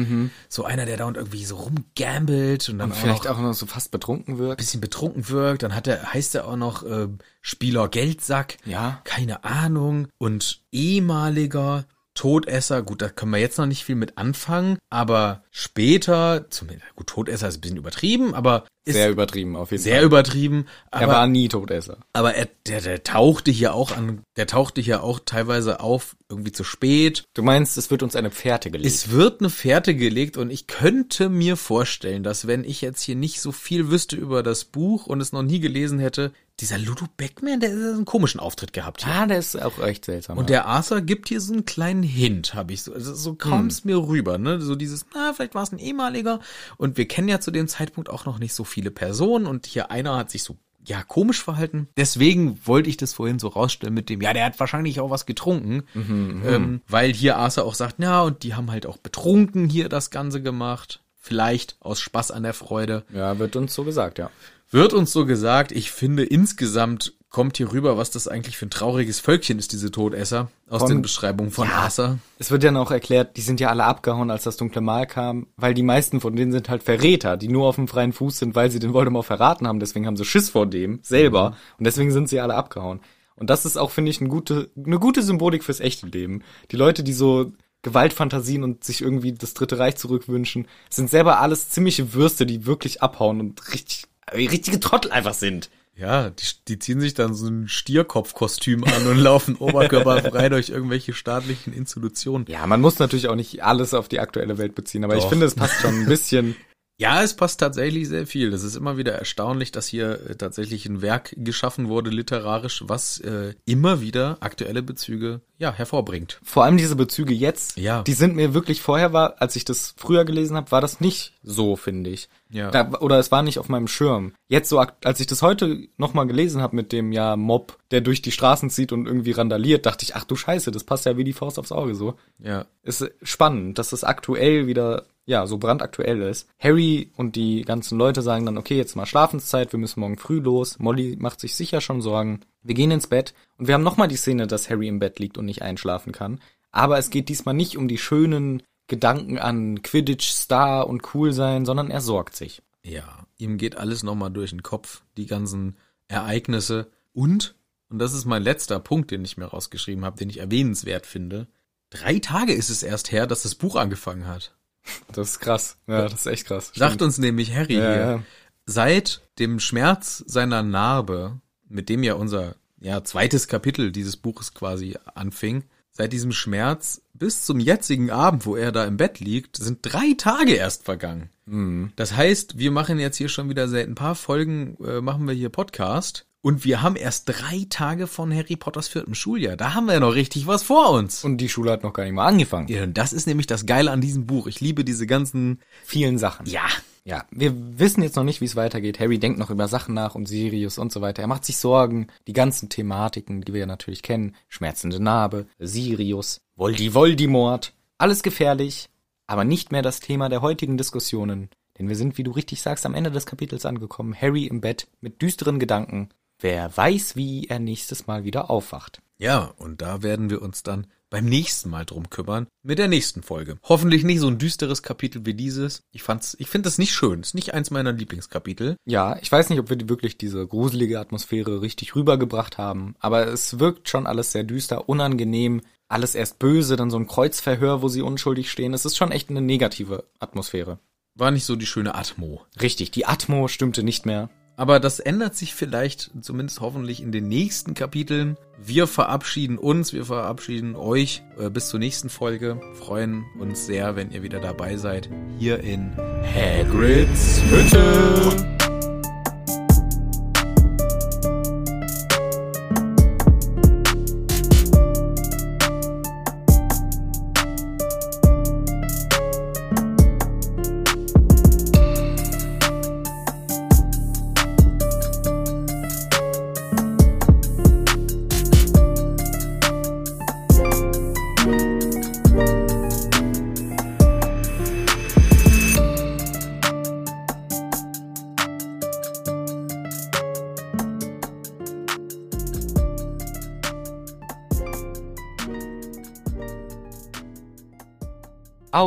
Speaker 2: So einer, der da und irgendwie so rumgambelt und dann auch noch
Speaker 1: Mhm. Vielleicht auch noch so fast betrunken wirkt.
Speaker 2: bisschen betrunken wirkt, dann hat er, heißt er auch noch äh, Spieler Geldsack.
Speaker 1: Ja.
Speaker 2: Keine Ahnung. Und ehemaliger Todesser, gut, da können wir jetzt noch nicht viel mit anfangen, aber später, zumindest, gut, Todesser ist ein bisschen übertrieben, aber ist
Speaker 1: Sehr
Speaker 2: sehr,
Speaker 1: übertrieben, auf jeden Fall.
Speaker 2: übertrieben. Aber
Speaker 1: Er war nie Todesser.
Speaker 2: aber er, der, der tauchte hier auch an, der tauchte hier auch teilweise auf, irgendwie zu spät.
Speaker 1: Du meinst, es wird uns eine Pferde gelegt.
Speaker 2: Es wird eine Fährte gelegt und ich könnte mir vorstellen, dass wenn ich jetzt hier nicht so viel wüsste über das Buch und es noch nie gelesen hätte, dieser Ludo Beckman, der hat einen komischen Auftritt gehabt hier.
Speaker 1: ah, der ist auch echt seltsam.
Speaker 2: Und der Arthur gibt hier so einen kleinen Hint, habe ich so. Also so kam es mir rüber, ne? So dieses, na, vielleicht war es ein ehemaliger. Und wir kennen ja zu dem Zeitpunkt auch noch nicht so viele Personen und hier einer hat sich so ja komisch verhalten. Deswegen wollte ich das vorhin so rausstellen mit dem, ja, der hat wahrscheinlich auch was getrunken, ähm, weil hier Arthur auch sagt, na, und die haben halt auch betrunken hier das Ganze gemacht. Vielleicht aus Spaß an der Freude.
Speaker 1: ja, wird uns so gesagt, ja.
Speaker 2: Wird uns so gesagt, ich finde insgesamt kommt hier rüber, was das eigentlich für ein trauriges Völkchen ist, diese Todesser, aus
Speaker 1: Von-
Speaker 2: den Beschreibungen von Arthur.
Speaker 1: Es wird dann auch erklärt, die sind ja alle abgehauen, als das dunkle Mal kam, weil die meisten von denen sind halt Verräter, die nur auf dem freien Fuß sind, weil sie den Voldemort verraten haben. Deswegen haben sie Schiss vor dem selber und deswegen sind sie alle abgehauen. Und das ist auch, finde ich, eine gute, eine gute Symbolik fürs echte Leben. Die Leute, die so Gewaltfantasien und sich irgendwie das Dritte Reich zurückwünschen, sind selber alles ziemliche Würste, die wirklich abhauen und richtig, richtige Trottel einfach sind.
Speaker 2: Ja, die, die ziehen sich dann so ein Stierkopfkostüm an und laufen oberkörperfrei durch irgendwelche staatlichen Institutionen.
Speaker 1: Ja, man muss natürlich auch nicht alles auf die aktuelle Welt beziehen, aber ich
Speaker 2: Doch.
Speaker 1: finde, es passt schon ein bisschen.
Speaker 2: Ja, es passt tatsächlich sehr viel. Das ist immer wieder erstaunlich, dass hier äh, tatsächlich ein Werk geschaffen wurde, literarisch, was äh, immer wieder aktuelle Bezüge ja hervorbringt.
Speaker 1: Vor allem diese Bezüge jetzt,
Speaker 2: Ja.
Speaker 1: die sind mir wirklich vorher war, als ich das früher gelesen habe, war das nicht so, finde ich.
Speaker 2: Ja.
Speaker 1: Da, oder es war nicht auf meinem Schirm. Jetzt so, ak- als ich das heute nochmal gelesen habe mit dem ja Mob, der durch die Straßen zieht und irgendwie randaliert, dachte ich, ach du Scheiße, das passt ja wie die Faust aufs Auge so.
Speaker 2: Ja.
Speaker 1: ist spannend, dass es aktuell wieder, ja, so brandaktuell ist. Harry und die ganzen Leute sagen dann, okay, jetzt mal Schlafenszeit, wir müssen morgen früh los. Molly macht sich sicher schon Sorgen. Wir gehen ins Bett und wir haben nochmal die Szene, dass Harry im Bett liegt und nicht einschlafen kann. Aber es geht diesmal nicht um die schönen Gedanken an Quidditch, Star und cool sein, sondern er sorgt sich.
Speaker 2: Ja, ihm geht alles nochmal durch den Kopf, die ganzen Ereignisse. Und, und das ist mein letzter Punkt, den ich mir rausgeschrieben habe, den ich erwähnenswert finde. Drei Tage ist es erst her, dass das Buch angefangen hat.
Speaker 1: Das ist krass. Ja, das ist echt krass.
Speaker 2: Sagt uns nämlich Harry
Speaker 1: Ja,
Speaker 2: hier.
Speaker 1: ja.
Speaker 2: Seit dem Schmerz seiner Narbe, mit dem ja unser ja, zweites Kapitel dieses Buches quasi anfing, seit diesem Schmerz bis zum jetzigen Abend, wo er da im Bett liegt, sind drei Tage erst vergangen.
Speaker 1: Mhm.
Speaker 2: Das heißt, wir machen jetzt hier schon wieder seit ein paar Folgen, äh, machen wir hier Podcast. Und wir haben erst drei Tage von Harry Potters viertem Schuljahr. Da haben wir ja noch richtig was vor uns.
Speaker 1: Und die Schule hat noch gar nicht mal angefangen.
Speaker 2: Ja, und das ist nämlich das Geile an diesem Buch. Ich liebe diese ganzen,
Speaker 1: Vielen Sachen.
Speaker 2: ja,
Speaker 1: Ja, wir wissen jetzt noch nicht, wie es weitergeht. Harry denkt noch über Sachen nach und Sirius und so weiter. Er macht sich Sorgen. Die ganzen Thematiken, die wir ja natürlich kennen. Schmerzende Narbe, Sirius, Voldi Voldemort. Alles gefährlich, aber nicht mehr das Thema der heutigen Diskussionen. Denn wir sind, wie du richtig sagst, am Ende des Kapitels angekommen. Harry im Bett mit düsteren Gedanken. Wer weiß, wie er nächstes Mal wieder aufwacht.
Speaker 2: Ja, und da werden wir uns dann beim nächsten Mal drum kümmern mit der nächsten Folge. Hoffentlich nicht so ein düsteres Kapitel wie dieses. Ich fand's, ich finde es nicht schön. Ist nicht eins meiner Lieblingskapitel.
Speaker 1: Ja, ich weiß nicht, ob wir die- wirklich diese gruselige Atmosphäre richtig rübergebracht haben, aber es wirkt schon alles sehr düster, unangenehm, alles erst böse, dann so ein Kreuzverhör, wo sie unschuldig stehen. Es ist schon echt eine negative Atmosphäre.
Speaker 2: War nicht so die schöne Atmo.
Speaker 1: Richtig, die Atmo stimmte nicht mehr.
Speaker 2: Aber das ändert sich vielleicht, zumindest hoffentlich in den nächsten Kapiteln. Wir verabschieden uns, wir verabschieden euch äh, bis zur nächsten Folge. Freuen uns sehr, wenn ihr wieder dabei seid. Hier in Hagrid's Hütte.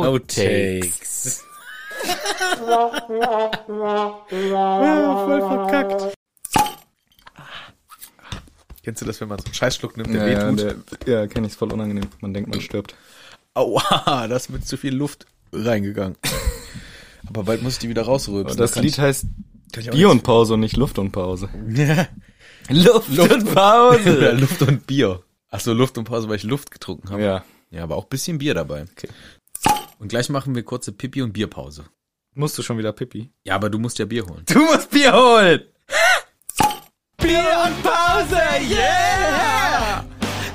Speaker 2: Outtakes. voll verkackt. Kennst du das, wenn man so einen Scheißschluck nimmt, der wehtut?
Speaker 1: äh, ja kenne ich voll unangenehm. Man denkt, man stirbt.
Speaker 2: Aua, da ist mit zu viel Luft reingegangen. Aber bald muss ich die wieder rausrübsen.
Speaker 1: Das
Speaker 2: kann
Speaker 1: Lied
Speaker 2: ich-
Speaker 1: heißt
Speaker 2: kann ich auch
Speaker 1: Bier und Pause und nicht Luft und Pause.
Speaker 2: nicht-
Speaker 1: Luft, und
Speaker 2: Oder
Speaker 1: Pause!
Speaker 2: Luft und Bier. Ach so, Luft und Pause, weil ich Luft getrunken habe.
Speaker 1: ja.
Speaker 2: ja, aber auch ein bisschen Bier dabei. Okay. Und gleich machen wir kurze Pipi- und Bierpause.
Speaker 1: Musst du schon wieder Pipi?
Speaker 2: Ja, aber du musst ja Bier holen.
Speaker 1: Du musst Bier holen! Bier und Pause, yeah!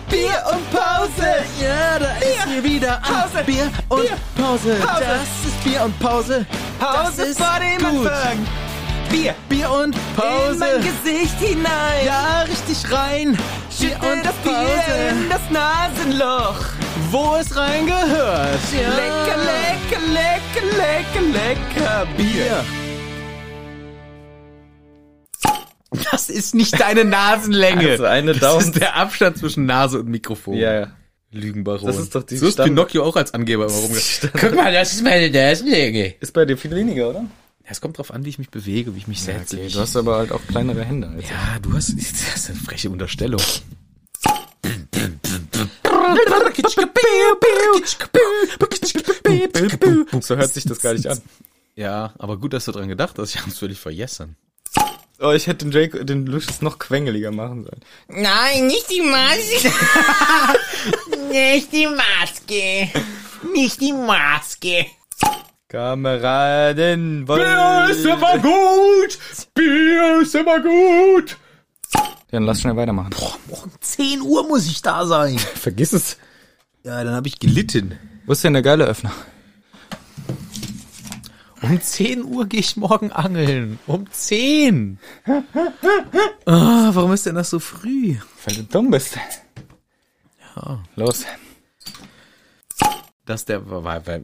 Speaker 1: Bier und Pause,
Speaker 6: Ja, da ist hier wieder Pause, Bier und Pause. Das ist Bier und Pause.
Speaker 1: Pause
Speaker 6: das ist
Speaker 1: vor dem
Speaker 6: gut.
Speaker 1: Anfang. Bier
Speaker 6: Bier und
Speaker 1: in mein
Speaker 6: Pause.
Speaker 1: Gesicht hinein.
Speaker 6: Ja, richtig rein. Bier
Speaker 1: Schütte
Speaker 6: und
Speaker 1: das Bier
Speaker 6: Pause.
Speaker 1: in das Nasenloch.
Speaker 6: Wo es reingehört. Ja.
Speaker 1: Lecker, lecker, lecker, lecker, lecker Bier.
Speaker 2: Das ist nicht deine Nasenlänge.
Speaker 1: Also eine
Speaker 2: das
Speaker 1: Daumen-
Speaker 2: ist der Abstand zwischen Nase und Mikrofon.
Speaker 1: ja.
Speaker 2: Lügenbaron.
Speaker 1: Das ist doch die
Speaker 2: so ist
Speaker 1: Stand-
Speaker 2: Pinocchio auch als Angeber immer rumgegangen. Guck mal, das ist meine Nasenlänge.
Speaker 1: Ist bei dir viel weniger, oder?
Speaker 2: Es kommt drauf an, wie ich mich bewege, wie ich mich setze.
Speaker 1: Du hast aber halt auch kleinere Hände. Als
Speaker 2: ja, du hast, das ist eine freche Unterstellung.
Speaker 1: So hört sich das gar nicht an.
Speaker 2: Ja, aber gut, dass du dran gedacht hast. Ich hab's völlig vergessen.
Speaker 1: Oh, ich hätte den Jake, den Lucius noch quengeliger machen sollen.
Speaker 5: Nein, nicht die Maske. nicht die Maske. Nicht die Maske.
Speaker 1: Kameraden, Bier ist
Speaker 2: immer gut! Bier ist immer gut!
Speaker 1: Dann lass schnell weitermachen.
Speaker 2: 10 Uhr muss ich da sein.
Speaker 1: vergiss es.
Speaker 2: Ja, dann habe ich gelitten.
Speaker 1: Wo ist denn der geile Öffner?
Speaker 2: Um 10 Uhr gehe ich morgen angeln. Um 10. Ah, warum ist denn das so früh?
Speaker 1: Weil du dumm bist. Ja. Los.
Speaker 2: Das der war, war, war